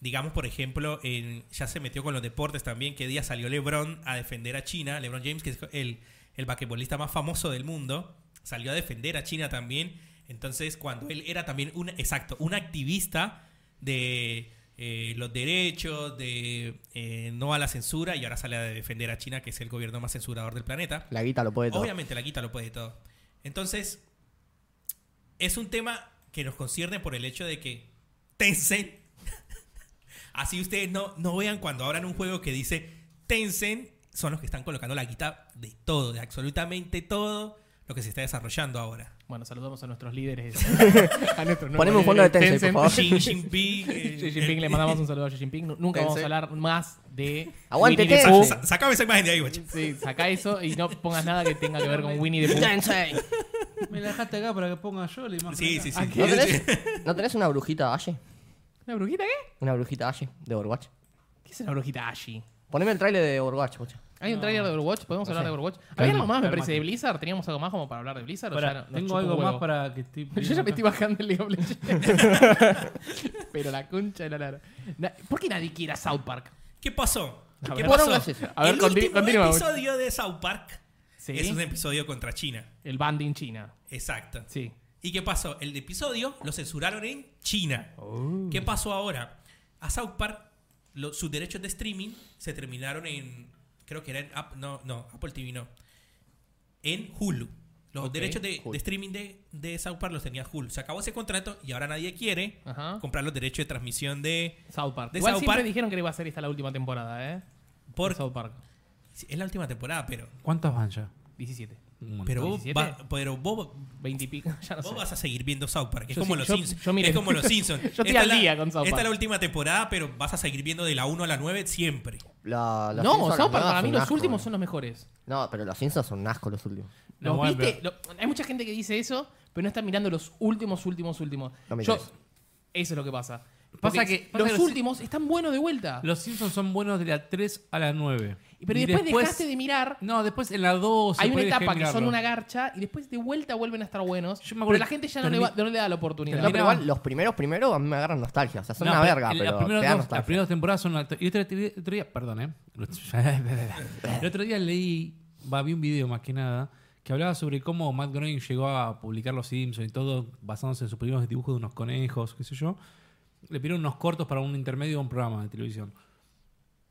Speaker 3: digamos, por ejemplo, en, ya se metió con los deportes también. Que día salió LeBron a defender a China. LeBron James, que es el, el basquetbolista más famoso del mundo, salió a defender a China también. Entonces, cuando él era también un, exacto, un activista de eh, los derechos, de eh, no a la censura, y ahora sale a defender a China, que es el gobierno más censurador del planeta.
Speaker 4: La guita lo puede todo.
Speaker 3: Obviamente la quita lo puede todo. Entonces, es un tema que nos concierne por el hecho de que Tencent, *laughs* así ustedes no, no vean cuando abran un juego que dice Tencent, son los que están colocando la guita de todo, de absolutamente todo lo que se está desarrollando
Speaker 1: *laughs*
Speaker 3: ahora.
Speaker 1: Bueno, saludamos a nuestros
Speaker 2: *laughs*
Speaker 1: líderes. a nuestros nuevos
Speaker 4: Poneme un fondo de
Speaker 1: líderes,
Speaker 4: Tencent, por *laughs* favor.
Speaker 3: Xi Jinping, eh,
Speaker 1: Xi Jinping, le mandamos un saludo a Xi Jinping. Nu- Nunca vamos a
Speaker 4: Tencent.
Speaker 1: hablar más de.
Speaker 4: Aguante,
Speaker 1: Winnie the
Speaker 3: eh,
Speaker 1: Pooh.
Speaker 4: Tencent.
Speaker 3: sa- sacame esa imagen de ahí, guacho.
Speaker 1: Sí, saca eso y no pongas nada que tenga que ver con Winnie the Pooh.
Speaker 2: Me la dejaste acá para que ponga yo la imagen.
Speaker 3: Sí, sí,
Speaker 1: Ah,
Speaker 3: *laughs* sí.
Speaker 4: ¿No tenés, ¿No tenés una brujita Ashe?
Speaker 1: ¿Una brujita qué?
Speaker 4: Una brujita Ashe de Overwatch.
Speaker 1: ¿Qué es una brujita Ashi?
Speaker 4: Poneme el trailer de Overwatch, mucha.
Speaker 1: ¿Hay un trailer de Overwatch? ¿Podemos hablar
Speaker 4: sé.
Speaker 1: de Overwatch? ¿Había
Speaker 2: Calma,
Speaker 1: algo más, me
Speaker 2: calmate.
Speaker 1: parece, de Blizzard? ¿Teníamos algo más como para hablar de Blizzard? o ya no- nos
Speaker 2: tengo
Speaker 1: chupa
Speaker 2: algo
Speaker 1: un
Speaker 2: más
Speaker 1: huevo?
Speaker 2: para que estoy.
Speaker 1: *laughs* Yo ya me estoy bajando el League of Legends.
Speaker 2: *laughs*
Speaker 1: Pero la concha de la lara. Na- ¿Por qué nadie quiere a South Park?
Speaker 3: ¿Qué pasó?
Speaker 1: A
Speaker 3: ¿Qué
Speaker 1: ver.
Speaker 3: pasó?
Speaker 4: Porongas es-
Speaker 1: A ver,
Speaker 3: el
Speaker 1: conti-
Speaker 3: último
Speaker 1: continúa, guacho.
Speaker 3: episodio de South Park
Speaker 1: Sí.
Speaker 3: es un episodio contra China.
Speaker 1: El banding China.
Speaker 3: Exacto.
Speaker 1: Sí.
Speaker 3: ¿Y qué pasó? El episodio lo censuraron en China.
Speaker 1: Oh.
Speaker 3: ¿Qué pasó ahora? A South Park, lo- sus derechos de streaming se terminaron en. Creo que era en. App- no, no, Apple TV no. En Hulu. Los
Speaker 1: Ok,
Speaker 3: derechos de,
Speaker 4: Hulu.
Speaker 3: de streaming de, de South Park los tenía Hulu. Se acabó ese contrato y ahora nadie quiere
Speaker 1: Ajá.
Speaker 3: comprar los derechos de transmisión de.
Speaker 1: South Park.
Speaker 3: De
Speaker 1: Igual
Speaker 3: South
Speaker 1: siempre
Speaker 3: Park.
Speaker 1: dijeron que iba a ser esta la última temporada, ¿eh?
Speaker 3: Por,
Speaker 1: De South Park.
Speaker 3: es la última temporada, pero.
Speaker 2: ¿Cuántos van ya?
Speaker 1: 17.
Speaker 3: Pero vos,
Speaker 1: 17?
Speaker 3: va- pero vos,
Speaker 1: 20 y pico. *laughs* Ya no sé.
Speaker 3: Vos vas a seguir viendo South Park, es
Speaker 1: Yo
Speaker 3: como
Speaker 1: sí,
Speaker 3: los
Speaker 1: yo-
Speaker 3: Simpsons.
Speaker 1: yo miré. *laughs*
Speaker 3: Es como los Simpsons.
Speaker 1: Yo estoy
Speaker 3: Esta
Speaker 1: al
Speaker 3: es la-
Speaker 1: día con South
Speaker 3: Esta es la
Speaker 1: Park.
Speaker 3: última temporada, pero vas a seguir viendo de la 1 a la 9 siempre.
Speaker 4: La, las
Speaker 1: No,
Speaker 4: Simpsons,
Speaker 1: South
Speaker 4: las
Speaker 1: Park
Speaker 4: nuevas,
Speaker 1: para mí
Speaker 4: un
Speaker 1: los
Speaker 4: asco,
Speaker 1: últimos
Speaker 3: eh.
Speaker 4: boludo.
Speaker 1: son los mejores.
Speaker 4: No, pero los Simpsons son un asco los últimos.
Speaker 1: ¿Los
Speaker 2: No, bueno,
Speaker 1: viste? Lo- hay mucha gente que dice eso, pero no está mirando los últimos, últimos, últimos.
Speaker 4: No me
Speaker 1: Yo,
Speaker 4: digas.
Speaker 1: eso es lo que pasa.
Speaker 2: Pasa
Speaker 1: Porque
Speaker 2: que- pasa
Speaker 1: los
Speaker 2: que los-
Speaker 1: últimos están buenos de vuelta.
Speaker 2: Los Simpsons son buenos de la 3 a la 9.
Speaker 1: pero
Speaker 2: Y
Speaker 1: después, dejaste de mirar.
Speaker 2: No, después en la 2.
Speaker 1: hay una
Speaker 2: después dejé
Speaker 1: etapa
Speaker 2: de
Speaker 1: que son
Speaker 2: mirarlo.
Speaker 1: una garcha y después de vuelta vuelven a estar buenos.
Speaker 2: Yo me acuerdo
Speaker 1: pero la
Speaker 2: que
Speaker 1: gente ya no
Speaker 2: termi-
Speaker 1: le, va- no le da la
Speaker 4: No,
Speaker 1: oportunidad.
Speaker 4: pero
Speaker 2: Mirá.
Speaker 4: igual los primeros primero a mí me agarran nostalgia. O sea, son
Speaker 2: No,
Speaker 4: una
Speaker 2: pero
Speaker 4: verga,
Speaker 2: el-
Speaker 4: pero
Speaker 2: las
Speaker 4: te
Speaker 2: primeras
Speaker 4: dan
Speaker 2: dos- las
Speaker 4: nostalgia.
Speaker 2: primeras dos temporadas son una- y otro, día- otro *laughs* día, perdón, eh. El otro día leí, va, vi un video más que nada, que hablaba sobre cómo Matt Groening llegó a publicar Los Simpsons y todo basándose en sus primeros dibujos de unos conejos, qué sé yo. le pidieron unos cortos para un intermedio de un programa de televisión.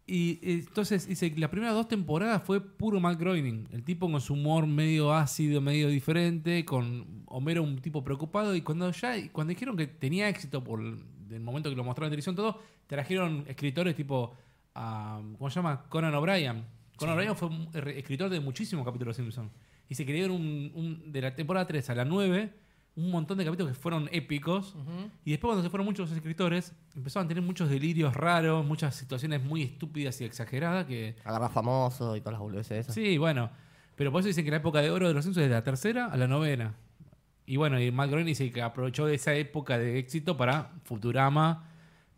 Speaker 2: Y eh, entonces dice que las primeras dos temporadas fue puro Matt Groening. El tipo con su humor medio ácido, medio diferente, con Homero un tipo preocupado. Y cuando ya cuando dijeron que tenía éxito por el del momento que lo mostraron en televisión todo, trajeron escritores tipo, a, ¿cómo se llama? Conan O'Brien. Conan O'Brien fue un re- escritor de muchísimos capítulos de Simpson. Y se crearon un, un- de la temporada 3 a la 9 un montón de capítulos que fueron épicos. Y después cuando se fueron muchos escritores, empezaron a tener muchos delirios raros, muchas situaciones muy estúpidas y exageradas que...
Speaker 4: Agarra famoso y todas las boludeces esas.
Speaker 2: Sí, bueno. Pero por eso dicen que la época de oro de los Simpsons es de la tercera a la novena. Y bueno, y Matt Groening dice que aprovechó de esa época de éxito para Futurama.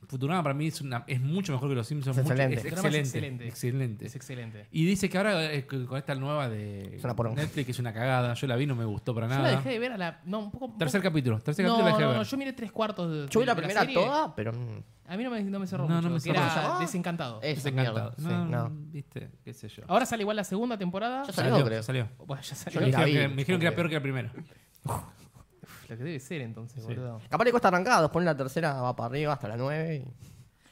Speaker 2: Futurama para mí es, una, es mucho mejor que los Simpsons.
Speaker 4: Es
Speaker 2: mucho-
Speaker 4: excelente.
Speaker 2: Es
Speaker 1: Futurama es
Speaker 2: excelente.
Speaker 1: excelente.
Speaker 2: excelente.
Speaker 1: Es excelente.
Speaker 2: Y dice que ahora eh, con con esta nueva de
Speaker 4: Es una poronga.
Speaker 2: Netflix es una cagada. Yo la vi, no me gustó para
Speaker 1: Yo la
Speaker 2: nada.
Speaker 1: dejé de ver a la. No, un poco. un
Speaker 2: Tercer
Speaker 1: poco-
Speaker 2: capítulo. Tercer
Speaker 1: no,
Speaker 2: capítulo la dejé de
Speaker 1: no,
Speaker 2: ver.
Speaker 1: no, yo miré tres cuartos de.
Speaker 4: Yo vi la
Speaker 1: de
Speaker 4: primera
Speaker 1: serie.
Speaker 4: toda, pero mm,
Speaker 1: A mí no me, no me cerró
Speaker 2: No, no
Speaker 1: mucho.
Speaker 2: me
Speaker 1: que
Speaker 2: cerró.
Speaker 1: Era
Speaker 4: Ah.
Speaker 1: desencantado.
Speaker 4: esa mierda.
Speaker 2: Desencantado.
Speaker 4: Sí,
Speaker 2: No,
Speaker 4: no.
Speaker 2: viste, qué sé yo.
Speaker 1: Ahora sale igual la segunda temporada.
Speaker 4: Ya salió,
Speaker 2: salió,
Speaker 4: creo.
Speaker 2: salió.
Speaker 1: Bueno, ya salió.
Speaker 4: Yo
Speaker 2: Me
Speaker 4: ni la
Speaker 2: dijeron,
Speaker 4: vi.
Speaker 2: que, me dijeron que era peor que la primera.
Speaker 1: Uf, la que debe ser entonces, boludo.
Speaker 4: Capaz le cuesta arrancar, después la tercera va para arriba hasta la 9. y-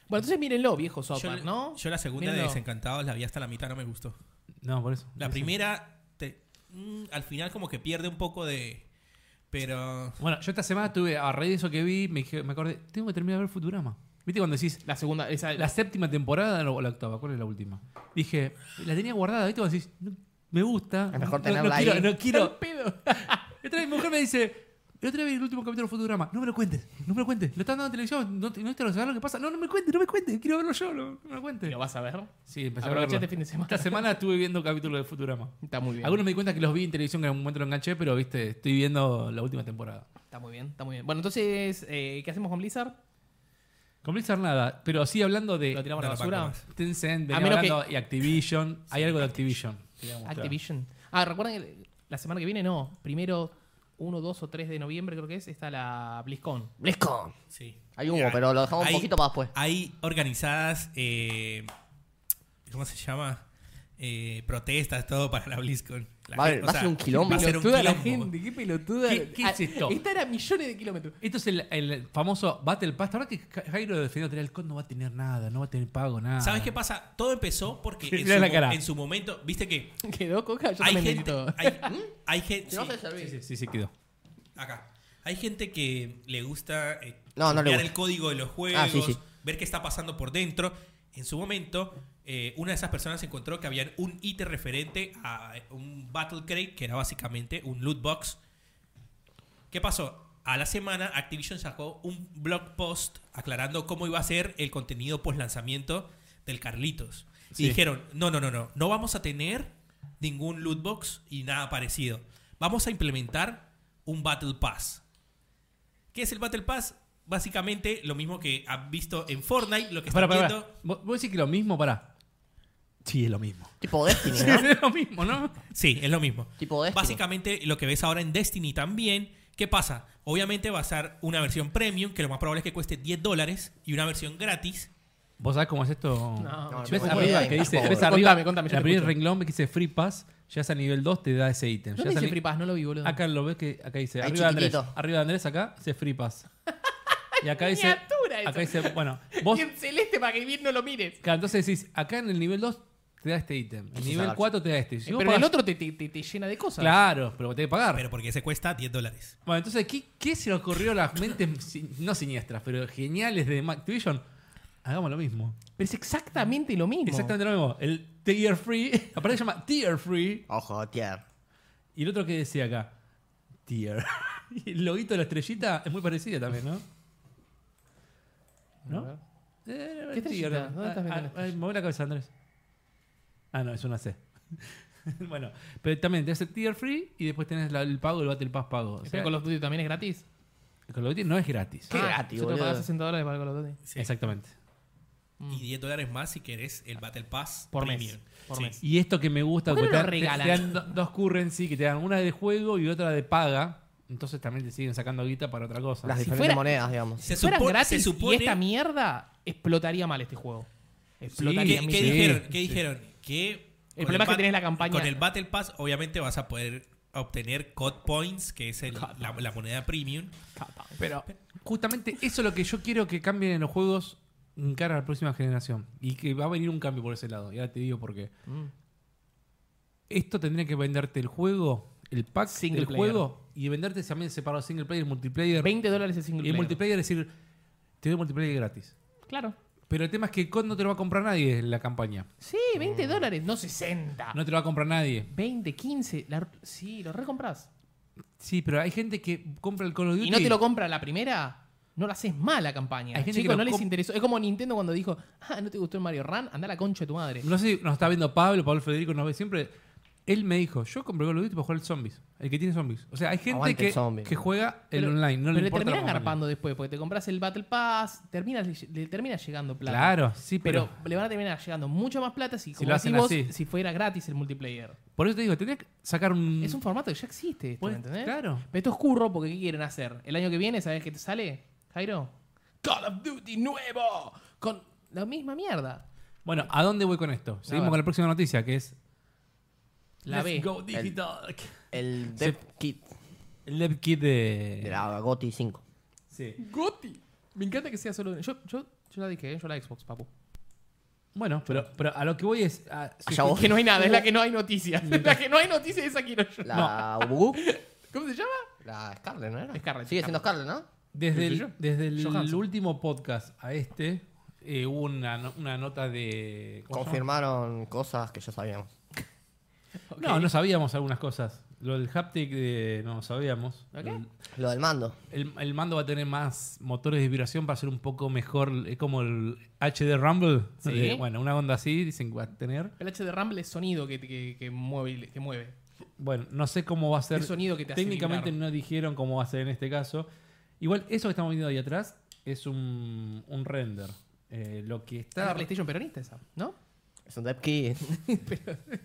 Speaker 1: Bueno, entonces mírenlo, viejo South Park,
Speaker 3: yo,
Speaker 1: ¿no?
Speaker 3: yo la segunda de
Speaker 1: Mírenlo.
Speaker 3: Desencantados la vi hasta la mitad, no me gustó.
Speaker 2: No, por eso.
Speaker 3: La
Speaker 2: Sí, sí.
Speaker 3: primera, te- mm, al final como que pierde un poco de... Pero...
Speaker 2: Bueno, yo esta semana tuve, a raíz de eso que vi, me, dije- me acordé, tengo que terminar de ver Futurama. ¿Viste cuando decís
Speaker 1: La segunda, esa.
Speaker 2: la séptima temporada o la octava? ¿Cuál es la última? Dije, la tenía guardada, ¿viste? Cuando decís, no, me gusta.
Speaker 4: Es mejor
Speaker 2: no- no,
Speaker 4: tenerla
Speaker 2: quiero,
Speaker 4: ahí.
Speaker 2: no quiero.
Speaker 1: pedo.
Speaker 2: Y *laughs* otra vez mi mujer me dice, la otra vez vi el último capítulo de Futurama, no me lo cuentes, no me lo cuentes. Lo están dando en televisión, no, te- no te lo sabes lo que pasa. No, no me cuentes, no me cuentes, quiero verlo yo, no, no me lo
Speaker 1: ¿Lo
Speaker 2: cuentes.
Speaker 1: vas a ver?
Speaker 2: Sí, empecé a
Speaker 1: Aprovechate
Speaker 2: verlo.
Speaker 4: este
Speaker 1: el fin de semana.
Speaker 2: Esta este semana estuve viendo capítulos de Futurama.
Speaker 1: *laughs* Está muy bien.
Speaker 2: Algunos me di cuenta que los vi en televisión, que en algún momento lo enganché, pero viste, estoy viendo la última temporada.
Speaker 1: Está muy bien, está muy bien. Bueno, entonces, eh, ¿qué hacemos con Blizzard?
Speaker 2: Con Blizzard nada, pero sí hablando
Speaker 1: ¿Lo
Speaker 2: de
Speaker 1: tiramos a la
Speaker 3: No, tampoco
Speaker 1: basura?
Speaker 3: más.
Speaker 2: Tencent,
Speaker 1: A
Speaker 2: venía
Speaker 1: menos
Speaker 2: hablando y Activision, hay algo de Activision. digamos, claro.
Speaker 1: Activision. Ah, recuerden que la semana que viene no. Primero, 1, 2 o 3 de noviembre creo que es, está la BlizzCon.
Speaker 4: ¡Blisco!
Speaker 3: Sí.
Speaker 4: Hay humo, pero lo dejamos un poquito para después.
Speaker 3: Hay organizadas, eh, ¿cómo se llama? Eh, protestas, todo para la BlizzCon. La
Speaker 4: Va a-
Speaker 3: gente-
Speaker 4: va a ser un quilombo.
Speaker 3: Va a ser un
Speaker 1: Pelotuda la
Speaker 3: quilombo.
Speaker 1: gente, qué pelotuda.
Speaker 2: ¿Qué- qué es
Speaker 1: Ah,
Speaker 2: esto?
Speaker 1: Estar a millones de kilómetros. *laughs*
Speaker 2: Esto es el, el famoso Battle Pass. La verdad que Ja- Jairo defendió que el COD no va a tener nada, no va a tener pago, nada.
Speaker 3: ¿Sabes qué pasa? Todo empezó porque en
Speaker 2: Mirá
Speaker 3: su,
Speaker 2: Ah. la
Speaker 3: mo-
Speaker 2: cara.
Speaker 3: en su momento, viste que
Speaker 1: Quedó coca, yo
Speaker 3: hay
Speaker 1: también
Speaker 3: gente, *laughs*
Speaker 1: necesito.
Speaker 3: hay, ¿Mm? hay gente,
Speaker 4: Si no,
Speaker 3: sí,
Speaker 4: se servís.
Speaker 2: Sí, sí, sí, sí, quedó.
Speaker 3: acá. Hay gente que le gusta eh,
Speaker 4: No, no le
Speaker 3: chusmear
Speaker 4: gusta.
Speaker 3: el código de los juegos,
Speaker 4: Ah, sí, sí.
Speaker 3: ver qué está pasando por dentro. En su momento, eh, una de esas personas encontró que había un ítem referente a eh, un Battle Crate, que era básicamente un loot box. ¿Qué pasó? A la semana, Activision sacó un blog post aclarando cómo iba a ser el contenido post lanzamiento del Carlitos.
Speaker 2: Sí.
Speaker 3: Y dijeron: No, no, no, no, no vamos a tener ningún loot box y nada parecido. Vamos a implementar un Battle Pass. ¿Qué es el Battle Pass? Básicamente lo mismo que han visto en Fortnite, lo que
Speaker 2: Pará,
Speaker 3: están
Speaker 2: pará,
Speaker 3: viendo.
Speaker 2: pará. ¿Vos vos decís que lo mismo? Pará. Sí, es lo mismo.
Speaker 4: Tipo Destiny,
Speaker 2: Sí,
Speaker 3: *laughs*
Speaker 4: ¿no?
Speaker 2: *laughs* es lo mismo, ¿no?
Speaker 3: Sí, es lo mismo.
Speaker 4: Tipo Destiny.
Speaker 3: Básicamente lo que ves ahora en Destiny también. ¿Qué pasa? Obviamente va a ser una versión premium, que lo más probable es que cueste 10 dólares, y una versión gratis.
Speaker 2: ¿Vos sabés cómo es esto?
Speaker 1: No,
Speaker 4: no,
Speaker 2: ¿Ves
Speaker 4: no,
Speaker 2: arriba
Speaker 4: no,
Speaker 2: que
Speaker 4: no,
Speaker 2: dice?
Speaker 4: no,
Speaker 2: ¿Ves
Speaker 1: no,
Speaker 2: arriba?
Speaker 1: contame, contame, yo
Speaker 2: la
Speaker 1: te
Speaker 2: primera
Speaker 1: escucho.
Speaker 2: renglón que dice Free Pass, llegas a nivel 2, te da ese ítem.
Speaker 1: ¿Dónde
Speaker 2: Llegas
Speaker 1: dice
Speaker 2: al-
Speaker 1: Free Pass? No lo vi, boludo.
Speaker 2: Acá lo ves que acá dice
Speaker 4: Ahí
Speaker 2: arriba de Andrés,
Speaker 4: chiquitito.
Speaker 2: arriba de Andrés acá dice
Speaker 1: *laughs*
Speaker 2: free pass. Y acá dice
Speaker 1: Miniatura eso.
Speaker 2: acá dice, bueno, vos
Speaker 1: Y en celeste para que bien no lo mires.
Speaker 2: claro, entonces decís, acá en el nivel 2 te da este ítem, en
Speaker 4: es
Speaker 2: el nivel
Speaker 4: una
Speaker 2: 4 te da este. Si
Speaker 1: Eh,
Speaker 2: vos
Speaker 1: pero el
Speaker 2: pagás-
Speaker 1: otro te, te- te- te llena de cosas.
Speaker 2: claro, pero tenés que pagar.
Speaker 3: Pero porque se cuesta 10 dólares.
Speaker 2: Bueno, entonces ¿qué, qué se le ocurrió a las mentes sin- no siniestras, pero geniales de Activision? Hagamos lo mismo.
Speaker 1: Pero es exactamente lo mismo.
Speaker 2: Exactamente lo mismo. El tier free, *laughs* aparte se llama tier free
Speaker 4: Ojo, tier.
Speaker 1: Ah,
Speaker 2: y el otro que decía acá tier. *laughs* Y el loguito de la estrellita es muy parecida también, ¿no? ¿No? Eh,
Speaker 1: ¿Qué
Speaker 2: ¿Qué
Speaker 1: estrellita? ¿Dónde estás
Speaker 2: Ah,
Speaker 1: viendo la estrella?
Speaker 2: Mueve la cabeza, Andrés. Ah, no, es una C. *laughs* bueno, pero también tenés el tier free y después tenés la- el pago, el Battle Pass pago. O
Speaker 1: Espera,
Speaker 2: sea,
Speaker 1: Call of Duty también es gratis.
Speaker 2: el Call of Duty no es gratis.
Speaker 4: Qué gratis,
Speaker 1: Ah, yo tengo que
Speaker 4: boludo.
Speaker 1: pagar 60 dólares para el Call of Duty.
Speaker 3: Sí.
Speaker 2: Exactamente.
Speaker 3: Y 10 dólares más si querés el Battle Pass
Speaker 1: Mm. Por
Speaker 3: premium.
Speaker 1: mes. Por
Speaker 3: Sí.
Speaker 1: mes.
Speaker 2: Y esto que me gusta,
Speaker 1: ¿Por qué
Speaker 2: porque
Speaker 1: no
Speaker 2: te,
Speaker 1: lo
Speaker 2: dan- te- te
Speaker 1: regalan?
Speaker 2: dan do- dos currency que te dan una de juego y otra de paga. Entonces también te siguen sacando guita para otra cosa.
Speaker 4: Las
Speaker 1: Si
Speaker 4: diferentes
Speaker 1: fuera-
Speaker 4: monedas, digamos.
Speaker 3: Se,
Speaker 1: Si fueran
Speaker 3: supo- se
Speaker 1: gratis
Speaker 3: supone
Speaker 1: y esta mierda, explotaría mal este juego.
Speaker 3: ¿Qué,
Speaker 1: Explotaría
Speaker 2: Sí,
Speaker 1: mal.
Speaker 3: qué
Speaker 2: sí.
Speaker 3: dijeron? ¿Qué
Speaker 2: Sí.
Speaker 3: dijeron? Que con
Speaker 1: problema es que
Speaker 3: Bat-
Speaker 1: tenés la campaña.
Speaker 3: Con el Battle Pass, obviamente vas a poder a obtener COD Points, que es el- la, la moneda premium.
Speaker 2: Pero justamente eso es lo que yo quiero que cambien en los juegos en cara a la próxima generación. Y que va a venir un cambio por ese lado. Y ahora te digo por qué.
Speaker 1: Mm.
Speaker 2: Esto tendría que venderte el juego, el pack
Speaker 1: Single
Speaker 2: del
Speaker 1: player.
Speaker 2: juego y venderte también separado single player, multiplayer.
Speaker 1: 20 dólares el single
Speaker 2: y el
Speaker 1: player.
Speaker 2: multiplayer es decir, te doy multiplayer gratis.
Speaker 1: Claro.
Speaker 2: Pero el tema es que COD no te lo va a comprar nadie en la campaña.
Speaker 1: Sí, 20 dólares, no 60.
Speaker 2: Mm. No te lo va a comprar nadie.
Speaker 1: 20, 15. la- sí, lo recompras.
Speaker 2: Sí, pero hay gente que compra el Call of Duty.
Speaker 1: Y no te lo compra la primera, no la haces mal la campaña.
Speaker 2: Hay gente que
Speaker 1: Chicos,
Speaker 2: lo
Speaker 1: no les
Speaker 2: comp-
Speaker 1: interesó. Es como Nintendo cuando dijo, ah, no te gustó el Mario Run, anda a la concha de tu madre.
Speaker 2: No sé si nos está viendo Pablo, Pablo Federico nos ve siempre. Él me dijo, yo compré Call of Duty para jugar al zombies. El que tiene zombies. O sea, hay gente
Speaker 4: Aguante el
Speaker 2: que,
Speaker 4: zombie.
Speaker 2: que juega el
Speaker 1: Pero-
Speaker 2: online, no
Speaker 1: pero
Speaker 2: le
Speaker 1: le
Speaker 2: importa. la
Speaker 1: terminás
Speaker 2: campaña.
Speaker 1: garpando después, porque te compras el Battle Pass, terminas, le termina llegando plata.
Speaker 2: Claro, sí, pero,
Speaker 1: Pero le van a terminar llegando mucho más plata si, como
Speaker 2: lo
Speaker 1: decís
Speaker 2: hacen
Speaker 1: vos,
Speaker 2: así.
Speaker 1: si fuera gratis el multiplayer.
Speaker 2: Por eso te digo, tendría que sacar un.
Speaker 1: Es un formato que ya existe, esto,
Speaker 2: Pues,
Speaker 1: ¿me entendés?
Speaker 2: claro.
Speaker 1: Pero esto es curro porque ¿qué quieren hacer? El año que viene, ¿sabes qué te sale, Jairo? Call of Duty nuevo, con la misma mierda.
Speaker 2: Bueno, ¿a dónde voy con esto? Seguimos
Speaker 1: ver.
Speaker 2: con la próxima noticia, que es.
Speaker 1: La
Speaker 2: Let's
Speaker 1: B.
Speaker 2: Go Digital.
Speaker 4: El Dev Kit
Speaker 2: El Dev Kit de.
Speaker 4: de la GOTI 5.
Speaker 2: Sí.
Speaker 1: Goti. Me encanta que sea solo. Yo, yo, yo la dije, ¿eh? yo la Xbox, papu.
Speaker 2: Bueno, pero, pero a lo que voy es. a-
Speaker 4: Allá
Speaker 1: *laughs*
Speaker 4: vos.
Speaker 1: Que no hay nada, es la que no hay noticias. *laughs* La que no hay noticias, esa quiero yo.
Speaker 4: La Ubu.
Speaker 1: ¿Cómo se llama?
Speaker 4: La Scarlet, ¿no era?
Speaker 1: Scarlett,
Speaker 4: Sigue siendo
Speaker 1: Scarlett.
Speaker 4: Scarlet, ¿no?
Speaker 2: Desde
Speaker 1: ¿Qué sé
Speaker 2: el,
Speaker 1: yo?
Speaker 2: desde el
Speaker 1: Johansson.
Speaker 2: último podcast a este, eh, hubo una, no- una nota de. ¿cómo se llama?
Speaker 4: Confirmaron cosas que ya sabíamos.
Speaker 2: No, no sabíamos algunas cosas. Lo del haptic eh, no sabíamos.
Speaker 1: ¿Ok?
Speaker 2: El-
Speaker 4: Lo del mando.
Speaker 2: El, el mando va a tener más motores de vibración para ser un poco mejor. Es como el HD Rumble.
Speaker 1: Sí.
Speaker 2: Eh, bueno, una onda así dicen que va a tener.
Speaker 1: El H de Rumble es sonido que, que, que mueve. Que mueve.
Speaker 2: Bueno, no sé cómo va a ser.
Speaker 1: El sonido que te hace
Speaker 2: Técnicamente
Speaker 1: vibrar.
Speaker 2: no dijeron cómo va a ser en este caso. Igual, eso que estamos viendo ahí atrás es un, un render. Eh, lo que
Speaker 1: Está la
Speaker 2: está.
Speaker 1: PlayStation peronista esa, ¿no?
Speaker 4: Es un Dev Kit.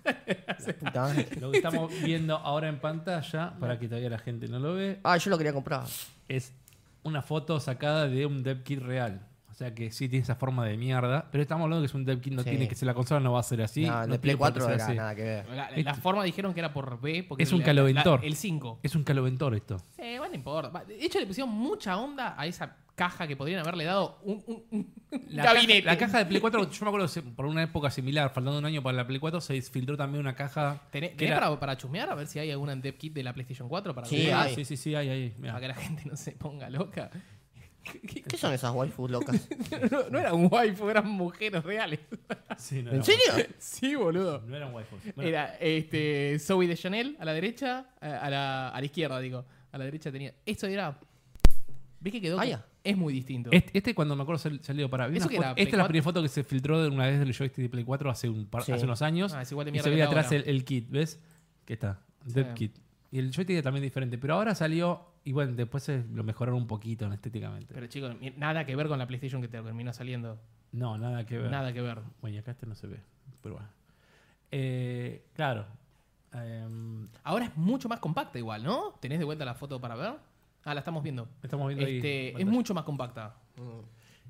Speaker 4: La puta madre.
Speaker 2: Lo que
Speaker 4: *laughs*
Speaker 2: estamos viendo ahora en pantalla, para que todavía la gente no lo ve,
Speaker 4: Ah, yo lo quería comprar.
Speaker 2: es una foto sacada de un dev kit real. O sea que sí tiene esa forma de mierda. Pero estamos hablando que es un dev kit, no
Speaker 4: Sí.
Speaker 2: tiene que ser la consola, no va a ser así.
Speaker 4: no, el
Speaker 2: no
Speaker 4: de Play
Speaker 2: tiene por qué
Speaker 4: 4
Speaker 2: ser
Speaker 4: era
Speaker 2: así.
Speaker 4: nada que ver.
Speaker 1: La, la
Speaker 2: Este-
Speaker 1: forma dijeron que era por B. Porque
Speaker 2: Es un
Speaker 1: la-
Speaker 2: caloventor.
Speaker 1: la- El 5.
Speaker 2: Es un caloventor esto.
Speaker 1: Sí, bueno, no importa. Va, De hecho, le pusieron mucha onda a esa caja que podrían haberle dado un, un- un
Speaker 2: La
Speaker 1: gabinete.
Speaker 2: Caja, la caja de Play 4, yo me acuerdo se- por una época similar, faltando un año para la Play 4, se filtró también una caja.
Speaker 1: ¿Tené-
Speaker 2: que
Speaker 1: tenés
Speaker 2: era-
Speaker 1: para, para chusmear a ver si hay alguna en dev kit de la PlayStation 4 para
Speaker 4: Sí,
Speaker 2: Sí, ah,
Speaker 1: jugar?
Speaker 4: hay.
Speaker 2: sí, sí, sí, hay ahí. mirá.
Speaker 1: para que la gente no se ponga loca. *laughs*
Speaker 4: ¿Qué son esas waifus locas?
Speaker 1: No, no eran waifu, eran mujeres
Speaker 2: *laughs*
Speaker 1: reales.
Speaker 2: Sí, no
Speaker 4: ¿En
Speaker 2: era-
Speaker 4: serio?
Speaker 1: Sí, boludo.
Speaker 2: No eran waifus. Bueno,
Speaker 1: Era este Zoe de Chanel a la derecha, a a la, a la izquierda, digo. A la derecha tenía. Esto era. ¿Ves que quedó?
Speaker 4: Ah,
Speaker 1: que
Speaker 4: ya.
Speaker 1: Es muy distinto.
Speaker 2: Este, este cuando me acuerdo sal- salió para. vi
Speaker 1: ¿Eso
Speaker 2: una
Speaker 1: qué era,
Speaker 2: foto- Esta
Speaker 1: Play
Speaker 2: es la
Speaker 1: 4?
Speaker 2: primera foto que se filtró de una vez del joystick de Play 4 hace, un par-
Speaker 4: Sí.
Speaker 2: hace unos años.
Speaker 1: Ah, es igual de
Speaker 2: y
Speaker 1: mierda
Speaker 2: se
Speaker 1: que
Speaker 2: veía
Speaker 1: la
Speaker 2: atrás
Speaker 1: otra.
Speaker 2: el, el kit, ¿ves? Que está. Dev
Speaker 1: Sí.
Speaker 2: kit. Y el joystick también diferente. Pero ahora salió. Y bueno, después se lo mejoraron un poquito estéticamente.
Speaker 1: Pero chicos, mi- nada que ver con la PlayStation que terminó saliendo.
Speaker 2: no, nada que ver.
Speaker 1: Nada que ver.
Speaker 2: Bueno, y acá este no se ve. Pero bueno. Eh, claro. Em,
Speaker 1: Ahora es mucho más compacta igual, ¿no? ¿Tenés de vuelta la foto para ver? Ah, la estamos viendo.
Speaker 2: estamos viendo ahí
Speaker 1: Este, es
Speaker 2: pantalla.
Speaker 1: mucho más compacta.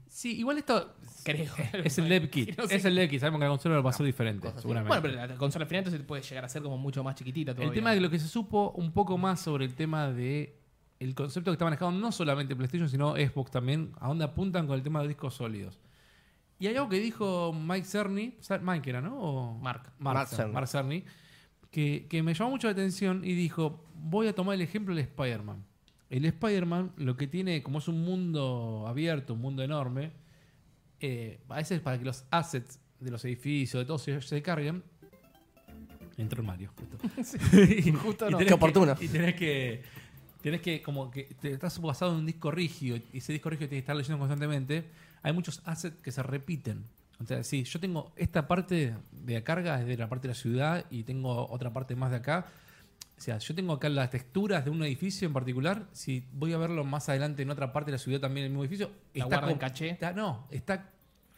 Speaker 2: Sí, igual
Speaker 1: *laughs*
Speaker 2: esto.
Speaker 1: Creo.
Speaker 2: Es el Dev Kit.
Speaker 1: No sé Ah,
Speaker 2: Es el Dev Kit. Sabemos que la consola va a ser diferente, *laughs* seguramente.
Speaker 1: Bueno, pero la consola final entonces puede llegar a ser como mucho más chiquitita todavía.
Speaker 2: El tema de lo que se supo un poco más sobre el tema de el concepto que está manejado no solamente PlayStation, sino Xbox también, a dónde apuntan con el tema de discos sólidos. Y hay algo que dijo Mike Cerny, Cer- Mike era, ¿no? O-
Speaker 1: Mark.
Speaker 4: Mark
Speaker 2: Cerny.
Speaker 4: Cerny.
Speaker 2: Mark Cerny, que, que me llamó mucho la atención y dijo, voy a tomar el ejemplo del Spider-Man. El Spider-Man lo que tiene, como es un mundo abierto, un mundo enorme, eh, a veces para que los assets de los edificios, de todo, se, se carguen, entró el Mario. Justo. *laughs* y,
Speaker 1: Justo no.
Speaker 2: tenés
Speaker 4: Qué oportuno.
Speaker 2: que- y tenés que. Tenés que, como que te estás basado en un disco rígido y ese disco rígido tienes que estar leyendo constantemente. Hay muchos assets que se repiten. O sea, si yo tengo esta parte de la carga, es de la parte de la ciudad, y tengo otra parte más de acá. O sea, yo tengo acá las texturas de un edificio en particular. Si voy a verlo más adelante en otra parte de la ciudad también, en el mismo edificio,
Speaker 1: La guarda
Speaker 2: co-
Speaker 1: en caché.
Speaker 2: está- no, está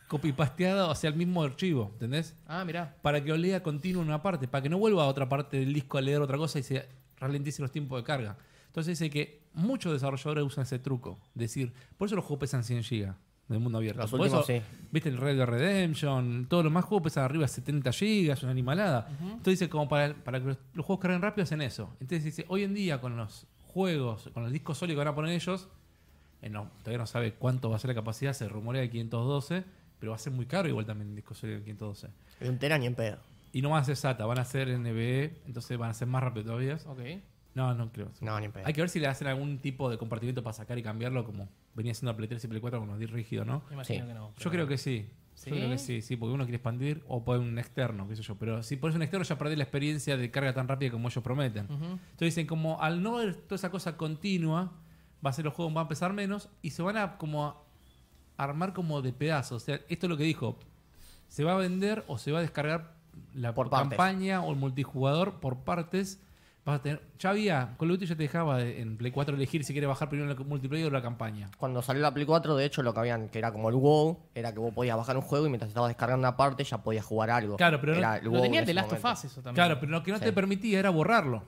Speaker 2: copypasteado hacia el mismo archivo, ¿entendés?
Speaker 1: Ah, mirá.
Speaker 2: para que olea continuo una parte, para que no vuelva a otra parte del disco a leer otra cosa y se ralentice los tiempos de carga. Entonces dice que muchos desarrolladores usan ese truco. Decir, por eso los juegos pesan 100 GB. del mundo abierto.
Speaker 4: Los
Speaker 2: Por
Speaker 4: últimos,
Speaker 2: eso, Viste el Red Dead Redemption, todos los más juegos pesan arriba de 70 gigas, una animalada. Entonces dice, como para, para que los, los juegos carguen rápido hacen eso. Entonces dice, hoy en día con los juegos, con los discos sólidos que van a poner ellos, eh, no, todavía no sabe cuánto va a ser la capacidad, se rumorea de 512, pero va a ser muy caro igual también el disco sólido de 512.
Speaker 4: De un tera ni en pedo.
Speaker 2: Y no van a ser SATA, van a ser NVE, entonces van a ser más rápido todavía.
Speaker 1: Ok.
Speaker 2: No, no creo.
Speaker 4: No, ni en pedo.
Speaker 2: Hay que ver si le hacen algún tipo de compartimiento para sacar y cambiarlo, como venía siendo la Play 3 y Play 4 con los disc rígidos, ¿no?
Speaker 1: Me imagino
Speaker 4: Sí.
Speaker 1: que no.
Speaker 2: Yo creo que sí.
Speaker 1: ¿Sí?
Speaker 2: Yo creo que sí, sí, porque uno quiere expandir o poner un externo, qué sé yo. Pero si pones un externo ya perdés la experiencia de carga tan rápida como ellos prometen. Entonces dicen, como al no ver toda esa cosa continua, va a ser los juegos van a pesar menos y se van a como a armar como de pedazos. O sea, esto es lo que dijo. Se va a vender o se va a descargar la
Speaker 4: Por partes.
Speaker 2: campaña o el multijugador por partes. Vas a tener, ya había, Call of Duty ya te dejaba de- en Play 4 elegir si quieres bajar primero el multiplayer o la campaña.
Speaker 4: Cuando salió la Play 4, de hecho, lo que habían, que era como el WoW, era que vos podías bajar un juego y mientras estabas descargando una parte ya podías jugar algo.
Speaker 2: Claro, pero no-
Speaker 4: Era el
Speaker 1: Lo
Speaker 4: WoW
Speaker 1: tenía
Speaker 4: en
Speaker 1: el de
Speaker 4: ese
Speaker 1: Last of
Speaker 4: momento.
Speaker 1: Us eso también.
Speaker 2: Claro, pero lo que no te
Speaker 4: Sí.
Speaker 2: permitía era borrarlo.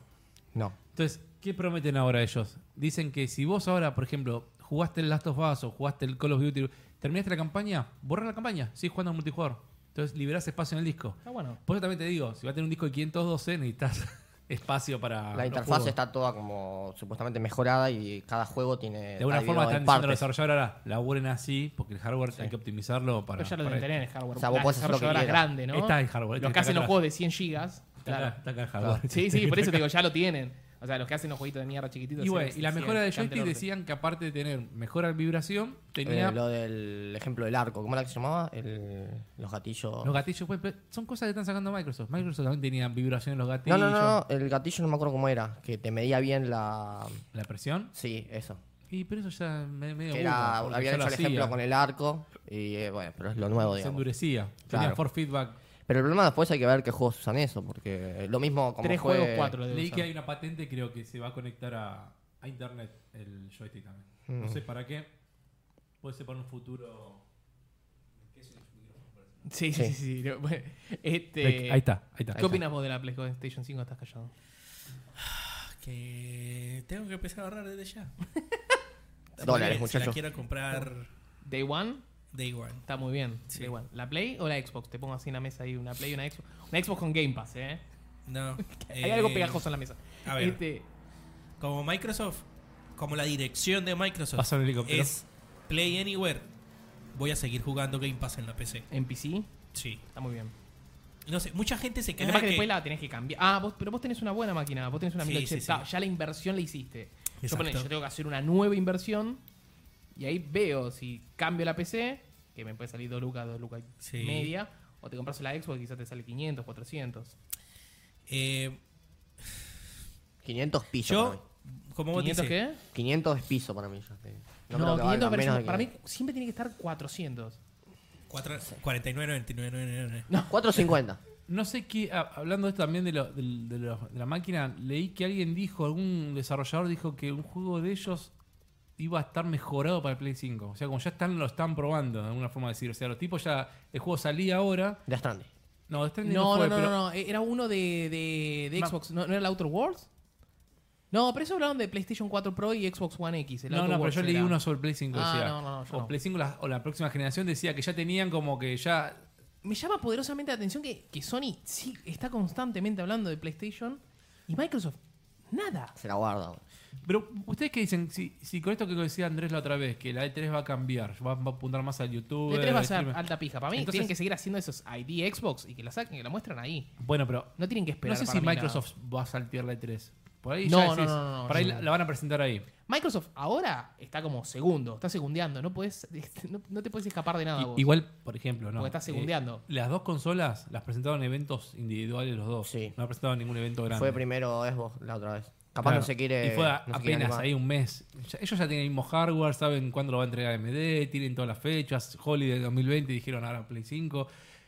Speaker 4: No.
Speaker 2: Entonces, ¿qué prometen ahora ellos? Dicen que si vos ahora, por ejemplo, jugaste el Last of Us o jugaste el Call of Duty, terminaste la campaña, borra la campaña, sigues jugando al multijugador. Entonces liberás espacio en el disco.
Speaker 1: Ah, bueno.
Speaker 2: Por eso también te digo, si va a tener un disco de 512, necesitas *laughs* espacio para.
Speaker 4: La
Speaker 2: los
Speaker 4: interfaz
Speaker 2: juegos.
Speaker 4: está toda como supuestamente mejorada y cada juego tiene.
Speaker 2: De alguna
Speaker 4: está
Speaker 2: forma
Speaker 4: dividido
Speaker 2: están
Speaker 4: en
Speaker 2: diciendo a los
Speaker 4: partes.
Speaker 2: desarrolladores ahora, laburen así, porque el hardware hay que optimizarlo para.
Speaker 1: Pero ya lo
Speaker 2: para
Speaker 1: deben
Speaker 2: esto.
Speaker 1: tener en el hardware.
Speaker 4: O sea, vos podés hacer lo que
Speaker 1: desarrolladoras
Speaker 4: quieras.
Speaker 1: grandes, ¿no?
Speaker 2: Está el hardware,
Speaker 1: Los
Speaker 2: está
Speaker 1: que hacen
Speaker 2: acá
Speaker 1: los
Speaker 2: atrás.
Speaker 1: juegos de 100 gigas.
Speaker 2: Está acá,
Speaker 1: Claro.
Speaker 2: está acá el hardware.
Speaker 1: Sí, sí, por eso te digo, ya lo tienen. O sea, los que hacen los jueguitos de mierda chiquititos.
Speaker 2: Y
Speaker 1: sí,
Speaker 2: bueno,
Speaker 1: sí,
Speaker 2: y la
Speaker 1: sí,
Speaker 2: mejora de
Speaker 1: cante
Speaker 2: joystick
Speaker 1: norte.
Speaker 2: decían que aparte de tener mejora vibración, tenía.
Speaker 4: Eh, lo del ejemplo del arco, ¿cómo era que se llamaba? El- los gatillos.
Speaker 2: Los gatillos pues, pe- son cosas que están sacando Microsoft. Microsoft también tenía vibración en los
Speaker 4: no,
Speaker 2: gatillos.
Speaker 4: no, no, no, el gatillo no me acuerdo cómo era, que te medía bien la.
Speaker 2: La presión.
Speaker 4: Sí, eso.
Speaker 2: Y pero eso ya me medio aburre,
Speaker 4: Que era,
Speaker 2: porque
Speaker 4: habían
Speaker 2: ya lo
Speaker 4: hecho el ejemplo
Speaker 2: hacía.
Speaker 4: con el arco, y eh, bueno, pero es lo nuevo,
Speaker 2: Se
Speaker 4: digamos.
Speaker 2: endurecía. Tenía
Speaker 4: Claro.
Speaker 2: for feedback.
Speaker 4: Pero el problema después hay que ver qué juegos usan eso, porque lo mismo como.
Speaker 1: Tres
Speaker 4: fue-
Speaker 1: juegos, cuatro. debe
Speaker 2: Leí
Speaker 1: usar.
Speaker 2: que hay una patente, creo que se va a conectar a, a internet el joystick también. No sé para qué. Puede ser para un futuro.
Speaker 1: Sí, sí, sí. sí. No, *laughs* bueno, este,
Speaker 2: Ahí está, ahí está.
Speaker 1: ¿Qué opinas vos de la PlayStation 5? Estás callado.
Speaker 3: Ah, Que tengo que empezar a ahorrar desde ya.
Speaker 4: Dólares,
Speaker 3: Si
Speaker 4: muchacho.
Speaker 3: la quiero comprar
Speaker 1: Day One
Speaker 3: Day One.
Speaker 1: está muy bien.
Speaker 3: Sí.
Speaker 1: Day One. ¿La Play o la Xbox? Te pongo así en la mesa ahí, una Play y una Xbox. Una Xbox con Game Pass, ¿eh?
Speaker 3: No.
Speaker 1: Hay
Speaker 3: eh,
Speaker 1: algo pegajoso en la mesa.
Speaker 3: a ver.
Speaker 1: Este,
Speaker 3: Como Microsoft, como la dirección de Microsoft
Speaker 2: Pasa el helicóptero.
Speaker 3: es Play Anywhere, voy a seguir jugando Game Pass en la PC.
Speaker 1: en PC
Speaker 3: Sí.
Speaker 1: está muy bien.
Speaker 3: No sé, mucha gente se
Speaker 1: Lo que
Speaker 3: queja
Speaker 1: pasa es que
Speaker 3: que...
Speaker 1: después la tenés que cambiar. Ah, vos, pero vos tenés una buena máquina. Vos tenés una
Speaker 3: Sí,
Speaker 1: 1080.
Speaker 3: sí, sí.
Speaker 1: Ah, Ya la inversión la hiciste. Yo,
Speaker 3: Exacto.
Speaker 1: ponele, yo tengo que hacer una nueva inversión. Y ahí veo si cambio la PC, que me puede salir 2 lucas, 2 lucas y
Speaker 3: Sí.
Speaker 1: media. O te compras la Xbox y quizás te sale 500, 400.
Speaker 3: eh,
Speaker 4: 500 pisos. para mí.
Speaker 3: yo, como vos
Speaker 1: ¿500
Speaker 3: dices,
Speaker 1: qué?
Speaker 4: 500 es piso para mí. ya te- No, creo que
Speaker 1: 500
Speaker 4: valga menos de
Speaker 1: para
Speaker 4: 500.
Speaker 1: mí siempre tiene que estar 400.
Speaker 3: cuatro- 49, 99, 99.
Speaker 4: 450.
Speaker 2: No sé qué, ah, hablando de esto también de, lo- del- de lo- de la máquina, leí que alguien dijo, algún desarrollador dijo que un juego de ellos iba a estar mejorado para el Play 5. O sea, como ya están, lo están probando, de alguna forma de decir. O sea, los tipos ya, el juego salía ahora.
Speaker 4: De Stranding.
Speaker 2: No, este no,
Speaker 1: No, no,
Speaker 2: fue,
Speaker 1: no,
Speaker 2: pero
Speaker 1: no, no, Era uno de, de, de
Speaker 2: Ma-
Speaker 1: Xbox. ¿No, no era el Outer Worlds? No, pero eso hablaron de PlayStation 4 Pro y Xbox One X. El
Speaker 2: No,
Speaker 1: Outer
Speaker 2: no, pero
Speaker 1: Worlds
Speaker 2: yo leí
Speaker 1: era-
Speaker 2: uno sobre el Play 5.
Speaker 1: Ah,
Speaker 2: decía,
Speaker 1: no, no, no, yo
Speaker 2: o
Speaker 1: no.
Speaker 2: Play 5 la- o la próxima generación decía que ya tenían como que ya...
Speaker 1: Me llama poderosamente la atención que, que Sony sí está constantemente hablando de PlayStation y Microsoft nada.
Speaker 4: Se la guarda.
Speaker 2: Pero, ¿ustedes qué dicen? Si, si con esto que decía Andrés la otra vez, que la E3 va a cambiar, va, va a apuntar más al YouTube.
Speaker 1: Le 3 E va a
Speaker 2: al
Speaker 1: ser
Speaker 2: streaming.
Speaker 1: alta pija. Para mí
Speaker 2: Entonces-
Speaker 1: tienen que seguir haciendo esos ID Xbox y que la saquen, que la muestren ahí.
Speaker 2: Bueno, pero
Speaker 1: No tienen que esperar.
Speaker 2: No sé
Speaker 1: para mí
Speaker 2: si Microsoft va a saltear la E3. Por ahí
Speaker 1: No,
Speaker 2: ya
Speaker 1: no,
Speaker 2: decís,
Speaker 1: no, no, no,
Speaker 2: por ahí
Speaker 1: no.
Speaker 2: la, la van a presentar ahí.
Speaker 1: nada. Microsoft ahora está como segundo, está segundeando. No, *laughs* podés, no, no te puedes escapar de nada.
Speaker 2: I-
Speaker 1: Ah, vos.
Speaker 2: igual, por ejemplo, ¿no?
Speaker 1: Porque está segundeando.
Speaker 2: Eh, las dos consolas las presentaron en eventos individuales los dos.
Speaker 4: Sí.
Speaker 2: No presentaron ningún evento grande.
Speaker 4: Fue primero Xbox la otra vez. Capaz
Speaker 2: Claro.
Speaker 4: no se quiere.
Speaker 2: Y fue a-
Speaker 4: no se quiere
Speaker 2: apenas
Speaker 4: animar.
Speaker 2: ahí un mes. Ya- ellos ya tienen el mismo hardware, saben cuándo lo va a entregar AMD, tienen todas las fechas. Holiday 2020 dijeron ahora Play 5.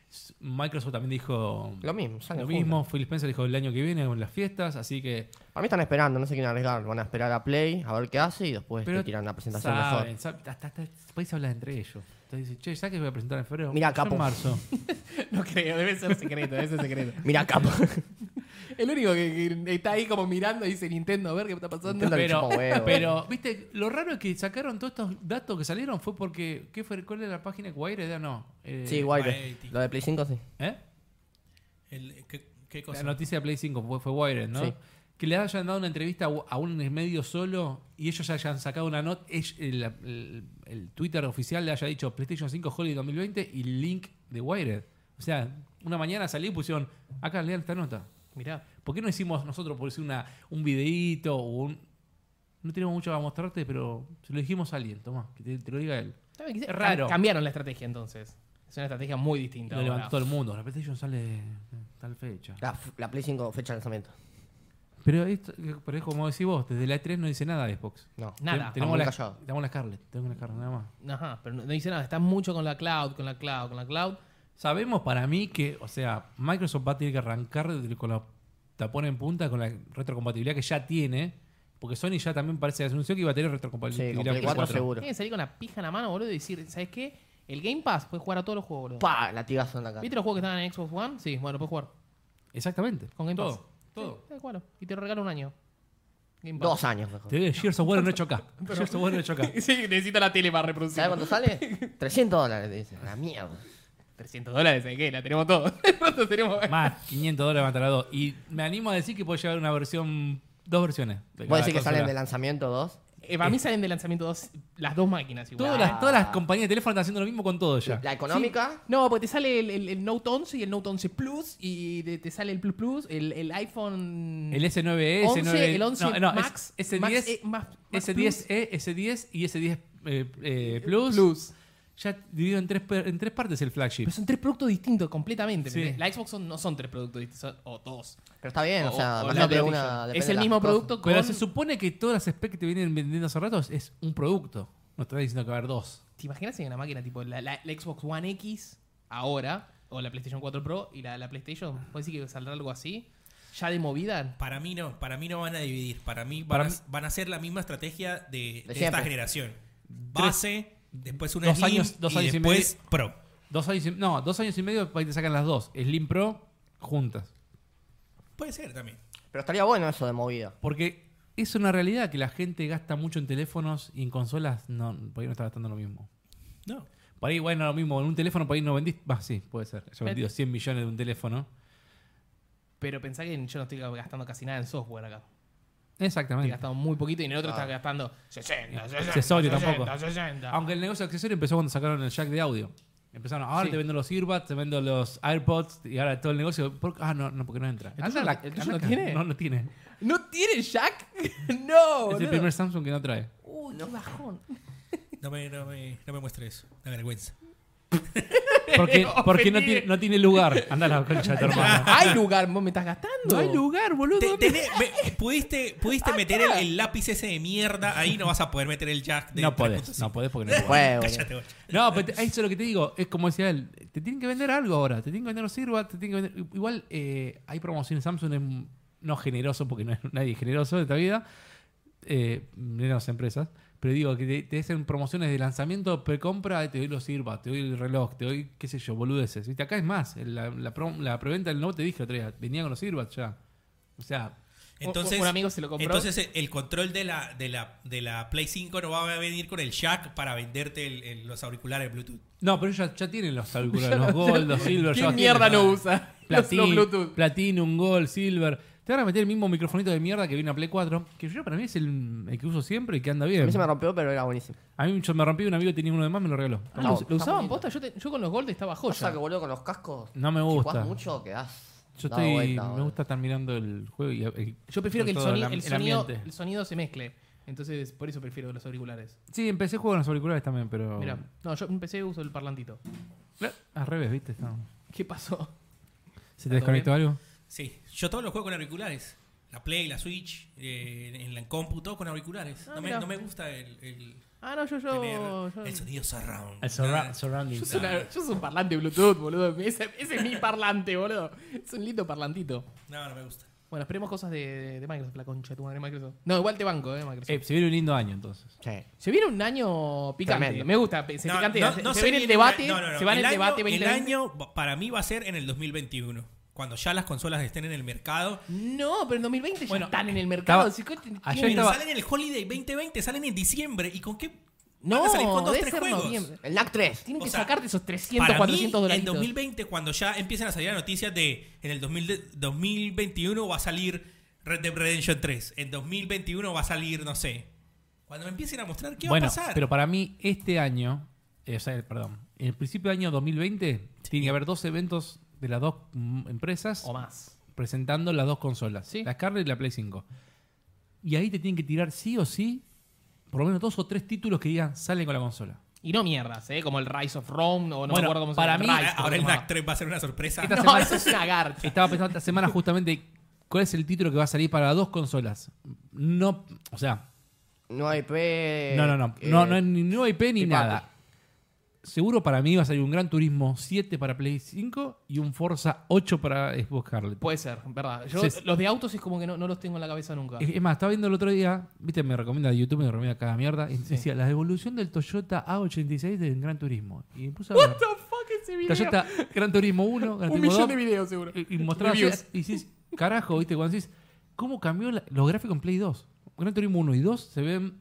Speaker 2: S- Microsoft también dijo
Speaker 4: Lo mismo, salen
Speaker 2: lo
Speaker 4: juntas.
Speaker 2: mismo. Phil Spencer dijo el año que viene con las fiestas, así que
Speaker 4: A mí están esperando, no se quieren arriesgar. Van a esperar a Play, a ver qué hace y después
Speaker 2: Pero
Speaker 4: te Este, tiran la presentación
Speaker 2: saben,
Speaker 4: mejor.
Speaker 2: saben, hasta, hasta después hablas entre ellos. Entonces dicen, che, ¿sabes que voy a presentar en febrero?
Speaker 4: Mira, *laughs*
Speaker 2: Yo en
Speaker 4: capo.
Speaker 2: marzo.
Speaker 4: *laughs*
Speaker 1: No creo, debe ser secreto, debe ser secreto.
Speaker 4: Mira, capo.
Speaker 1: El único que, que está ahí como mirando y dice Nintendo, a ver qué está pasando.
Speaker 4: Nintendo le
Speaker 2: Pero,
Speaker 4: chupa
Speaker 2: *laughs*
Speaker 4: huevo.
Speaker 2: pero, viste, lo raro es que sacaron todos estos datos que salieron fue porque. ¿qué fue, ¿Cuál era la página que Wire era? No. eh,
Speaker 4: Sí, guay. pero-
Speaker 3: Variety.
Speaker 4: Lo de Play 5, sí.
Speaker 2: ¿Eh?
Speaker 3: El- ¿qué, qué
Speaker 2: La
Speaker 3: cosa?
Speaker 2: noticia de Play 5 fue, fue Wired, ¿no?
Speaker 4: Sí.
Speaker 2: Que le hayan dado una entrevista a a un medio solo y ellos hayan sacado una nota. El, el- el Twitter oficial le haya dicho PlayStation 5 Holiday 2020 y link de Wired. O sea, una mañana salí y pusieron, acá lean esta nota.
Speaker 1: Mirá.
Speaker 2: ¿Por qué no hicimos nosotros por decir una, un videíto o un. No tenemos mucho para mostrarte, pero se lo dijimos a alguien, toma, que te, te lo diga él.
Speaker 1: ¿Saben qué?
Speaker 2: Es raro.
Speaker 1: Cam- Cambiaron la estrategia entonces. Es una estrategia muy distinta.
Speaker 2: Lo
Speaker 1: ahora.
Speaker 2: levantó todo el mundo. La PlayStation sale eh, tal fecha.
Speaker 4: La, la Play 5, fecha de lanzamiento.
Speaker 2: Pero, esto, pero es como decís vos, desde la E3 no dice nada de Xbox.
Speaker 4: No.
Speaker 1: Nada.
Speaker 2: Ten- Tenemos la,
Speaker 4: muy callado.
Speaker 2: tenemos la Scarlett, tenemos la Scarlett, nada más.
Speaker 1: Ajá, pero no, no dice nada. Está mucho con la cloud, con la cloud, con la cloud.
Speaker 2: Sabemos para mí que, o sea, Microsoft va a tener que arrancar del- con los tapones en punta con la retrocompatibilidad que ya tiene, porque Sony ya también parece que anunció que iba a tener
Speaker 4: Sí,
Speaker 2: retrocompatibilidad
Speaker 4: con Play
Speaker 2: con
Speaker 4: 4
Speaker 2: cuatro.
Speaker 4: seguro.
Speaker 1: Tiene que salir con la pija en la mano, boludo, y decir, ¿sabes qué? El Game Pass puede jugar a todos los juegos, boludo.
Speaker 4: ¡Pah! Latigazo en la cara.
Speaker 1: ¿Viste los juegos que estaban en Xbox One? Sí, bueno, puedes jugar.
Speaker 2: Exactamente.
Speaker 1: Con Game
Speaker 2: todo,
Speaker 1: Pass.
Speaker 2: Todo.
Speaker 1: Tal cual. Y te regalo un año. Game Pass.
Speaker 4: Dos años mejor.
Speaker 2: Te digo, Gears of War no 8K. Gears of War no
Speaker 1: *laughs*
Speaker 2: 8K.
Speaker 1: Sí, necesita la tele para reproducir.
Speaker 4: ¿Sabes cuánto sale? 300 dólares, te dicen. La mierda.
Speaker 1: 300 dólares, ¿eh? ¿qué? La tenemos todos. *laughs* Nosotros tenemos...
Speaker 2: Más, 500 dólares matará dos. Y me animo a decir que puede llegar una versión, dos versiones. de
Speaker 4: ¿Vos
Speaker 2: cada
Speaker 4: decís que
Speaker 2: consola.
Speaker 4: salen de lanzamiento dos?
Speaker 1: Eh, para mí salen de lanzamiento dos, las dos máquinas igual.
Speaker 2: Todas las, todas las compañías de teléfono están haciendo lo mismo con todo ya.
Speaker 4: La económica.
Speaker 1: No, porque te sale el, el- el Note 11 y el Note 11 Plus y te, te sale el Plus Plus, el, el iPhone...
Speaker 2: El E, S9E,
Speaker 1: 11,
Speaker 2: S9,
Speaker 1: el 11
Speaker 2: no, no,
Speaker 1: Max,
Speaker 2: S- S10,
Speaker 1: Max, eh, más- Max
Speaker 2: S10E, S10 E, y S10 eh, eh, Plus.
Speaker 1: Plus.
Speaker 2: Ya dividido en tres, per- en tres partes el flagship.
Speaker 1: Pero son tres productos distintos completamente.
Speaker 2: Sí.
Speaker 1: ¿entendés? La Xbox son- no son tres productos distintos, son- o dos.
Speaker 4: Pero está bien, o sea,
Speaker 1: o
Speaker 4: más
Speaker 1: la
Speaker 4: de
Speaker 1: PlayStation.
Speaker 4: una. depende
Speaker 1: Es
Speaker 4: de
Speaker 1: el
Speaker 4: las
Speaker 1: mismo
Speaker 4: cosas.
Speaker 1: producto con...
Speaker 2: Pero se supone que todas las specs que te vienen vendiendo hace rato es, es un producto. No estás diciendo que va a haber dos.
Speaker 1: ¿Te imaginas si hay una máquina tipo la, la- la Xbox One X ahora, o la PlayStation 4 Pro y la, la PlayStation? ¿Puedes decir que saldrá algo así? ¿Ya de movida?
Speaker 3: Para mí no, para mí no van a dividir. Para mí van,
Speaker 2: Para
Speaker 3: a,
Speaker 2: mí-
Speaker 3: van a hacer la misma estrategia de, de esta
Speaker 4: siempre.
Speaker 3: generación. Base, después una
Speaker 2: dos
Speaker 3: Slim
Speaker 2: años- dos
Speaker 3: y
Speaker 2: años y
Speaker 3: después Pro.
Speaker 2: Dos años y, no, dos años y medio para que te sacan las dos. Slim Pro juntas.
Speaker 3: Puede ser también.
Speaker 4: Pero estaría bueno eso de movida.
Speaker 2: Porque es una realidad que la gente gasta mucho en teléfonos y en consolas no, por ahí no está gastando lo mismo.
Speaker 3: No.
Speaker 2: Por ahí, bueno, lo mismo. En un teléfono por ahí no vendiste. Va, sí, puede ser. Yo he vendido 100 millones de un teléfono.
Speaker 1: Pero pensá que yo no estoy gastando casi nada en software acá. Estoy
Speaker 2: Exactamente.
Speaker 1: gastando muy poquito y en el otro
Speaker 4: Ah.
Speaker 1: estás gastando 60, 60,
Speaker 2: Accesorio tampoco.
Speaker 1: 60.
Speaker 2: Aunque el negocio de accesorios empezó cuando sacaron el jack de audio. Empezaron, ahora
Speaker 1: Sí.
Speaker 2: te vendo los earbuds, te vendo los AirPods y ahora todo el negocio. ¿por qué? ah, no, no, porque no entra.
Speaker 1: ¿El tuyo
Speaker 2: Anda
Speaker 1: no- el tuyo
Speaker 2: anda
Speaker 1: no
Speaker 2: acá.
Speaker 1: tiene?
Speaker 2: No, no tiene.
Speaker 1: ¿No tiene jack? *laughs* no.
Speaker 2: es el
Speaker 1: boludo.
Speaker 2: primer Samsung que no trae.
Speaker 1: Uy, qué bajón.
Speaker 3: No me, no me, no me muestre eso. Da vergüenza.
Speaker 2: *laughs* Porque, porque no,
Speaker 1: Ofendido.
Speaker 2: tiene, no tiene lugar. Anda a la concha de tu hermano.
Speaker 1: Hay lugar, vos me estás gastando.
Speaker 2: lugar, boludo.
Speaker 3: Te- tené- ve- pudiste pudiste meter el, el lápiz ese de mierda. Ahí no vas a poder meter el jack de
Speaker 2: No podés,
Speaker 3: 3.5. *laughs*
Speaker 2: no podés porque no hay lugar.
Speaker 4: Fue,
Speaker 3: Cállate, bocha.
Speaker 2: No, pero te- eso es lo que te digo. Es como decía él, te tienen que vender algo ahora. Te tienen que vender los earbuds, te tienen que vender... Igual eh, hay promociones. Samsung es no generoso, porque no es nadie generoso de esta vida. Eh, menos empresas. Pero digo, que te, te hacen promociones de lanzamiento pre-compra, te doy los earbuds, te doy el reloj, te doy, qué sé yo, boludeces. ¿Viste? Acá es más. La, la, pro- la preventa del no te dije otra vez, venía con los earbuds ya. O sea,
Speaker 3: Entonces,
Speaker 1: Un amigo se lo compró.
Speaker 3: entonces eh, el- el control de la, de, la, de la Play 5 no va a venir con el jack para venderte el- el- los auriculares Bluetooth.
Speaker 2: no, pero ellos ya, ya
Speaker 1: *laughs*
Speaker 2: tienen los auriculares, los gold, los silver. ya
Speaker 1: ¿Qué
Speaker 2: los
Speaker 1: mierda
Speaker 2: tienen.
Speaker 1: no
Speaker 2: *laughs*
Speaker 1: usa? *laughs* Los- los
Speaker 2: Platin,
Speaker 1: Bluetooth.
Speaker 2: Platinum, Gold, Silver. Te van a meter el mismo microfonito de mierda que viene a Play 4, que yo para mí es el, el que uso siempre y que anda
Speaker 4: A
Speaker 2: bien.
Speaker 4: mí se me rompió, pero era buenísimo.
Speaker 2: A mí yo me rompí, un amigo tenía uno de más, me lo regaló.
Speaker 1: Ah,
Speaker 4: No,
Speaker 1: ¿Lo,
Speaker 4: está
Speaker 1: lo usaban posta?
Speaker 4: bonito.
Speaker 1: Yo, te- yo con los gold estaba
Speaker 4: O sea
Speaker 1: joya.
Speaker 4: que boludo con los cascos.
Speaker 2: No me
Speaker 4: Si
Speaker 2: gusta.
Speaker 4: jugás mucho, quedás.
Speaker 2: Yo
Speaker 4: dado
Speaker 2: estoy,
Speaker 4: vuelta,
Speaker 2: me
Speaker 4: boludo.
Speaker 2: gusta estar mirando el juego y, eh, y-
Speaker 1: Yo prefiero que el
Speaker 2: todo
Speaker 1: sonido,
Speaker 2: am-
Speaker 1: el, sonido,
Speaker 2: ambiente.
Speaker 1: el sonido se mezcle. Entonces, por eso prefiero los auriculares.
Speaker 2: Sí, empecé juego con los auriculares también,
Speaker 4: Oh.
Speaker 2: pero...
Speaker 1: Mirá, no, yo empecé y uso el parlantito.
Speaker 2: Claro, Al revés, ¿viste? No.
Speaker 1: ¿Qué pasó?
Speaker 2: ¿Se te desconectó algo?
Speaker 3: Sí, yo todos los juego con auriculares. La Play, la Switch, eh, en- en la compu, todo con auriculares.
Speaker 1: Ah,
Speaker 3: no, me,
Speaker 1: mira.
Speaker 3: no me gusta el, el
Speaker 1: Ah, no, yo,
Speaker 3: tener
Speaker 1: yo. yo-
Speaker 3: el sonido surround.
Speaker 2: El
Speaker 3: Ah,
Speaker 1: yo soy, una- yo soy un parlante Bluetooth, boludo. Ese, ese es mi parlante, boludo. Es un lindo parlantito.
Speaker 3: No, no me gusta.
Speaker 1: Bueno, esperemos cosas de, de Microsoft, la concha de tu madre Microsoft. No, igual te banco, eh, Microsoft.
Speaker 2: se viene un lindo año entonces.
Speaker 4: Sí.
Speaker 1: se viene un año picante.
Speaker 4: Tremendo.
Speaker 1: Me gusta. pe- Se,
Speaker 3: No,
Speaker 1: picante,
Speaker 3: no-
Speaker 1: se-
Speaker 3: no
Speaker 1: se
Speaker 3: sé
Speaker 1: viene el
Speaker 3: bien-
Speaker 1: debate.
Speaker 3: no, no, no.
Speaker 1: Se va en el,
Speaker 3: año-
Speaker 1: debate 2020.
Speaker 3: El año va- para mí va a ser en el 2021. cuando ya las consolas estén en el mercado.
Speaker 1: No, pero en 2020
Speaker 3: Bueno,
Speaker 1: ya están en el mercado.
Speaker 2: estaba-
Speaker 1: chico, te-
Speaker 2: ayer
Speaker 1: ¿quién-
Speaker 3: Pero
Speaker 2: estaba-
Speaker 3: salen en el Holiday 2020, salen en diciembre. ¿Y con qué? van
Speaker 1: No,
Speaker 3: a salir con dos,
Speaker 1: debe
Speaker 3: tres
Speaker 1: ser
Speaker 3: juegos.
Speaker 1: noviembre.
Speaker 4: El NAC 3.
Speaker 1: Tienen
Speaker 3: O
Speaker 1: que
Speaker 3: sea,
Speaker 1: sacarte esos 300,
Speaker 3: Para
Speaker 1: 400
Speaker 3: mí, en
Speaker 1: dólares.
Speaker 3: 2020, cuando ya empiezan a salir las noticias de en el 2000 de- 2021 va a salir Red Dead Redemption 3, en 2021 va a salir, no sé. Cuando me empiecen a mostrar qué
Speaker 2: bueno,
Speaker 3: va a pasar.
Speaker 2: pero para mí este año, eh, o sea, el- perdón, en el principio del año 2020 tiene que haber dos eventos de las dos mm, empresas
Speaker 1: O más.
Speaker 2: presentando las dos consolas,
Speaker 1: Sí.
Speaker 2: la Scarlett y la Play 5. Y ahí te tienen que tirar sí o sí por lo menos dos o tres títulos que digan salen con la consola.
Speaker 1: Y no mierdas, ¿eh? Como el Rise of Rome o no me
Speaker 2: Bueno,
Speaker 1: acuerdo cómo se
Speaker 2: para
Speaker 1: llama.
Speaker 2: mí-
Speaker 1: Rise, creo
Speaker 3: Ah, Ahora
Speaker 1: que
Speaker 3: el
Speaker 1: se
Speaker 3: NAC 3 va a ser una sorpresa.
Speaker 2: Esta
Speaker 1: llamaba. No,
Speaker 2: semana-
Speaker 1: eso es una garcha.
Speaker 2: *laughs* Estaba pensando esta
Speaker 1: *laughs*
Speaker 2: semana justamente cuál es el título que va a salir para las dos consolas. No, o sea,
Speaker 4: No hay P.
Speaker 2: no, no, no,
Speaker 4: eh,
Speaker 2: no, no, hay ni nueva IP ni
Speaker 4: Triple
Speaker 2: nada. Seguro para mí va a salir un Gran Turismo 7 para Play 5 y un Forza 8 para Xbox Scarlett.
Speaker 1: Puede ser, verdad. Yo,
Speaker 2: Sí.
Speaker 1: Los de autos es como que no, no los tengo en la cabeza nunca.
Speaker 2: Es es más, estaba viendo el otro día, viste, me recomienda YouTube, me recomienda cada mierda. Y decía, la evolución del Toyota A86 del Gran Turismo. Y me puse a ver.
Speaker 1: fuck ese
Speaker 2: Toyota Gran Turismo 1, Gran
Speaker 1: Un
Speaker 2: Turismo
Speaker 1: millón
Speaker 2: 2.
Speaker 1: de videos, seguro.
Speaker 2: Y, y mostraba así,
Speaker 1: Reviews.
Speaker 2: y decís, carajo, viste, cuando decís, ¿cómo cambió la- los gráficos en Play 2? Gran Turismo 1 y 2 se ven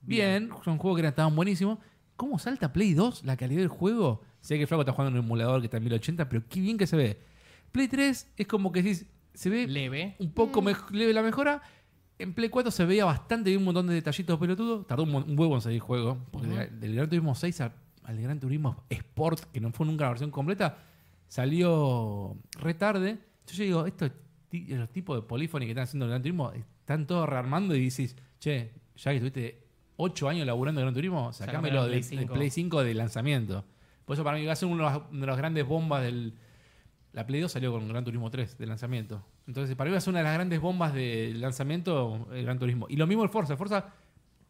Speaker 2: bien, son juegos que eran- estaban buenísimos. ¿Cómo salta Play 2 la calidad del juego? Sé que Flaco está jugando en un emulador que está en 1080, pero qué bien que se ve. Play 3 es como que decís, se ve
Speaker 1: Leve.
Speaker 2: un poco mej- leve la mejora. En Play 4 se veía bastante bien un montón de detallitos pelotudos. Tardó un, mon- un huevo en salir el juego. Porque de- del Gran Turismo 6 a- al Gran Turismo Sport, que no fue nunca la versión completa, salió retarde. Entonces yo digo, estos ti- los tipos de polífonos que están haciendo el Gran Turismo están todos rearmando y dices, che, ya que estuviste 8 años laburando en Gran Turismo,
Speaker 1: Sacámelo
Speaker 2: sacámelo
Speaker 1: del
Speaker 2: del
Speaker 1: Play
Speaker 2: del
Speaker 1: 5.
Speaker 2: Play 5 de lanzamiento. Por eso para mí va a ser uno de las- una de las grandes bombas del, la Play 2 salió con Gran Turismo 3 de lanzamiento. Entonces, para mí va a ser una de las grandes bombas de lanzamiento el Gran Turismo. Y lo mismo el Forza. El Forza,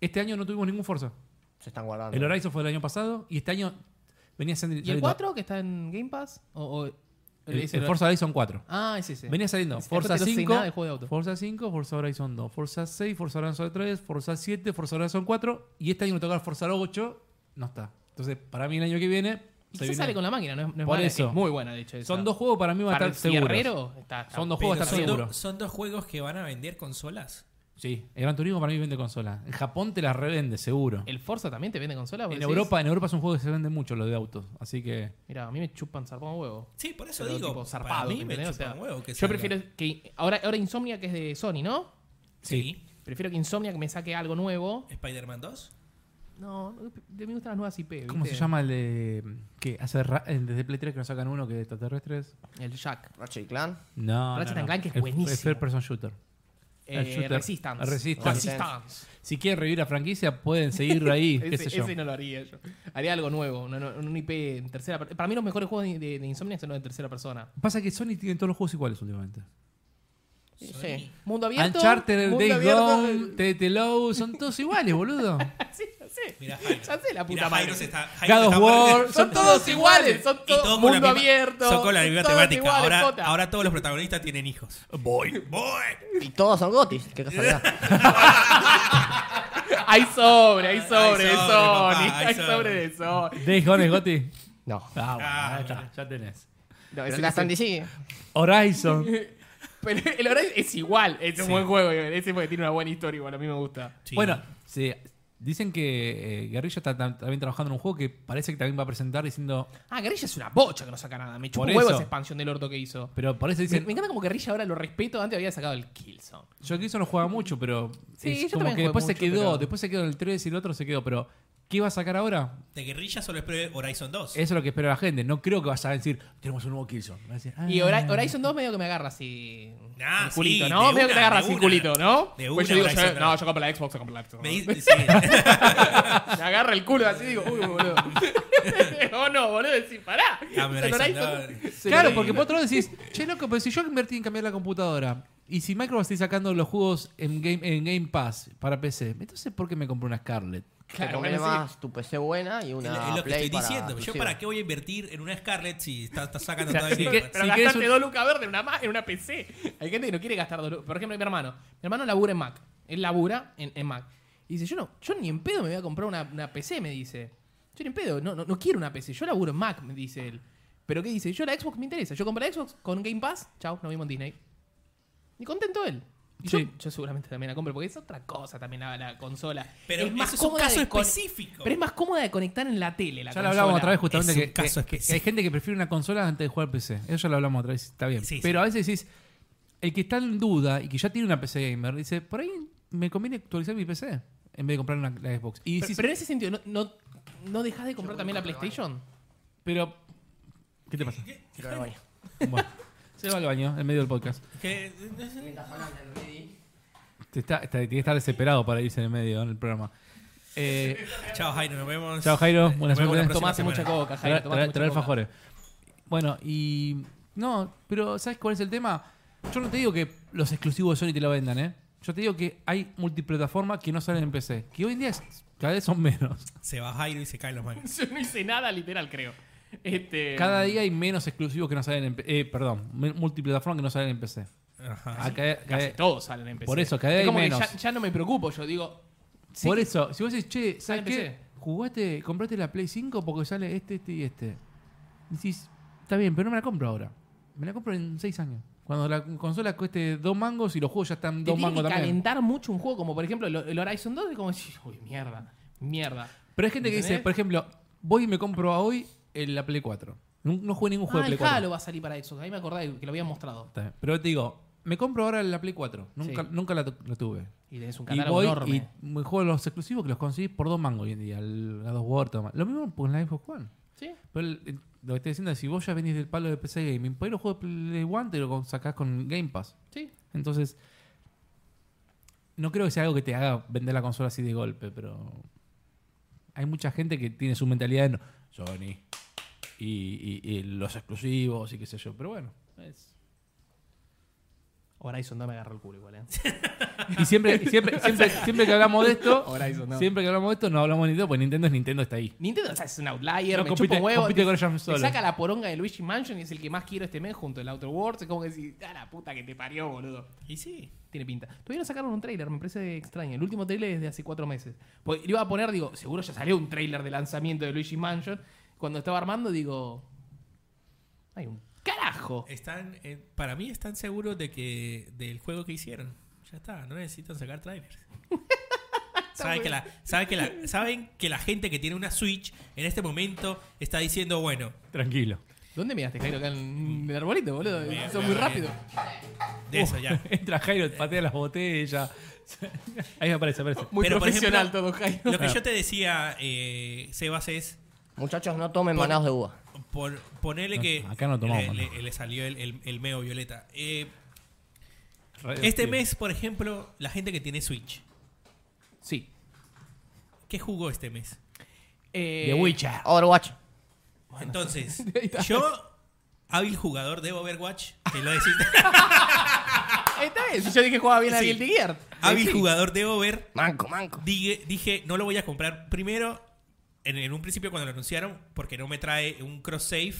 Speaker 2: este año no tuvimos ningún Forza.
Speaker 4: Se están guardando.
Speaker 2: El Horizon fue el año pasado y este año venía saliendo.
Speaker 1: ¿Y el 4 que está en Game Pass? ¿O, o-
Speaker 2: El,
Speaker 1: ese
Speaker 2: el
Speaker 1: era-
Speaker 2: Forza Horizon 4.
Speaker 1: Ah, es ese.
Speaker 2: Venía saliendo
Speaker 1: Ese-
Speaker 2: Forza
Speaker 1: aparte no sé
Speaker 2: 5,
Speaker 1: nada de juego de auto.
Speaker 2: Forza 5, Forza Horizon 2, Forza 6, Forza Horizon 3, Forza 7, Forza Horizon 4 y este año no toca el Forza 8, no está. Entonces, para mí el año que viene
Speaker 1: Y
Speaker 2: se
Speaker 1: se
Speaker 2: viene-
Speaker 1: sale con la máquina, no es, no es
Speaker 2: Por
Speaker 1: mala,
Speaker 2: eso.
Speaker 1: es muy buena, de hecho. esa.
Speaker 2: son dos juegos para mí va a
Speaker 1: Para
Speaker 2: estar
Speaker 1: el
Speaker 2: seguros.
Speaker 1: fierrero, está, está-
Speaker 2: Son dos juegos a
Speaker 3: Pero
Speaker 2: estar
Speaker 3: son,
Speaker 2: seguros.
Speaker 3: dos, son dos juegos que van a vender consolas.
Speaker 2: Sí, el Gran Turismo para mí vende consola. En Japón te la revende, seguro.
Speaker 1: ¿El Forza también te vende consola?
Speaker 2: En Europa, en Europa es un juego que se vende mucho lo de autos. Así que.
Speaker 1: Mira, a mí me chupan zarpón huevo.
Speaker 3: Sí, por eso
Speaker 1: Pero
Speaker 3: digo.
Speaker 1: tipo zarpado,
Speaker 3: para mí me
Speaker 1: ¿entendés? O sea,
Speaker 3: chupa un huevo que
Speaker 1: Yo
Speaker 3: salga.
Speaker 1: prefiero que... Ahora, ahora Insomnia, que es de Sony, ¿no?
Speaker 3: Sí.
Speaker 1: Prefiero que Insomnia que me saque algo nuevo.
Speaker 3: Spider-Man 2.
Speaker 1: No, no, de mí me gustan las nuevas IP.
Speaker 2: ¿Cómo
Speaker 1: ¿viste?
Speaker 2: se llama el de. que hace ra- el desde Play 3 que nos sacan uno que es de extraterrestres?
Speaker 1: El Jack.
Speaker 4: Ratchet y Clan.
Speaker 2: No.
Speaker 1: Ratchet and
Speaker 2: no, no.
Speaker 1: Clank es
Speaker 2: El-
Speaker 1: buenísimo.
Speaker 2: El third person shooter. El
Speaker 1: Eh,
Speaker 2: shooter.
Speaker 1: Resistance.
Speaker 2: El Resistance.
Speaker 1: Resistance.
Speaker 2: Si quieren revivir la franquicia, pueden seguir
Speaker 1: *laughs*
Speaker 2: ahí, qué
Speaker 1: Ese,
Speaker 2: sé yo.
Speaker 1: ese no lo haría yo. Haría algo nuevo, no, no, un IP en tercera per- Para mí los mejores juegos de, de- de Insomnia son los de tercera persona.
Speaker 2: Pasa que Sony tiene todos los juegos iguales últimamente.
Speaker 4: Sí.
Speaker 1: Mundo abierto.
Speaker 2: Uncharted,
Speaker 1: mundo
Speaker 2: Days
Speaker 1: abierto.
Speaker 2: Gone, TTLO, son todos iguales, boludo.
Speaker 1: *laughs* Sí, ya sé.
Speaker 3: Mirá, Jairo.
Speaker 1: ya sé la puta
Speaker 3: Mirá,
Speaker 1: madre.
Speaker 3: Jairo se está.
Speaker 2: God
Speaker 3: Jairo se
Speaker 2: of
Speaker 3: está
Speaker 2: War,
Speaker 3: perdiendo.
Speaker 1: Son todos iguales, son
Speaker 3: Y
Speaker 1: todos
Speaker 3: todos con
Speaker 1: mundo
Speaker 3: la misma-
Speaker 1: abierto.
Speaker 3: Son con la misma
Speaker 1: todos
Speaker 3: temática.
Speaker 1: iguales,
Speaker 3: ahora,
Speaker 1: jota.
Speaker 3: ahora todos los protagonistas tienen hijos. Voy. Voy.
Speaker 4: Y todos son gotis.
Speaker 2: *laughs*
Speaker 4: Qué casualidad.
Speaker 1: Hay sobre, hay sobre,
Speaker 3: Hay
Speaker 1: de
Speaker 3: sobre,
Speaker 1: Sony.
Speaker 3: papá, hay
Speaker 1: Hay
Speaker 3: sobre.
Speaker 1: sobre de Sony.
Speaker 2: Days Gone es Gotti.
Speaker 4: No.
Speaker 2: Ah, bueno,
Speaker 3: Ah,
Speaker 2: ahí está, ya tenés.
Speaker 4: Pero la están diciendo.
Speaker 2: Horizon.
Speaker 1: Pero el Horizon es igual, es un buen juego. Ese porque tiene una buena historia, igual a mí me gusta.
Speaker 3: Sí.
Speaker 2: Bueno, se- dicen que eh, Guerrilla está tam- también trabajando en un juego que parece que también va a presentar diciendo.
Speaker 1: Ah, Guerrilla es una bocha que no saca nada. Me chupó
Speaker 2: Por
Speaker 1: huevo
Speaker 2: eso.
Speaker 1: esa expansión del orto que hizo.
Speaker 2: Pero por eso
Speaker 1: Me,
Speaker 2: dicen.
Speaker 1: me encanta como Guerrilla ahora lo respeto. Antes había sacado el Killzone.
Speaker 2: Yo que eso no jugaba mucho, pero.
Speaker 1: Sí,
Speaker 2: es
Speaker 1: yo
Speaker 2: como
Speaker 1: también jugué
Speaker 2: que después se
Speaker 1: mucho,
Speaker 2: quedó.
Speaker 1: pero-
Speaker 2: Después se quedó en el 3 y el otro se quedó. Pero, ¿qué va a sacar ahora?
Speaker 3: De guerrilla solo espero Horizon 2.
Speaker 2: Eso es lo que espera la gente. No creo que vas a decir, tenemos un nuevo Killzone. Van a decir,
Speaker 1: Y
Speaker 2: "Ah".
Speaker 1: Hori- Horizon 2 medio que me agarra así.
Speaker 3: Ah,
Speaker 1: el culito,
Speaker 3: sí,
Speaker 1: ¿no?
Speaker 3: de
Speaker 1: Medio que
Speaker 3: una,
Speaker 1: te agarra
Speaker 3: de
Speaker 1: así el
Speaker 3: una.
Speaker 1: culito, ¿no? Pues
Speaker 3: De una
Speaker 1: yo digo,
Speaker 3: Horizon
Speaker 1: yo-
Speaker 3: dos.
Speaker 1: no, yo compro la Xbox, yo compro la Xbox.
Speaker 3: Me dice- sí.
Speaker 1: Me agarra el culo así digo, uy,
Speaker 3: *laughs*
Speaker 1: boludo. *laughs* no, no, boludo, decís, pará.
Speaker 3: Dame
Speaker 1: Es el
Speaker 3: Horizon
Speaker 1: Horizon-
Speaker 3: 2.
Speaker 2: Claro,
Speaker 3: Sí.
Speaker 2: porque por otro lado decís, che, loco, pero si yo invertí en cambiar la computadora y si Microsoft está sacando los juegos en Game, en Game Pass para PC, entonces ¿por qué me compré una Scarlett?
Speaker 4: Te
Speaker 1: Claro,
Speaker 4: conviene
Speaker 1: bueno, sí.
Speaker 4: más tu PC buena y
Speaker 3: Es
Speaker 4: una.
Speaker 3: lo que
Speaker 4: Play
Speaker 3: estoy
Speaker 4: para
Speaker 3: diciendo. Yo,
Speaker 4: exclusiva.
Speaker 3: ¿para qué voy a invertir en una Scarlett si está, está sacando
Speaker 2: O sea,
Speaker 3: todavía
Speaker 2: sí
Speaker 3: el
Speaker 2: que-
Speaker 3: Game Pass?
Speaker 1: Pero
Speaker 2: Si
Speaker 1: gastaste
Speaker 2: querés un-
Speaker 1: dos lucas verdes en una, ma- en una PC. Hay gente que no quiere gastar dos lucas. Por ejemplo, mi hermano. Mi hermano labura en Mac. Él labura en, en Mac. Y dice, yo no, yo ni en pedo me voy a comprar una, una PC, me dice. Yo ni en pedo, no, no, no quiero una PC. Yo laburo en Mac, me dice él. Pero Pero ¿qué dice? Yo la Xbox me interesa. Yo compré la Xbox con Game Pass. Chao, nos vimos en Disney. Y contento él. Y
Speaker 2: Sí.
Speaker 1: yo, yo seguramente también la compro porque es otra cosa también la, la consola.
Speaker 3: Pero eso es un
Speaker 1: cómoda
Speaker 3: caso
Speaker 1: de con-
Speaker 3: específico.
Speaker 1: Pero es más cómoda de conectar en la tele la
Speaker 2: Ya
Speaker 1: consola.
Speaker 2: lo hablábamos otra vez justamente
Speaker 3: es un
Speaker 2: que,
Speaker 3: caso
Speaker 2: que- que hay
Speaker 3: específico.
Speaker 2: gente que prefiere una consola antes de jugar al PC. Eso ya lo hablamos otra vez, está bien.
Speaker 3: Sí, sí.
Speaker 2: Pero a veces decís, el que está en duda y que ya tiene una PC gamer, dice, por ahí me conviene actualizar mi PC en vez de comprar una la Xbox. Y
Speaker 1: Pero,
Speaker 2: decís,
Speaker 1: pero en ese sentido, ¿no, no, no dejas de comprar también la PlayStation?
Speaker 2: pero- ¿qué te pasa?
Speaker 4: Quiero ir al baño.
Speaker 2: Bueno, se va al baño en medio del podcast.
Speaker 3: Que-
Speaker 2: Te está, está- tiene que estar desesperado para irse en el medio en el programa. Eh,
Speaker 3: Chao, Jairo, nos vemos.
Speaker 2: Chao, Jairo.
Speaker 3: Nos
Speaker 2: Buena
Speaker 3: vemos la
Speaker 2: suerte.
Speaker 3: próxima
Speaker 1: Tomás
Speaker 3: semana.
Speaker 1: mucha coca, Jairo.
Speaker 2: traer
Speaker 1: tomás
Speaker 2: traer-
Speaker 1: mucha
Speaker 2: traer
Speaker 1: coca.
Speaker 2: alfajores. Bueno, y. No, pero ¿sabes cuál es el tema? Yo no te digo que los exclusivos de Sony te lo vendan, ¿eh? Yo te digo que hay multiplataformas que no salen en PC, que hoy en día es- cada vez son menos.
Speaker 3: Se va Jairo y se caen los
Speaker 1: *laughs*
Speaker 3: mangas.
Speaker 1: Yo no hice nada literal, creo. Este,
Speaker 2: Cada día hay menos exclusivos que no salen en PC. perdón, me- multiplataformas que no salen en PC.
Speaker 3: Ajá.
Speaker 2: Ah, cada- cada-
Speaker 1: Casi todos salen en PC.
Speaker 2: Por eso, cada
Speaker 1: Es
Speaker 2: vez
Speaker 1: como que
Speaker 2: menos.
Speaker 1: ya, ya no me preocupo, yo digo. sí, Ah,
Speaker 2: Por eso, si vos decís, che, ¿sabes
Speaker 1: Sale en
Speaker 2: qué?
Speaker 1: PC.
Speaker 2: Jugaste, compraste la Play 5 porque sale este, este y este. Decís, está bien, pero no me la compro ahora. Me la compro en 6 años. Cuando la consola cueste dos mangos y los juegos ya están
Speaker 1: te
Speaker 2: dos
Speaker 1: tiene
Speaker 2: mangos
Speaker 1: que
Speaker 2: también.
Speaker 1: calentar mucho un juego, como por ejemplo el, el Horizon 2, es como decir, uy, mierda, mierda.
Speaker 2: Pero hay gente que dice,
Speaker 1: ¿Entendés?
Speaker 2: por ejemplo, voy y me compro a hoy el- la Play 4. No, no jugué ningún juego
Speaker 1: Ah,
Speaker 2: de
Speaker 1: el
Speaker 2: Play 4.
Speaker 1: Halo va a salir para Xbox, ahí me acordé que lo habían mostrado.
Speaker 2: Está bien. Pero te digo, me compro ahora la Play 4. Nunca,
Speaker 1: Sí.
Speaker 2: nunca la, tu- la tuve.
Speaker 1: Y tenés un
Speaker 2: Y
Speaker 1: catálogo
Speaker 2: voy
Speaker 1: enorme.
Speaker 2: y me juego los exclusivos que los conseguís por dos mangos hoy en día. el- La dos Word, todo más. Lo mismo con la Xbox One.
Speaker 1: ¿Sí?
Speaker 2: Pero el- el- lo que estoy diciendo es, si vos ya venís del palo de PC Gaming, por ahí los juegos de Play One te lo con- sacás con Game Pass.
Speaker 1: Sí.
Speaker 2: Entonces, no creo que sea algo que te haga vender la consola así de golpe, pero hay mucha gente que tiene su mentalidad en Sony y, y- y los exclusivos y qué sé yo, pero bueno. es-
Speaker 1: Horizon 2 me agarró el culo igual, eh.
Speaker 2: Y
Speaker 1: *laughs*
Speaker 2: siempre, siempre, siempre, siempre que hablamos de esto,
Speaker 1: Horizon, no.
Speaker 2: siempre que hablamos de esto, no hablamos de Nintendo, porque Nintendo es Nintendo, está ahí.
Speaker 1: *laughs* Nintendo o sea, es un outlier,
Speaker 2: No,
Speaker 1: me
Speaker 2: compite-
Speaker 1: chupa un huevo.
Speaker 2: compite
Speaker 1: te-
Speaker 2: con ellos
Speaker 1: te
Speaker 2: solos.
Speaker 1: saca la poronga de Luigi Mansion y es el que más quiero este mes junto al Outer Worlds. Es como que decís, ah, la puta que te parió, boludo.
Speaker 3: Y sí.
Speaker 1: Tiene pinta. Todavía no sacaron un tráiler, me parece extraño. El último tráiler es de hace cuatro meses. Porque iba a poner, digo, seguro ya salió un tráiler de lanzamiento de Luigi Mansion. Cuando estaba armando, digo. Hay un carajo.
Speaker 3: Están, eh, para mí están seguros de que del juego que hicieron. Ya está, no necesitan sacar trailers. saben, que la, saben, que la, saben que la gente que tiene una Switch en este momento está diciendo, bueno,
Speaker 2: Tranquilo.
Speaker 1: ¿Dónde miraste, Jairo? Acá en el arbolito, boludo.
Speaker 3: Bien,
Speaker 1: Son
Speaker 3: bien,
Speaker 1: muy
Speaker 3: bien.
Speaker 1: rápido.
Speaker 3: de
Speaker 2: *laughs*
Speaker 3: eso ya.
Speaker 2: Entra Jairo, patea las botellas. *laughs* Ahí aparece, aparece.
Speaker 1: Muy
Speaker 3: Pero, por
Speaker 1: profesional
Speaker 3: ejemplo,
Speaker 1: todo, Jairo.
Speaker 3: Lo que yo te decía, eh, Sebas, es
Speaker 4: Muchachos, no tomen manados de uva.
Speaker 3: por, ponerle
Speaker 2: No,
Speaker 3: que...
Speaker 2: acá no tomamos,
Speaker 3: Le,
Speaker 2: ¿no?
Speaker 3: le- le salió el, el, el meo violeta. Eh, este mes, por ejemplo, la gente que tiene Switch.
Speaker 1: Sí.
Speaker 3: ¿Qué jugó este mes?
Speaker 1: Eh,
Speaker 2: The Witcher.
Speaker 4: Overwatch.
Speaker 3: Entonces,
Speaker 1: ahí está.
Speaker 3: yo, hábil jugador de Overwatch, te lo decís. *laughs*
Speaker 1: Está bien. Si yo dije que jugaba bien a
Speaker 3: Sí.
Speaker 1: Guilty Gear.
Speaker 3: hábil
Speaker 1: Sí.
Speaker 3: jugador de Over,
Speaker 4: Manco, manco.
Speaker 3: dije, dije, no lo voy a comprar primero, en, en un principio cuando lo anunciaron, porque no me trae un cross-save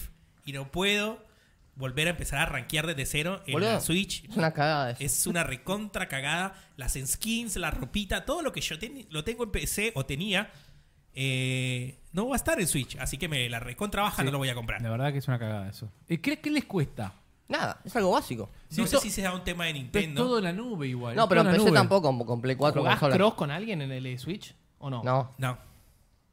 Speaker 3: y no puedo volver a empezar a rankear desde cero en
Speaker 4: Boludo,
Speaker 3: la Switch.
Speaker 4: Es una cagada. eso.
Speaker 3: Es una recontra cagada. Las skins, la ropita, todo lo que yo ten- lo tengo en PC o tenía, eh, no va a estar en Switch. Así que me la recontra baja, no lo voy a comprar.
Speaker 2: La verdad que es una cagada eso. ¿Y crees que les cuesta?
Speaker 4: Nada, es algo básico.
Speaker 3: no
Speaker 2: Sí,
Speaker 3: sé
Speaker 2: to-
Speaker 3: si sea un tema de
Speaker 2: Es
Speaker 3: Nintendo.
Speaker 2: todo en la nube igual.
Speaker 4: No,
Speaker 2: es
Speaker 4: pero
Speaker 2: todo en la
Speaker 4: empecé
Speaker 2: nube.
Speaker 4: tampoco con, con Play 4
Speaker 1: ¿Jugás
Speaker 4: consolas.
Speaker 1: cross con alguien en el eh, Switch o no?
Speaker 4: No.
Speaker 3: No,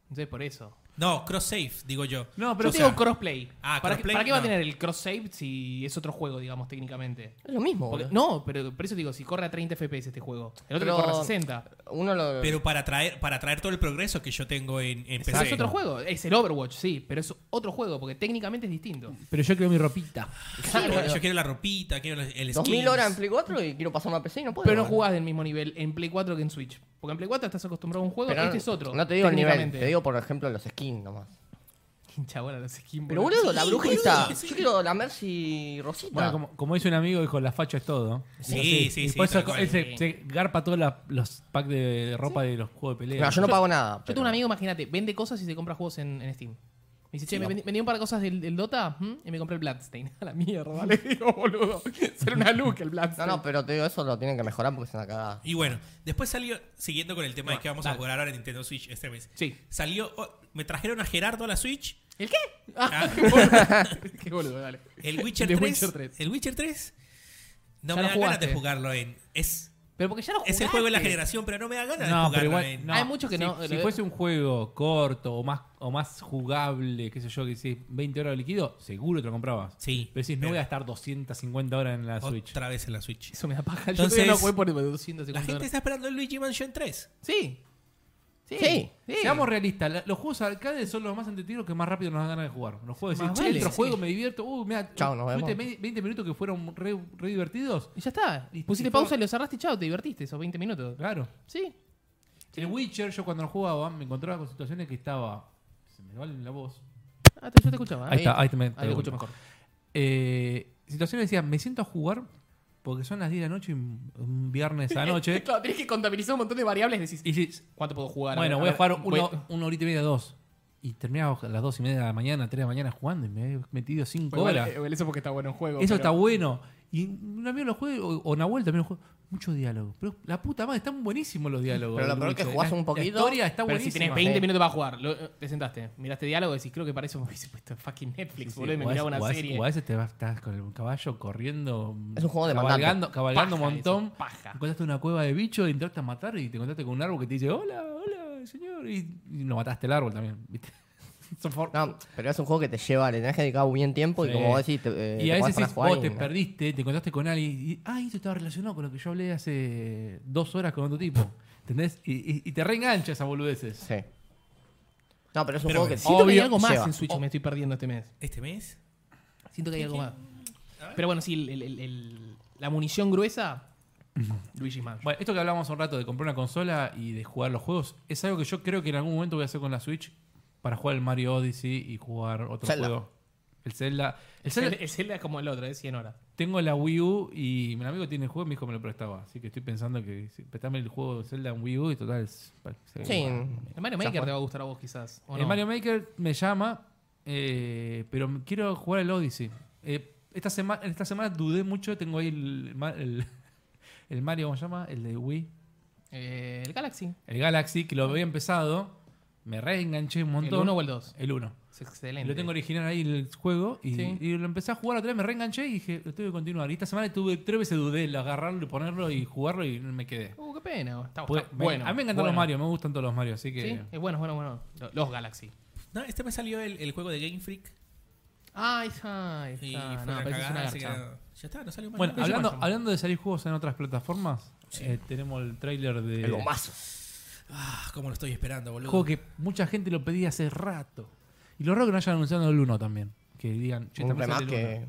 Speaker 1: Entonces, por eso.
Speaker 3: no, cross save, digo yo.
Speaker 2: No, pero
Speaker 1: Pero
Speaker 2: o
Speaker 1: yo
Speaker 2: sea,
Speaker 1: tengo crossplay.
Speaker 3: Ah,
Speaker 1: ¿Para,
Speaker 3: crossplay,
Speaker 1: qué, para qué va a
Speaker 3: no.
Speaker 1: tener el cross save si es otro juego, digamos, técnicamente?
Speaker 4: Es lo mismo,
Speaker 1: Porque-
Speaker 4: boludo.
Speaker 1: no, pero por eso digo, si corre a 30 FPS este juego, el otro
Speaker 4: Pero-
Speaker 1: que corre a 60.
Speaker 4: Uno lo. *laughs*
Speaker 3: Pero para traer, para traer todo el progreso que yo tengo en,
Speaker 1: Ah,
Speaker 3: en
Speaker 1: es
Speaker 3: PC.
Speaker 1: otro juego, es el Overwatch, sí, pero es otro juego porque técnicamente es distinto.
Speaker 2: pero yo creo mi ropita.
Speaker 4: Claro,
Speaker 3: Yo-
Speaker 4: boludo.
Speaker 3: yo quiero la ropita, quiero el skin.
Speaker 4: 2000 horas en Play 4 y quiero pasarme a PC y no puedo.
Speaker 1: Pero no
Speaker 4: boludo.
Speaker 1: jugás del mismo nivel en Play 4 que en Switch. Porque en Play 4 estás acostumbrado a un juego,
Speaker 4: Pero
Speaker 1: este es otro.
Speaker 4: No te digo el nivel,
Speaker 1: técnicamente.
Speaker 4: te digo por ejemplo los skins nomás.
Speaker 1: *laughs* Hincha bola los skins,
Speaker 4: Pero boludo, la
Speaker 3: Sí,
Speaker 4: brujita.
Speaker 3: boludo, sí.
Speaker 4: Yo quiero la Mercy Rosita.
Speaker 2: Bueno, como, como dice un amigo, dijo, la facha es todo.
Speaker 3: Sí,
Speaker 2: Entonces,
Speaker 3: sí,
Speaker 2: y
Speaker 3: sí,
Speaker 2: Por eso
Speaker 3: tal cual.
Speaker 2: él se, se garpa todos la- los packs de ropa de los juegos de pelea.
Speaker 4: No, yo no pago nada.
Speaker 1: Yo tengo un amigo, imagínate, vende cosas y se compra juegos en, en Steam. Me dice, che, me vendí, vendí un par de cosas del, del Dota ¿m? y me compré el Bloodstain. *laughs* A la mierda, le digo, boludo. Será una luz que el
Speaker 4: No,
Speaker 1: Bloodstain.
Speaker 4: no, pero te digo, eso lo tienen que mejorar porque es una cagada.
Speaker 3: Y bueno, después salió, siguiendo con el tema de que vamos a
Speaker 1: dale.
Speaker 3: jugar ahora en Nintendo Switch este mes.
Speaker 1: Sí.
Speaker 3: Salió, oh, me trajeron a Gerardo a la Switch
Speaker 1: ¿El qué? Ah,
Speaker 3: Ah.
Speaker 1: *laughs* qué boludo. qué boludo, dale.
Speaker 3: El Witcher
Speaker 1: The
Speaker 3: 3.
Speaker 1: Witcher 3.
Speaker 3: El Witcher 3. No
Speaker 1: Ya
Speaker 3: me
Speaker 1: lo
Speaker 3: da ganas de
Speaker 1: jugaste.
Speaker 3: jugarlo en. Es,
Speaker 1: Pero porque ya no
Speaker 3: es el juego de la generación, pero no me da ganas de
Speaker 2: No,
Speaker 3: jugarlo
Speaker 2: pero igual.
Speaker 3: en.
Speaker 2: no.
Speaker 1: Hay muchos que
Speaker 2: Si-
Speaker 1: no, eh,
Speaker 2: Si
Speaker 1: pero-
Speaker 2: fuese un juego corto o más, o más jugable, qué sé yo, que si 20 horas de líquido, seguro te lo comprabas.
Speaker 3: Sí.
Speaker 2: Pero decís, no
Speaker 3: pero
Speaker 2: voy a estar 250 horas en la Switch.
Speaker 3: Otra vez en la Switch.
Speaker 1: Eso me da paja. Yo
Speaker 3: Entonces,
Speaker 1: todavía no jugué por 250
Speaker 3: La gente
Speaker 1: dólares.
Speaker 3: está esperando el Luigi Mansion 3.
Speaker 1: Sí. Sí.
Speaker 4: Sí.
Speaker 2: Seamos realistas, la- los juegos arcade son los más entretenidos que más rápido nos dan ganas de jugar. Los juegos de
Speaker 1: Más
Speaker 2: decir, che,
Speaker 1: vale,
Speaker 2: entro
Speaker 1: sí.
Speaker 2: juego, me divierto, uh, mira,
Speaker 4: Chao, nos
Speaker 2: tuviste
Speaker 4: vemos.
Speaker 2: 20 20 minutos que fueron re, re divertidos.
Speaker 1: Y ya está.
Speaker 2: Listo.
Speaker 1: Pusiste
Speaker 2: Y fue-
Speaker 1: pausa y lo cerraste y chao, te divertiste esos 20 minutos.
Speaker 2: Claro.
Speaker 1: Sí.
Speaker 2: El Witcher, yo cuando lo jugaba, me encontraba con situaciones que estaba. Se me va la voz.
Speaker 1: Ah, te- yo te escuchaba.
Speaker 2: Ahí está, ahí te- me-
Speaker 1: Ahí
Speaker 2: te
Speaker 1: lo
Speaker 2: lo
Speaker 1: escucho mejor.
Speaker 2: escucho. Eh, situaciones decía, me siento a jugar porque son las 10 de la noche, un un viernes a la
Speaker 1: *laughs*
Speaker 2: noche.
Speaker 1: Claro, tenés que contabilizar un montón de variables. Decís,
Speaker 2: y si-
Speaker 1: ¿cuánto puedo jugar?
Speaker 2: bueno, voy a
Speaker 1: ver,
Speaker 2: jugar
Speaker 1: voy-
Speaker 2: una, una horita y media, dos. Y terminaba a las dos y media de la mañana, tres de la mañana jugando y me he metido cinco
Speaker 1: Igual,
Speaker 2: horas.
Speaker 1: eh, igual eso porque está bueno el juego.
Speaker 2: Eso
Speaker 1: pero-
Speaker 2: está bueno. Y un amigo lo juega, o, o Nahuel también lo juega. Mucho diálogo. Pero la puta madre, están buenísimos los diálogos.
Speaker 4: Pero lo
Speaker 2: del
Speaker 4: peor es que
Speaker 2: Witcher.
Speaker 4: jugás
Speaker 2: La-
Speaker 4: un poquito,
Speaker 2: La historia está
Speaker 1: Pero si
Speaker 2: buenísima.
Speaker 1: tenés 20
Speaker 4: Sí.
Speaker 1: minutos para jugar, lo- eh, te sentaste, miraste diálogo y decís, creo que para eso me hubiese puesto fucking Netflix, boludo, y me
Speaker 2: O a
Speaker 1: miraba
Speaker 2: veces-
Speaker 1: una
Speaker 2: o a veces-
Speaker 1: serie.
Speaker 2: O a veces te vas, estás con el caballo corriendo.
Speaker 4: Es un juego demandante.
Speaker 2: Cabalgando, cabalgando un
Speaker 1: Paja
Speaker 2: montón.
Speaker 1: eso, paja.
Speaker 2: Encontraste una cueva de bichos, entraste a matar y te encontraste con un árbol que te dice: Hola, hola, señor. Y, y lo mataste el árbol también. ¿viste? *laughs* Son for-
Speaker 4: No, pero es un juego que te lleva, le tenés que dedicar bien tiempo y
Speaker 2: Sí.
Speaker 4: como vos decís, te, eh,
Speaker 2: y
Speaker 4: te
Speaker 2: a
Speaker 4: podés
Speaker 2: veces
Speaker 4: poner
Speaker 2: es,
Speaker 4: jugar
Speaker 2: vos
Speaker 4: y-
Speaker 2: te perdiste, te encontraste con alguien y, ah, esto estaba relacionado con lo que yo hablé hace dos horas con otro tipo. ¿Entendés? Y, y- y te reenganchas a boludeces.
Speaker 4: Sí. No, pero es un
Speaker 3: Pero
Speaker 4: juego
Speaker 3: bueno.
Speaker 4: que
Speaker 1: Siento que hay
Speaker 4: obvio
Speaker 1: algo más
Speaker 4: lleva.
Speaker 1: en Switch, me estoy perdiendo este mes.
Speaker 3: ¿Este mes?
Speaker 1: Siento que hay algo más. Pero bueno, sí, el- el- el- el- la munición gruesa, Luigi's Mansion.
Speaker 2: Bueno, esto que hablábamos hace un rato de comprar una consola y de jugar los juegos, es algo que yo creo que en algún momento voy a hacer con la Switch para jugar el Mario Odyssey y jugar otro
Speaker 4: Zelda.
Speaker 2: juego. El Zelda. El Zelda.
Speaker 1: El, el Zelda *laughs* es como el otro, es 100 horas.
Speaker 2: Tengo la Wii U y mi amigo tiene el juego y mi hijo me lo prestaba. Así que estoy pensando que si prestame el juego de Zelda en Wii U y total. es- se-
Speaker 4: Sí.
Speaker 1: El Mario
Speaker 4: Ya
Speaker 1: Maker
Speaker 4: fue.
Speaker 1: te va a gustar a vos quizás. ¿o
Speaker 2: El
Speaker 1: no?
Speaker 2: Mario Maker me llama, eh, pero m- quiero jugar el Odyssey. Eh, esta, semana esta semana dudé mucho, tengo ahí el, ma- el- *laughs* el Mario, ¿cómo se llama? El de Wii.
Speaker 1: Eh, el Galaxy.
Speaker 2: El Galaxy, que lo había empezado, me reenganché un
Speaker 1: ¿El
Speaker 2: montón.
Speaker 1: 1 o el 2?
Speaker 2: El uno.
Speaker 1: Es excelente.
Speaker 2: Lo tengo original ahí el juego y,
Speaker 1: Sí.
Speaker 2: y lo empecé a jugar otra vez, me reenganché y dije, lo tengo que continuar. Y esta semana tuve tres veces dudé, el agarrarlo y ponerlo y jugarlo y me quedé.
Speaker 1: Uh, qué pena. Está,
Speaker 2: Pues,
Speaker 1: está
Speaker 2: me-
Speaker 1: bueno.
Speaker 2: a mí me encantan los
Speaker 1: bueno.
Speaker 2: Mario, me gustan todos los Mario, así que...
Speaker 1: Sí, es bueno, es bueno, bueno. Lo- Los Galaxy.
Speaker 3: No, este me salió el, el juego de Game Freak.
Speaker 1: Ay, ay,
Speaker 3: Y
Speaker 1: está.
Speaker 3: fue
Speaker 1: No,
Speaker 3: una
Speaker 1: pero eso es una
Speaker 3: cagada, así que
Speaker 1: garcha.
Speaker 3: no- ya está, no salió más
Speaker 2: Bueno,
Speaker 3: nada.
Speaker 1: Luigi
Speaker 2: hablando,
Speaker 1: Mansion.
Speaker 2: hablando de salir juegos en otras plataformas, eh, tenemos el tráiler de
Speaker 4: El bombazo.
Speaker 3: Ah, cómo lo estoy esperando, boludo.
Speaker 2: juego que mucha gente lo pedía hace rato. Y lo raro que no hayan anunciado el 1 también. Que digan, che,
Speaker 4: Un
Speaker 2: también
Speaker 4: remake
Speaker 2: sale el
Speaker 4: que...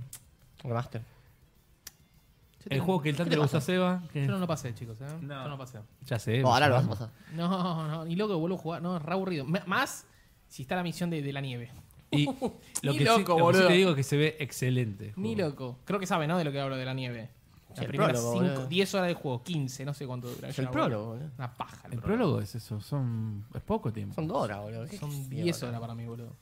Speaker 4: Un remaster.
Speaker 1: Yo
Speaker 2: 1. El
Speaker 1: tengo-
Speaker 2: juego que el
Speaker 1: ¿Qué
Speaker 2: tanto
Speaker 1: te
Speaker 2: le gusta a
Speaker 1: pasa?
Speaker 2: Seba. que-
Speaker 1: Yo no lo pasé, chicos. ¿eh?
Speaker 2: No.
Speaker 1: Yo no lo pasé.
Speaker 2: Ya sé.
Speaker 4: No, ahora lo vas a
Speaker 2: sabemos.
Speaker 4: pasar.
Speaker 1: No, no, ni loco, vuelvo a jugar. No, es re aburrido. M- más si está la misión de, de la nieve. *laughs*
Speaker 2: Y lo
Speaker 1: Ni
Speaker 2: que, sí-
Speaker 1: loco,
Speaker 2: lo que sí
Speaker 1: boludo.
Speaker 2: te digo es que se ve excelente. el
Speaker 1: Ni
Speaker 2: juego.
Speaker 1: loco. Creo que sabe, ¿no? De lo que hablo de la nieve. Las
Speaker 4: Sí, Mm. el
Speaker 1: primeras
Speaker 4: prólogo,
Speaker 1: cinco-
Speaker 4: boludo.
Speaker 1: 10 horas de juego, 15, no sé cuánto dura.
Speaker 4: Es
Speaker 1: Yo
Speaker 4: el
Speaker 1: no-
Speaker 4: prólogo, boludo.
Speaker 1: Una paja.
Speaker 2: El prólogo es eso, son, es poco tiempo.
Speaker 4: Son dos horas, boludo. ¿Qué
Speaker 1: Son
Speaker 4: mierda?
Speaker 1: 10 horas para mí, boludo.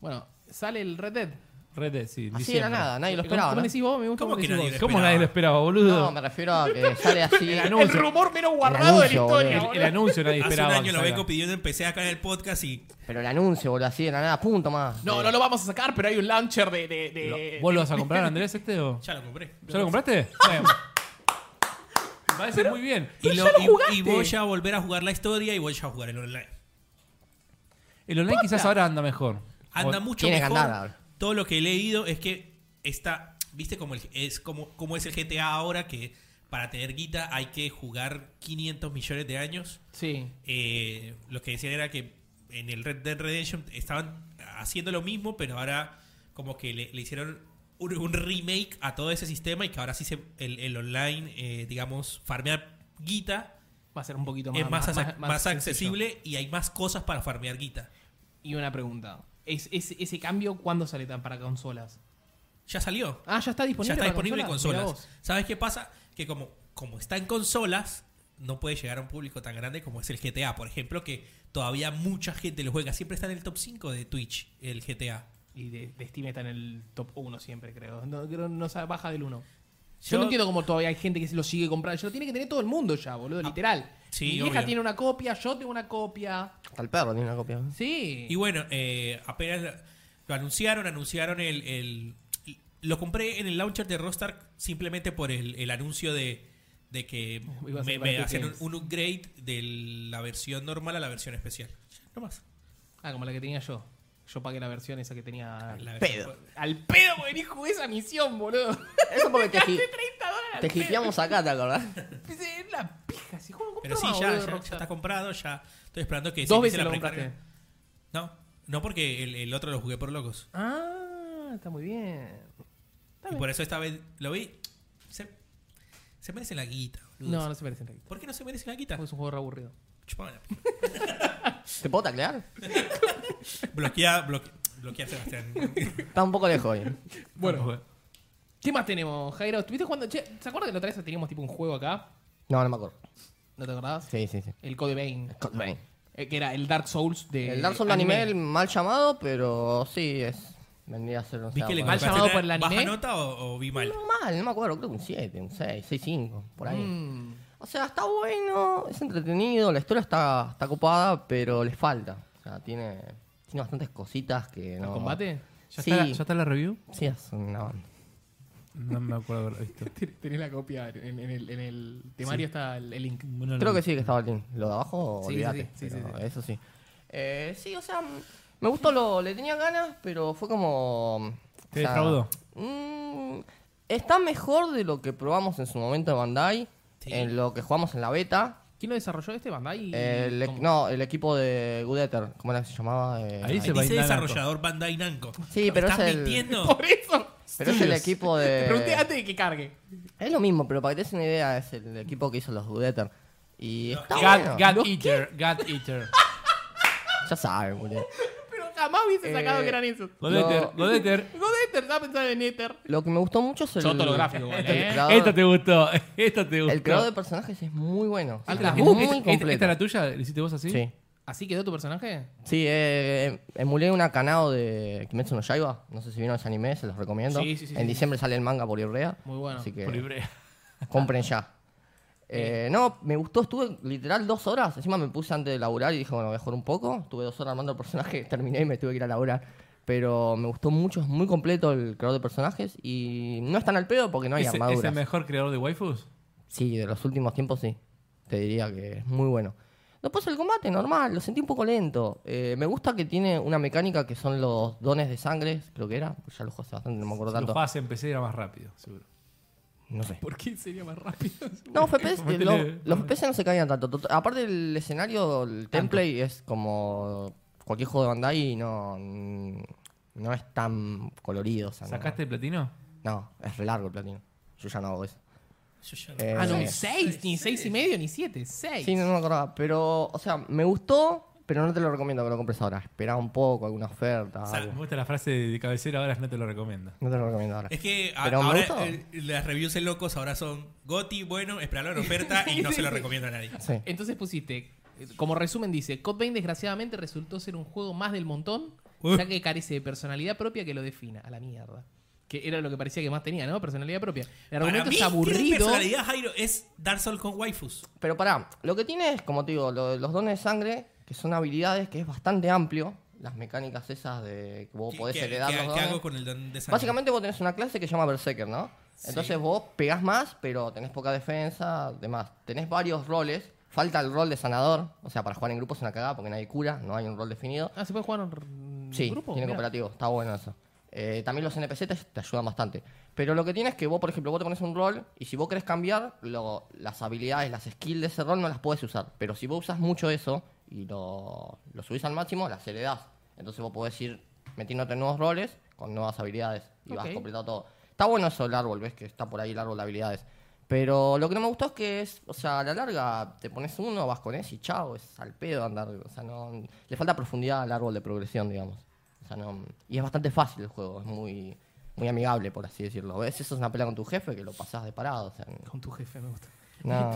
Speaker 1: Bueno, sale el Red Dead.
Speaker 2: Red Dead, sí, en
Speaker 4: Así
Speaker 2: diciembre.
Speaker 4: era nada, nadie lo
Speaker 1: Eh,
Speaker 4: esperaba,
Speaker 1: ¿Cómo
Speaker 4: ¿no?
Speaker 1: decís vos? Me gusta
Speaker 3: ¿Cómo
Speaker 1: cómo
Speaker 3: que
Speaker 1: decís
Speaker 3: nadie
Speaker 1: vos.
Speaker 2: ¿Cómo nadie lo esperaba, boludo?
Speaker 4: No, me refiero a que sale así.
Speaker 1: El rumor menos guardado
Speaker 4: anuncio,
Speaker 1: de la historia,
Speaker 4: boludo.
Speaker 1: boludo.
Speaker 2: el anuncio nadie
Speaker 3: Hace
Speaker 2: esperaba.
Speaker 3: un
Speaker 2: que
Speaker 3: año lo
Speaker 2: salga.
Speaker 3: vengo pidiendo, empecé acá en el podcast y.
Speaker 4: Pero el anuncio, boludo, así de la nada, punto más. Eh,
Speaker 1: No,
Speaker 3: Eh,
Speaker 1: no lo vamos a sacar, pero hay un launcher de. de, de-
Speaker 2: Lo- ¿Vos lo vas a comprar, Andrés, este o?
Speaker 3: Ya lo compré.
Speaker 2: ¿Ya lo
Speaker 3: *laughs*
Speaker 2: compraste? Bueno. Me parece muy bien.
Speaker 3: Y,
Speaker 1: Pero
Speaker 3: lo-
Speaker 1: ya lo
Speaker 3: y-
Speaker 1: jugaste.
Speaker 3: y voy a volver a jugar la historia y voy a jugar el online.
Speaker 2: El online quizás ahora anda mejor.
Speaker 3: Anda
Speaker 2: O-
Speaker 3: mucho
Speaker 4: tiene que
Speaker 3: mejor.
Speaker 4: andar ahora.
Speaker 3: Todo lo que he leído es que está. ¿Viste cómo es, como, como es el GTA ahora? Que para tener guita hay que jugar 500 millones de años.
Speaker 1: Sí.
Speaker 3: Eh, lo que decían era que en el Red Dead Redemption estaban haciendo lo mismo, pero ahora como que le, le hicieron un, un remake a todo ese sistema y que ahora sí se, el, el online, eh, digamos, farmear guita
Speaker 1: Va a ser un poquito más.
Speaker 3: es más, asa- más
Speaker 1: sencillo.
Speaker 3: accesible y hay más cosas para farmear guita.
Speaker 1: Y una pregunta. ¿Es, es- ese cambio cuándo sale tan para consolas?
Speaker 3: Ya salió.
Speaker 1: Ah, ya está
Speaker 3: ya
Speaker 1: disponible.
Speaker 3: está
Speaker 1: para
Speaker 3: disponible en consolas.
Speaker 1: Mirá vos.
Speaker 3: ¿Sabes qué pasa? Que como, como está en consolas, no puede llegar a un público tan grande como es el GTA, por ejemplo, que todavía mucha gente lo juega. Siempre está en el top 5 de Twitch, el GTA.
Speaker 1: Y de, de Steam está en el top 1 siempre, creo. No, creo no sa- baja del 1. Yo,
Speaker 3: Yo-
Speaker 1: no entiendo cómo todavía hay gente que se lo sigue comprando. Yo lo tiene que tener todo el mundo ya, boludo, literal.
Speaker 3: Ah, sí,
Speaker 1: Mi vieja
Speaker 3: obvio.
Speaker 1: tiene una copia, Ah, yo tengo una copia.
Speaker 4: Hasta el perro tiene una copia.
Speaker 1: Sí.
Speaker 3: Y bueno, eh, apenas Lo anunciaron, anunciaron el, el- Lo compré en el launcher de Rockstar simplemente por el, el anuncio de, de que
Speaker 1: Iba a ser
Speaker 3: me,
Speaker 1: para
Speaker 3: me
Speaker 1: Epic
Speaker 3: hacían un,
Speaker 1: Games.
Speaker 3: un upgrade de la versión normal a la versión especial. No más.
Speaker 1: Ah, como la que tenía yo. Yo pagué la versión esa que tenía.
Speaker 3: Ah, La
Speaker 4: Pedo.
Speaker 3: versión-
Speaker 1: Al pedo, porque ni jugué esa misión, boludo.
Speaker 4: Eso porque te,
Speaker 1: Gasté
Speaker 4: gi-
Speaker 1: 30 dólares. al
Speaker 4: te
Speaker 1: pedo.
Speaker 4: hipeamos acá, ¿te acordás?
Speaker 1: Pensé, Es la pija, si juego
Speaker 3: Pero sí,
Speaker 1: compro más,
Speaker 3: ya,
Speaker 1: boludo,
Speaker 3: ya, ya
Speaker 1: Rockstar.
Speaker 3: está comprado, ya. Estoy esperando que
Speaker 1: Dos
Speaker 3: se
Speaker 1: veces
Speaker 3: inicie
Speaker 1: lo
Speaker 3: precarga.
Speaker 1: compraste.
Speaker 3: No, no porque el, el otro lo jugué por locos.
Speaker 1: Ah, está muy bien. Está
Speaker 3: Y
Speaker 1: bien.
Speaker 3: por eso esta vez lo vi. Se, se merece la guita, boludo.
Speaker 1: No, no se merecen la guita.
Speaker 3: ¿Por qué no se merece la guita?
Speaker 1: Porque es un juego re aburrido.
Speaker 3: Chupame la-
Speaker 4: ¿Te puedo taclear?
Speaker 3: Bloquea, bloque- bloquea a
Speaker 1: *laughs*
Speaker 3: Sebastián.
Speaker 4: Está un poco lejos hoy.
Speaker 1: Bueno. ¿Qué más tenemos, Jairo? ¿Estuviste jugando? Che, ¿se acuerdan que la otra vez teníamos tipo un juego acá?
Speaker 4: No, no me acuerdo.
Speaker 1: ¿No te acordabas?
Speaker 4: Sí, sí, sí.
Speaker 1: El Code Vein.
Speaker 4: Scott Bain.
Speaker 1: Eh, que era el Dark Souls de.
Speaker 4: El Dark Souls anime, el mal llamado, pero sí es. Vendría a ser un.
Speaker 3: ¿Viste que le
Speaker 1: Mal
Speaker 3: colocaste
Speaker 1: llamado
Speaker 3: una
Speaker 1: por el anime.
Speaker 3: ¿Baja nota o, o vi mal?
Speaker 4: No mal, no me acuerdo, creo que un 7, un 6, 6, 5, por ahí.
Speaker 1: Mm.
Speaker 4: O sea, está bueno, es entretenido, la historia está, está copada, pero le falta. O sea, tiene, tiene bastantes cositas que no.
Speaker 1: ¿El combate?
Speaker 2: ¿Ya,
Speaker 4: Sí.
Speaker 2: está la, ¿Ya está la review?
Speaker 4: Sí, es una banda.
Speaker 2: No me acuerdo haberla visto.
Speaker 1: Ten- Tenés la copia en, en el, en el temario está el, el link.
Speaker 2: Bueno,
Speaker 4: Creo
Speaker 2: no-
Speaker 4: que sí que estaba el link. Lo de abajo,
Speaker 1: Sí, sí,
Speaker 4: olvídate.
Speaker 1: sí, sí,
Speaker 4: pero
Speaker 1: sí, sí.
Speaker 4: Eso sí. Eh, sí, o sea, m- me gustó, lo, le tenía ganas, pero fue como. o
Speaker 2: ¿Te
Speaker 4: sea,
Speaker 2: defraudó?
Speaker 4: mm, está mejor de lo que probamos en su momento en Bandai,
Speaker 3: Sí.
Speaker 4: en lo que jugamos en la beta.
Speaker 1: ¿Quién lo desarrolló este Bandai?
Speaker 4: El, e-
Speaker 1: ¿Cómo?
Speaker 4: no, el equipo de Good Ether, ¿cómo era que se llamaba? Eh,
Speaker 2: Ahí se
Speaker 3: Dice
Speaker 2: va a indagar
Speaker 3: desarrollador Bandai Namco.
Speaker 4: Sí, pero es
Speaker 3: ¿Estás
Speaker 4: el-
Speaker 1: *laughs* *laughs*
Speaker 3: mintiendo?
Speaker 1: Por eso.
Speaker 4: Pero es el equipo
Speaker 1: Te pregunté
Speaker 4: de.
Speaker 1: antes de que cargue.
Speaker 4: Es lo mismo, pero para que te des una idea, es el equipo que hizo los Good Ether. Y está bueno.
Speaker 2: God, God Eater, God Eater.
Speaker 4: Ya saben, boludo.
Speaker 1: Pero jamás hubiese sacado
Speaker 4: Eh,
Speaker 1: que eran esos.
Speaker 2: God Eater, God Eater.
Speaker 1: No de Ether, estaba pensando en Ether.
Speaker 4: Lo que me gustó mucho es el.
Speaker 1: Choto lo gráfico, igual,
Speaker 4: el
Speaker 1: ¿eh?
Speaker 4: creador-
Speaker 2: Esta te gustó, *laughs* esta te gustó.
Speaker 4: El creador de personajes es muy bueno.
Speaker 1: Ah,
Speaker 4: Está
Speaker 1: la-
Speaker 2: ¿Esta-
Speaker 4: muy
Speaker 2: esta-
Speaker 4: completo.
Speaker 2: ¿Esta era tuya? ¿La hiciste vos así?
Speaker 4: Sí.
Speaker 1: ¿Así quedó tu personaje?
Speaker 4: Sí, eh, emulé una canao de Kimetsu no Yaiba. No sé si vieron ese anime, se los recomiendo.
Speaker 1: Sí, sí, sí,
Speaker 4: en
Speaker 1: sí.
Speaker 4: diciembre sale el manga por Ibrea.
Speaker 1: Muy bueno.
Speaker 4: Así que
Speaker 2: Por Ibrea.
Speaker 4: compren ya. Eh, no, me gustó, estuve literal dos horas. Encima me puse antes de laburar y dije, bueno, voy a jugar un poco. Estuve dos horas armando el personaje, *laughs* terminé y me tuve que ir a laburar. Pero me gustó mucho, es muy completo el creador de personajes y no es tan al pedo porque no hay
Speaker 2: ¿Es, es el
Speaker 4: armaduras.
Speaker 2: mejor creador de waifus?
Speaker 4: Sí, de los últimos tiempos sí. Te diría que es muy bueno. Después el combate, normal, lo sentí un poco lento. Eh, me gusta que tiene una mecánica que son los dones de sangre, creo que era. Ya lo jugué hace bastante, no me acuerdo
Speaker 2: Si lo
Speaker 4: tanto.
Speaker 2: jugabas en PC era más rápido, seguro.
Speaker 4: No sé.
Speaker 1: ¿Por qué sería más
Speaker 4: *laughs*
Speaker 1: rápido?
Speaker 4: No, FPS, eh,
Speaker 2: Métele-
Speaker 4: lo- los FPS no se caían tanto. Tot- Aparte el escenario, el template es como cualquier juego de Bandai y no, no es tan colorido. o sea, no-
Speaker 2: ¿Sacaste el platino?
Speaker 4: No, es re largo el platino. Yo ya no hago eso.
Speaker 3: Yo ya no-
Speaker 4: Eh,
Speaker 1: Ah, no, un
Speaker 4: sí.
Speaker 1: 6, ni 6 y medio, ni 7, 6.
Speaker 4: Sí, no, no me acordaba. Pero, o sea, me gustó, pero no te lo recomiendo que lo compres ahora. Espera un poco, alguna oferta.
Speaker 3: Sa-
Speaker 4: algo.
Speaker 2: Me gusta la frase de cabecera, ahora no te lo recomiendo.
Speaker 4: No te lo recomiendo ahora.
Speaker 3: Es que a-
Speaker 4: Pero me
Speaker 3: ahora
Speaker 4: gustó.
Speaker 3: eh, las reviews en locos ahora son Goti, bueno, esperalo en oferta y no se lo recomiendo a nadie.
Speaker 4: Sí.
Speaker 1: Entonces pusiste, eh, como resumen dice, Cod Vein desgraciadamente resultó ser un juego más del montón,
Speaker 3: Uh.
Speaker 1: ya que carece de personalidad propia que lo defina. A la mierda. Que era lo que parecía que más tenía, ¿no? Personalidad propia. *laughs* El
Speaker 3: Para
Speaker 1: argumento
Speaker 3: mí,
Speaker 1: es
Speaker 3: tiene
Speaker 1: aburrido.
Speaker 3: personalidad, Jairo, es Dark Souls con waifus.
Speaker 4: Pero pará, lo que tiene es, como te digo, lo de los dones de sangre, que son habilidades que es bastante amplio. Las mecánicas esas de que vos
Speaker 3: ¿Qué-
Speaker 4: Oh, podés
Speaker 3: qué-
Speaker 4: heredar
Speaker 3: qué-
Speaker 4: los
Speaker 3: ¿Qué
Speaker 4: dones.
Speaker 3: hago con el don de sangre?
Speaker 4: Básicamente vos tenés una clase que se llama Berserker, ¿no?
Speaker 3: Sí.
Speaker 4: Entonces vos pegás más, pero tenés poca defensa, demás. Tenés varios roles. Falta el rol de sanador. O sea, para jugar en grupos es una cagada porque nadie cura, no hay un rol definido.
Speaker 1: Ah, ¿se puede jugar en
Speaker 4: Sí,
Speaker 1: grupo?
Speaker 4: tiene
Speaker 1: Mirá.
Speaker 4: cooperativo, está bueno eso. Eh, también los NPC te, te ayudan bastante. Pero lo que tienes es que vos, por ejemplo, vos te pones un rol y si vos querés cambiar, lo- las habilidades, las skills de ese rol no las puedes usar. Pero si vos usas mucho eso y lo, lo subís al máximo, las heredás. Entonces vos podés ir metiéndote en nuevos roles con nuevas habilidades y vas
Speaker 1: Ok.
Speaker 4: completando todo. Está bueno eso el árbol, ves que está por ahí el árbol de habilidades. Pero lo que no me gustó es que es, o sea, a la larga te pones uno, vas con ese y chao, es al pedo andar. O sea, no, le falta profundidad al árbol de progresión, digamos. O sea, no, y es bastante fácil el juego, es muy, muy amigable, por así decirlo. ¿Ves? Eso es una pelea con tu jefe que lo pasás de parado. O sea,
Speaker 1: *laughs* Con tu jefe, me gusta.
Speaker 4: no.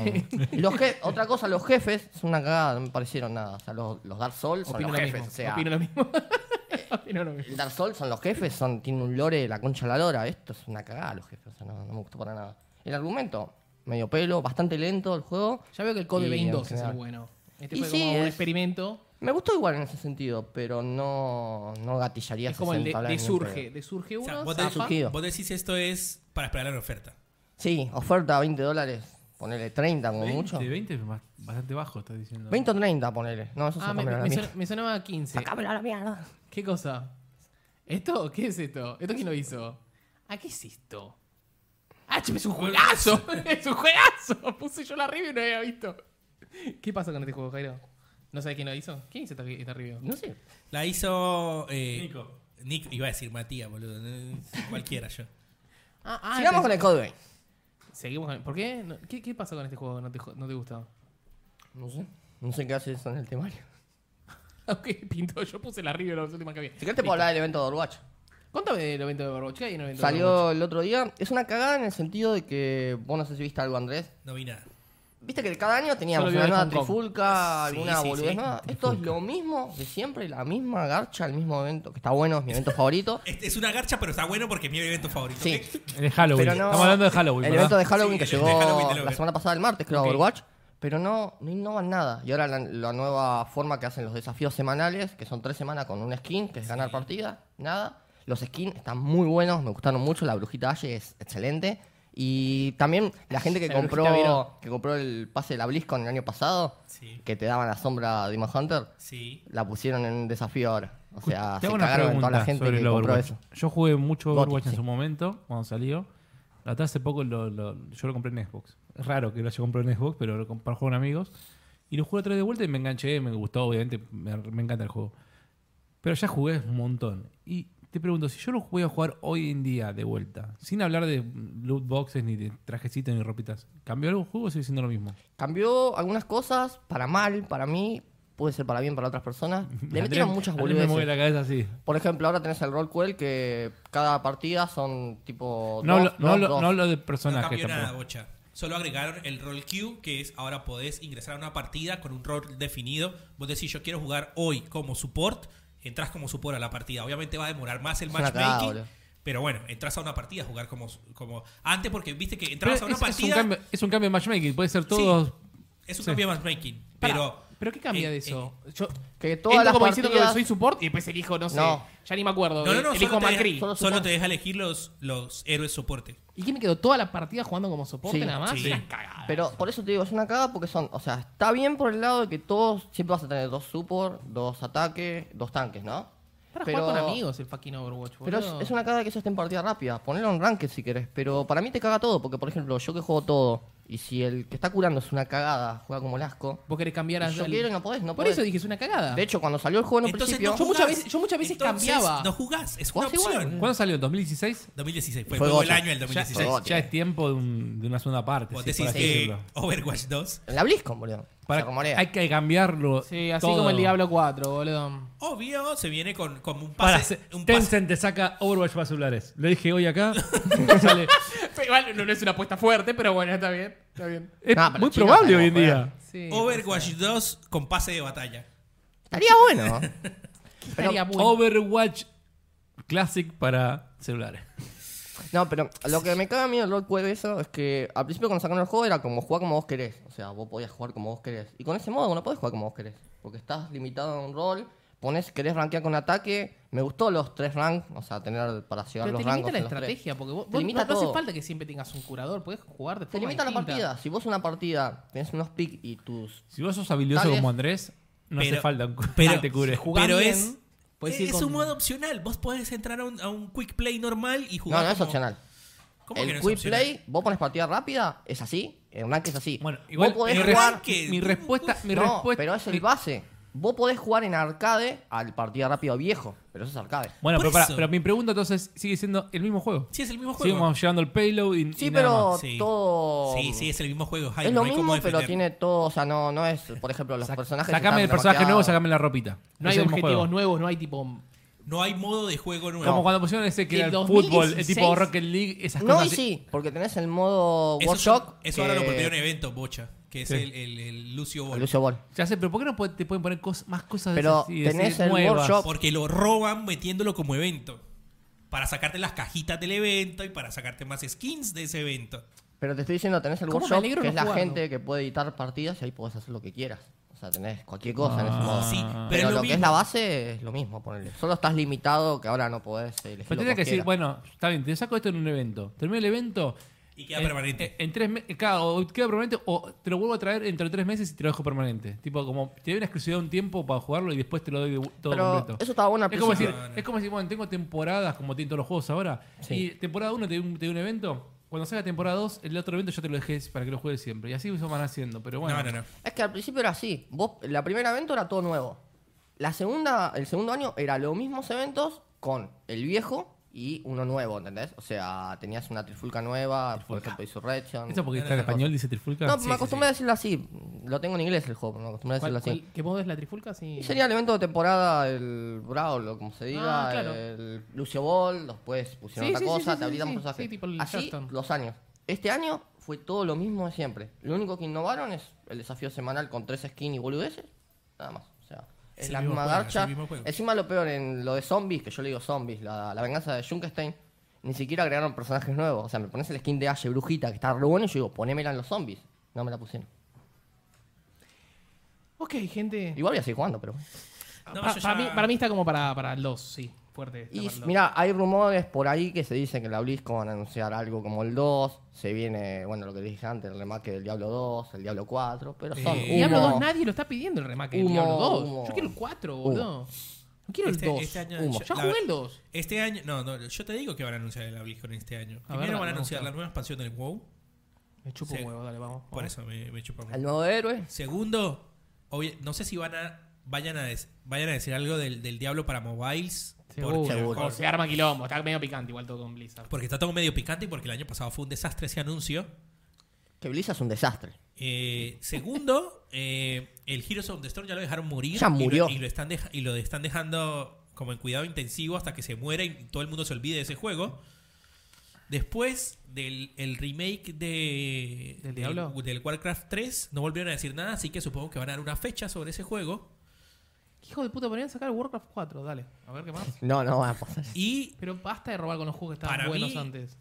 Speaker 4: Y los je- otra cosa, los jefes son una cagada, no me parecieron nada. O sea, los, los Dark Souls son
Speaker 1: Opino
Speaker 4: los
Speaker 1: lo,
Speaker 4: jefes.
Speaker 1: mismo,
Speaker 4: O sea, Eh.
Speaker 1: opino lo mismo. *laughs* Opino lo mismo.
Speaker 4: Dark Souls son los jefes, son, tiene un lore de la concha de la lora. Esto es una cagada, los jefes. O sea, no, no me gustó para nada. El argumento, medio pelo, bastante lento el juego.
Speaker 1: Ya veo que el Code
Speaker 4: Y
Speaker 1: Vein
Speaker 4: en
Speaker 1: 2 es el
Speaker 4: general.
Speaker 1: bueno. Este
Speaker 4: Y
Speaker 1: fue
Speaker 4: sí,
Speaker 1: como un
Speaker 4: es-
Speaker 1: experimento.
Speaker 4: Me gustó igual en ese sentido, pero no, no gatillaría
Speaker 1: Es como el de,
Speaker 4: 60
Speaker 1: de
Speaker 4: dólares ni en
Speaker 1: surge.
Speaker 4: pedo.
Speaker 1: De surge
Speaker 3: O
Speaker 1: uno,
Speaker 3: sea, vos,
Speaker 1: zapa.
Speaker 3: decís-
Speaker 4: surgido.
Speaker 3: vos decís esto es para esperar la oferta.
Speaker 4: Sí, oferta 20 dólares, ponele 30 como mucho.
Speaker 2: De 20 es ba- bastante bajo, estás diciendo.
Speaker 4: 20 o 30, ponele. No, eso
Speaker 1: Ah,
Speaker 4: se
Speaker 1: me,
Speaker 4: la
Speaker 1: me
Speaker 4: mierda.
Speaker 1: suena- me sonaba a 15.
Speaker 4: Sacámelo a la mierda.
Speaker 1: ¿Qué cosa? ¿Esto? ¿Qué es esto? ¿Esto quién lo hizo? ¿A qué es esto? ¡Ah, che, es un juegazo! *laughs* ¡Es un juegazo! *laughs* Puse yo la review y no había visto. ¿Qué pasa con este juego, Jairo? ¿No sabes quién lo hizo? ¿Quién hizo esta, esta review?
Speaker 4: No sé.
Speaker 3: La hizo. eh,
Speaker 2: Nico.
Speaker 3: Nick, iba a decir Matías, boludo. eh, Cualquiera yo.
Speaker 1: Ah, ah,
Speaker 4: Sigamos
Speaker 1: te-
Speaker 4: con el Codebase.
Speaker 1: Seguimos con el- ¿Por qué? No- ¿Qué, qué pasó con este juego? ¿No te, jo- no te gusta?
Speaker 4: No sé. No sé qué hace eso en el temario.
Speaker 1: *laughs* Ok, pintó. Yo puse la review la última que había.
Speaker 4: Si querés te puedo hablar del evento de Overwatch.
Speaker 1: Contame del evento de Overwatch. ¿Qué hay en el evento de Overwatch?
Speaker 4: Salió el otro día. Es una cagada en el sentido de que. Vos no sé si viste algo, Andrés.
Speaker 3: No vi nada.
Speaker 4: Viste que cada año
Speaker 1: Solo
Speaker 4: teníamos
Speaker 1: vio de
Speaker 4: una nueva
Speaker 1: Hong Kong.
Speaker 4: trifulca,
Speaker 3: Sí,
Speaker 4: alguna
Speaker 3: sí,
Speaker 4: boludez
Speaker 3: sí.
Speaker 4: nueva. Esto es lo mismo de siempre, la misma garcha, el mismo evento, que está bueno, es mi evento
Speaker 3: *laughs*
Speaker 4: favorito.
Speaker 3: Es, es una garcha, pero está bueno porque es mi evento favorito.
Speaker 4: Sí.
Speaker 3: ¿ok?
Speaker 2: El de Halloween.
Speaker 4: Pero no-
Speaker 2: Estamos hablando de Halloween.
Speaker 4: El
Speaker 2: ¿verdad?
Speaker 4: evento de Halloween
Speaker 3: Sí,
Speaker 4: que
Speaker 3: el de
Speaker 4: llegó
Speaker 3: Halloween de Logan.
Speaker 4: la semana pasada, el martes, creo,
Speaker 1: Ok.
Speaker 4: a Overwatch. Pero no, no innovan nada. Y ahora la, la nueva forma que hacen los desafíos semanales, que son tres semanas con un skin, que es ganar partida, nada. Los skins están muy buenos, me gustaron mucho. La brujita Ashe es excelente. Y también la gente que
Speaker 1: La brujita
Speaker 4: compró,
Speaker 1: Vero.
Speaker 4: que compró el pase de la BlizzCon el año pasado,
Speaker 3: Sí.
Speaker 4: que te daban la sombra de Demon Hunter,
Speaker 3: Sí.
Speaker 4: la pusieron en un desafío ahora. O sea,
Speaker 2: Te
Speaker 4: se
Speaker 2: hago una
Speaker 4: cagaron en toda
Speaker 2: pregunta
Speaker 4: la gente
Speaker 2: sobre
Speaker 4: que
Speaker 2: el
Speaker 4: compró
Speaker 2: Overwatch.
Speaker 4: eso.
Speaker 2: Yo jugué mucho
Speaker 4: Gothic,
Speaker 2: Overwatch en
Speaker 4: sí.
Speaker 2: su momento, cuando salió. Hasta hace poco lo- lo- yo lo compré en Xbox. Es raro que lo haya comprado en Xbox, pero lo compré para jugar con amigos. Y lo jugué otra vez de vuelta y me enganché, me gustó, obviamente, me, me encanta el juego. Pero ya jugué un montón. Y te pregunto, si yo lo voy a jugar hoy en día de vuelta, sin hablar de loot boxes, ni de trajecitos, ni ropitas, ¿cambió algo el juego o sigue siendo lo mismo?
Speaker 4: Cambió algunas cosas para mal, para mí, puede ser para bien para otras personas.
Speaker 2: *laughs*
Speaker 4: Le
Speaker 2: Andrés-
Speaker 4: metieron muchas
Speaker 2: Andrés me mueve
Speaker 4: boludeces.
Speaker 2: la cabeza así.
Speaker 4: Por ejemplo, ahora tenés el Roll Quell que cada partida son tipo.
Speaker 2: No,
Speaker 4: dos,
Speaker 2: hablo- no,
Speaker 4: dos,
Speaker 2: hablo-
Speaker 4: dos.
Speaker 2: no hablo de
Speaker 3: No
Speaker 2: personajes
Speaker 3: cambió nada,
Speaker 2: tampoco.
Speaker 3: bocha. Solo agregaron el roll queue, que es ahora podés ingresar a una partida con un rol definido. Vos decís, yo quiero jugar hoy como support, entras como support a la partida. Obviamente va a demorar más el
Speaker 4: Es una
Speaker 3: matchmaking.
Speaker 4: cagada, boludo.
Speaker 3: pero bueno, entras a una partida a jugar como, como... Antes porque viste que entrabas a
Speaker 2: Pero
Speaker 3: una
Speaker 2: es, es un
Speaker 3: partida...
Speaker 2: cambio, es un cambio de matchmaking, puede ser
Speaker 3: Sí.
Speaker 2: todos.
Speaker 3: Es un
Speaker 2: Sí.
Speaker 3: cambio de matchmaking.
Speaker 1: Pará,
Speaker 3: Pero.
Speaker 1: ¿Pero qué cambia
Speaker 3: eh,
Speaker 1: de
Speaker 3: eh,
Speaker 1: eso? Yo,
Speaker 4: Que
Speaker 1: todo
Speaker 4: todas las
Speaker 1: como
Speaker 4: partidas.
Speaker 1: diciendo que soy support y después elijo, no sé.
Speaker 4: No.
Speaker 1: Ya ni me acuerdo.
Speaker 3: no, no, no.
Speaker 1: elijo
Speaker 3: Solo, te
Speaker 1: Macri.
Speaker 3: deja, solo
Speaker 4: soporte.
Speaker 3: te deja elegir los, los héroes soporte.
Speaker 1: ¿Y qué me quedó toda la partida jugando como soporte
Speaker 4: Sí,
Speaker 1: nada más?
Speaker 3: sí.
Speaker 1: Era Ah, cagada.
Speaker 4: Pero por eso te digo, es una cagada porque son. O sea, está bien por el lado de que todos siempre vas a tener dos support, dos ataques, dos tanques, ¿no?
Speaker 1: Para jugar con amigos el fucking Overwatch,
Speaker 4: Pero es,
Speaker 1: boludo.
Speaker 4: es una cagada que eso esté en partida rápida. Ponelo en ranked si querés. Pero para mí te caga todo, porque por ejemplo, yo que juego todo, y si el que está curando es una cagada, juega como el asco.
Speaker 1: Vos querés cambiar
Speaker 4: Y
Speaker 1: a
Speaker 4: yo quiero y no podés, no
Speaker 1: Por
Speaker 4: podés.
Speaker 1: eso dije, es una
Speaker 2: Ah.
Speaker 1: cagada.
Speaker 4: De hecho, cuando salió el juego en un
Speaker 3: Entonces
Speaker 4: principio.
Speaker 3: no
Speaker 1: Yo
Speaker 3: jugás.
Speaker 1: muchas veces- yo muchas veces
Speaker 3: Entonces,
Speaker 1: cambiaba.
Speaker 3: No jugás. Es una
Speaker 4: Jugás igual,
Speaker 3: opción.
Speaker 4: boludo.
Speaker 2: ¿Cuándo salió? ¿2016?
Speaker 3: 2016. Fue,
Speaker 4: Fue
Speaker 3: juego del
Speaker 4: Gotti.
Speaker 3: año el
Speaker 2: Ya,
Speaker 3: 2016.
Speaker 4: Fue
Speaker 2: ya-
Speaker 4: Gotti.
Speaker 2: ya es tiempo de, un- de una segunda parte.
Speaker 3: Vos
Speaker 2: sí,
Speaker 3: decís
Speaker 2: por así
Speaker 3: eh,
Speaker 2: decirlo.
Speaker 3: Overwatch 2.
Speaker 4: En la BlizzCon, boludo.
Speaker 2: Para-
Speaker 4: se rumorea.
Speaker 2: hay que cambiarlo.
Speaker 1: Sí, así
Speaker 2: todo.
Speaker 1: como el Diablo 4, boludo.
Speaker 3: Obvio, se viene con, con un
Speaker 2: Para,
Speaker 3: pase.
Speaker 2: se-
Speaker 3: un pase.
Speaker 2: Tencent te saca Overwatch para celulares. Lo dije hoy
Speaker 3: *laughs*
Speaker 2: acá. no sale.
Speaker 1: *laughs* Pero igual no, no es una apuesta fuerte, pero bueno, está bien. Está bien.
Speaker 2: Es
Speaker 4: No, pero
Speaker 2: muy
Speaker 4: chicos,
Speaker 2: probable hoy en
Speaker 4: sabemos
Speaker 2: día.
Speaker 1: Sí,
Speaker 3: Overwatch 2 con pase de batalla.
Speaker 4: Estaría bueno. pero-
Speaker 1: Estaría bueno.
Speaker 2: Overwatch Classic para celulares.
Speaker 4: No, pero lo que me caga a mí del Rock Web eso es que al principio cuando sacaron el juego era como jugar como vos querés. O sea, vos podías jugar como vos querés. Y con ese modo vos no podés jugar como vos querés. Porque estás limitado a un rol, pones, querés rankear con ataque. Me gustó los tres ranks, o sea, tener para llevar
Speaker 1: Pero te
Speaker 4: los rangos.
Speaker 1: limita la
Speaker 4: en los tres.
Speaker 1: estrategia, porque vos,
Speaker 4: Te
Speaker 1: vos
Speaker 4: limita
Speaker 1: no, no hace
Speaker 4: todo.
Speaker 1: falta que siempre tengas un curador, podés jugar de
Speaker 4: Te
Speaker 1: forma
Speaker 4: limita la
Speaker 1: distinta.
Speaker 4: partida. Si vos una partida tenés unos picks y tus.
Speaker 2: Si vos sos habilioso
Speaker 4: Tal vez.
Speaker 2: como Andrés, no hace
Speaker 3: Pero-
Speaker 2: falta un cu-
Speaker 3: pero-
Speaker 2: que Ah, te cure.
Speaker 1: Jugá
Speaker 3: Pero
Speaker 1: bien,
Speaker 3: es.
Speaker 1: podés ir
Speaker 3: es
Speaker 1: con-
Speaker 3: un modo opcional. Vos podés entrar a un, a un quick play normal y
Speaker 4: No,
Speaker 3: jugar.
Speaker 4: no es
Speaker 3: como-
Speaker 4: opcional.
Speaker 3: ¿Cómo que
Speaker 4: El
Speaker 3: no es
Speaker 4: quick
Speaker 3: opcional?
Speaker 4: play, vos pones partida rápida, es así. En rank es así.
Speaker 2: Bueno, igual
Speaker 4: vos podés
Speaker 2: mi,
Speaker 3: re-
Speaker 4: jugar.
Speaker 2: res- mi respuesta, mi
Speaker 4: no,
Speaker 2: respuesta,
Speaker 4: pero es el
Speaker 2: mi-
Speaker 4: base. Vos podés jugar en arcade al partida rápido viejo, pero eso es arcade.
Speaker 2: Bueno,
Speaker 3: Por
Speaker 2: pero, pará,
Speaker 3: eso.
Speaker 2: pero mi pregunta entonces sigue siendo el mismo juego.
Speaker 3: Sí, es el mismo juego.
Speaker 2: Seguimos llevando el payload y,
Speaker 4: Sí,
Speaker 2: y nada
Speaker 4: pero
Speaker 2: más.
Speaker 3: Sí.
Speaker 4: todo.
Speaker 3: Sí, sí, es el mismo juego. Jaime,
Speaker 4: es lo
Speaker 3: no hay cómo
Speaker 4: mismo, pero
Speaker 3: defender.
Speaker 4: tiene todo. O sea, no, no es, por ejemplo, los personajes.
Speaker 2: Sacame el
Speaker 4: están
Speaker 2: personaje nuevo,
Speaker 4: remaqueados.
Speaker 2: sacame la ropita.
Speaker 1: No
Speaker 2: Es
Speaker 1: hay
Speaker 2: el mismo
Speaker 1: objetivos
Speaker 2: juego.
Speaker 1: nuevos, no hay tipo
Speaker 3: No hay modo de juego nuevo.
Speaker 2: Como cuando pusieron ese que
Speaker 1: El
Speaker 2: era el
Speaker 1: 2016.
Speaker 2: fútbol, el tipo Rocket League, esas
Speaker 4: No,
Speaker 2: cosas.
Speaker 4: y
Speaker 2: así.
Speaker 4: sí, porque tenés el modo
Speaker 3: Eso,
Speaker 4: Workshop.
Speaker 3: eso ahora lo volvieron
Speaker 4: que-
Speaker 3: evento, Bocha. Que es
Speaker 2: Sí.
Speaker 3: el, el- el Lucio Ball.
Speaker 4: Lucio Ball.
Speaker 2: Ya sé, pero ¿por qué no puede- te pueden poner cos- más cosas de
Speaker 4: Pero
Speaker 2: esas y decir
Speaker 4: tenés el
Speaker 2: nuevas?
Speaker 4: workshop.
Speaker 3: Porque lo roban metiéndolo como evento. Para sacarte las cajitas del evento y para sacarte más skins de ese evento.
Speaker 4: Pero te estoy diciendo, tenés el
Speaker 1: ¿Cómo me
Speaker 4: Workshop,
Speaker 1: alegro
Speaker 4: que
Speaker 1: no
Speaker 4: es la
Speaker 1: jugando?
Speaker 4: gente que puede editar partidas y ahí podés hacer lo que quieras. O O sea, tenés cualquier cosa en ese modo.
Speaker 3: Ah. Sí,
Speaker 4: Ah,
Speaker 2: Ah.
Speaker 4: Pero,
Speaker 3: pero, es
Speaker 4: lo,
Speaker 3: lo
Speaker 4: que es la
Speaker 3: mismo.
Speaker 4: base es lo mismo, ponele. Solo estás limitado que ahora no podés elegir.
Speaker 2: Pero
Speaker 4: lo
Speaker 2: tendría que
Speaker 4: que
Speaker 2: decir,
Speaker 4: quieras.
Speaker 2: bueno, está bien, te saco esto en un evento. Termina el evento.
Speaker 3: Y queda
Speaker 2: en-
Speaker 3: permanente.
Speaker 2: En, en tres meses. o queda permanente o te lo vuelvo a traer entre tres meses y te lo dejo permanente. Tipo, como te doy una exclusividad un tiempo para jugarlo y después te lo doy de vu- todo
Speaker 4: Pero
Speaker 2: completo.
Speaker 4: eso estaba bueno al
Speaker 2: Es como, decir,
Speaker 4: principio.
Speaker 2: es como decir, bueno, tengo temporadas como tienen todos los juegos ahora.
Speaker 4: Sí.
Speaker 2: Y temporada 1 te doy un, te doy un evento. Cuando salga temporada 2, el otro evento yo te lo dejé para que lo juegues siempre. Y así eso van haciendo. Pero bueno,
Speaker 3: No, no, no.
Speaker 4: Es que al principio era así. Vos, la primera evento era todo nuevo. La segunda, el segundo año era los mismos eventos con el viejo y uno nuevo, ¿entendés? O sea, tenías una trifulca nueva, por ejemplo, Insurrection.
Speaker 2: eso porque
Speaker 3: no,
Speaker 2: está en
Speaker 3: no,
Speaker 2: español, dice Trifulca.
Speaker 4: No,
Speaker 2: Sí.
Speaker 4: me acostumbré a decirlo así. Lo tengo en inglés el juego, pero me acostumbré a
Speaker 1: ¿Cuál-
Speaker 4: decirlo así.
Speaker 1: cuál- ¿Qué modo es la trifulca? Sí.
Speaker 4: Y sería el evento de temporada, el Brawl, o como se diga,
Speaker 1: Ah, claro.
Speaker 4: el Lucio Ball, después pusieron
Speaker 1: Sí,
Speaker 4: otra
Speaker 1: sí, sí, sí,
Speaker 4: cosa, te
Speaker 1: sí,
Speaker 4: habilitan
Speaker 1: sí.
Speaker 4: un personaje.
Speaker 1: Sí, tipo el
Speaker 4: Así,
Speaker 1: Charlton.
Speaker 4: los años. Este año fue todo lo mismo de siempre. Lo único que innovaron es el desafío semanal con tres skins y boludeces, nada más. O sea,
Speaker 3: Es
Speaker 4: es,
Speaker 3: el
Speaker 4: la
Speaker 3: mismo
Speaker 4: misma
Speaker 3: juego, es el
Speaker 4: garcha.
Speaker 3: mismo juego.
Speaker 4: Encima lo peor en lo de zombies, que yo le digo zombies, la, la venganza de Junkenstein, ni siquiera agregaron personajes nuevos. O sea, me pones el skin de Ashe Brujita, que está re bueno, y yo digo, ponémela en los zombies. No me la pusieron.
Speaker 1: Ok, gente.
Speaker 4: Igual voy a seguir jugando, pero...
Speaker 3: No,
Speaker 1: Pa- para,
Speaker 3: yo ya-
Speaker 1: mí, para mí está como para, para el 2, sí. Fuerte. está
Speaker 4: Y
Speaker 1: para el 2.
Speaker 4: mira, hay rumores por ahí que se dicen que la BlizzCon van a anunciar algo como el 2, se viene, bueno, lo que dije antes, el remake del Diablo 2, el Diablo 4, pero son
Speaker 3: Eh,
Speaker 4: humo.
Speaker 1: Diablo 2 nadie lo está pidiendo el remake del
Speaker 4: Humo,
Speaker 1: Diablo 2.
Speaker 4: humo.
Speaker 1: Yo quiero el 4, boludo. No quiero
Speaker 3: Este-
Speaker 1: el 2.
Speaker 3: este año-
Speaker 4: Humo.
Speaker 1: ya
Speaker 3: la-
Speaker 1: jugué el 2.
Speaker 3: Este año, no, no, yo te digo que van a anunciar el BlizzCon este año.
Speaker 1: A ver,
Speaker 3: Primero van
Speaker 1: dale,
Speaker 3: a anunciar
Speaker 1: vamos,
Speaker 3: la nueva expansión del WoW.
Speaker 1: Me chupo
Speaker 3: Sí.
Speaker 1: un huevo, dale, vamos.
Speaker 3: Por
Speaker 1: vamos.
Speaker 3: eso me, me chupa un
Speaker 4: El nuevo héroe.
Speaker 3: Segundo, obvia- no sé si van a vayan a des- vayan a decir algo del, del Diablo para mobiles.
Speaker 1: Seguro.
Speaker 3: Porque,
Speaker 4: Seguro.
Speaker 1: O se arma quilombo. Está medio picante igual todo con Blizzard.
Speaker 3: porque está todo medio picante y porque el año pasado fue un desastre ese anuncio.
Speaker 4: Que Blizzard es un desastre.
Speaker 3: Eh, segundo, eh, el Heroes of the Storm ya lo dejaron morir.
Speaker 4: Ya murió.
Speaker 3: Y lo, y lo están deja- y lo están dejando como en cuidado intensivo hasta que se muera y todo el mundo se olvide de ese juego. Después del el remake de,
Speaker 1: ¿Del Diablo?
Speaker 3: del Warcraft 3, no volvieron a decir nada, así que supongo que van a dar una fecha sobre ese juego.
Speaker 1: Hijo de puta, podrían sacar el Warcraft 4, dale. A ver qué más.
Speaker 4: No, no va pues, a pasar.
Speaker 3: *laughs* Y
Speaker 1: Pero basta de robar con los juegos que estaban
Speaker 3: Para
Speaker 1: buenos
Speaker 3: mí-
Speaker 1: antes.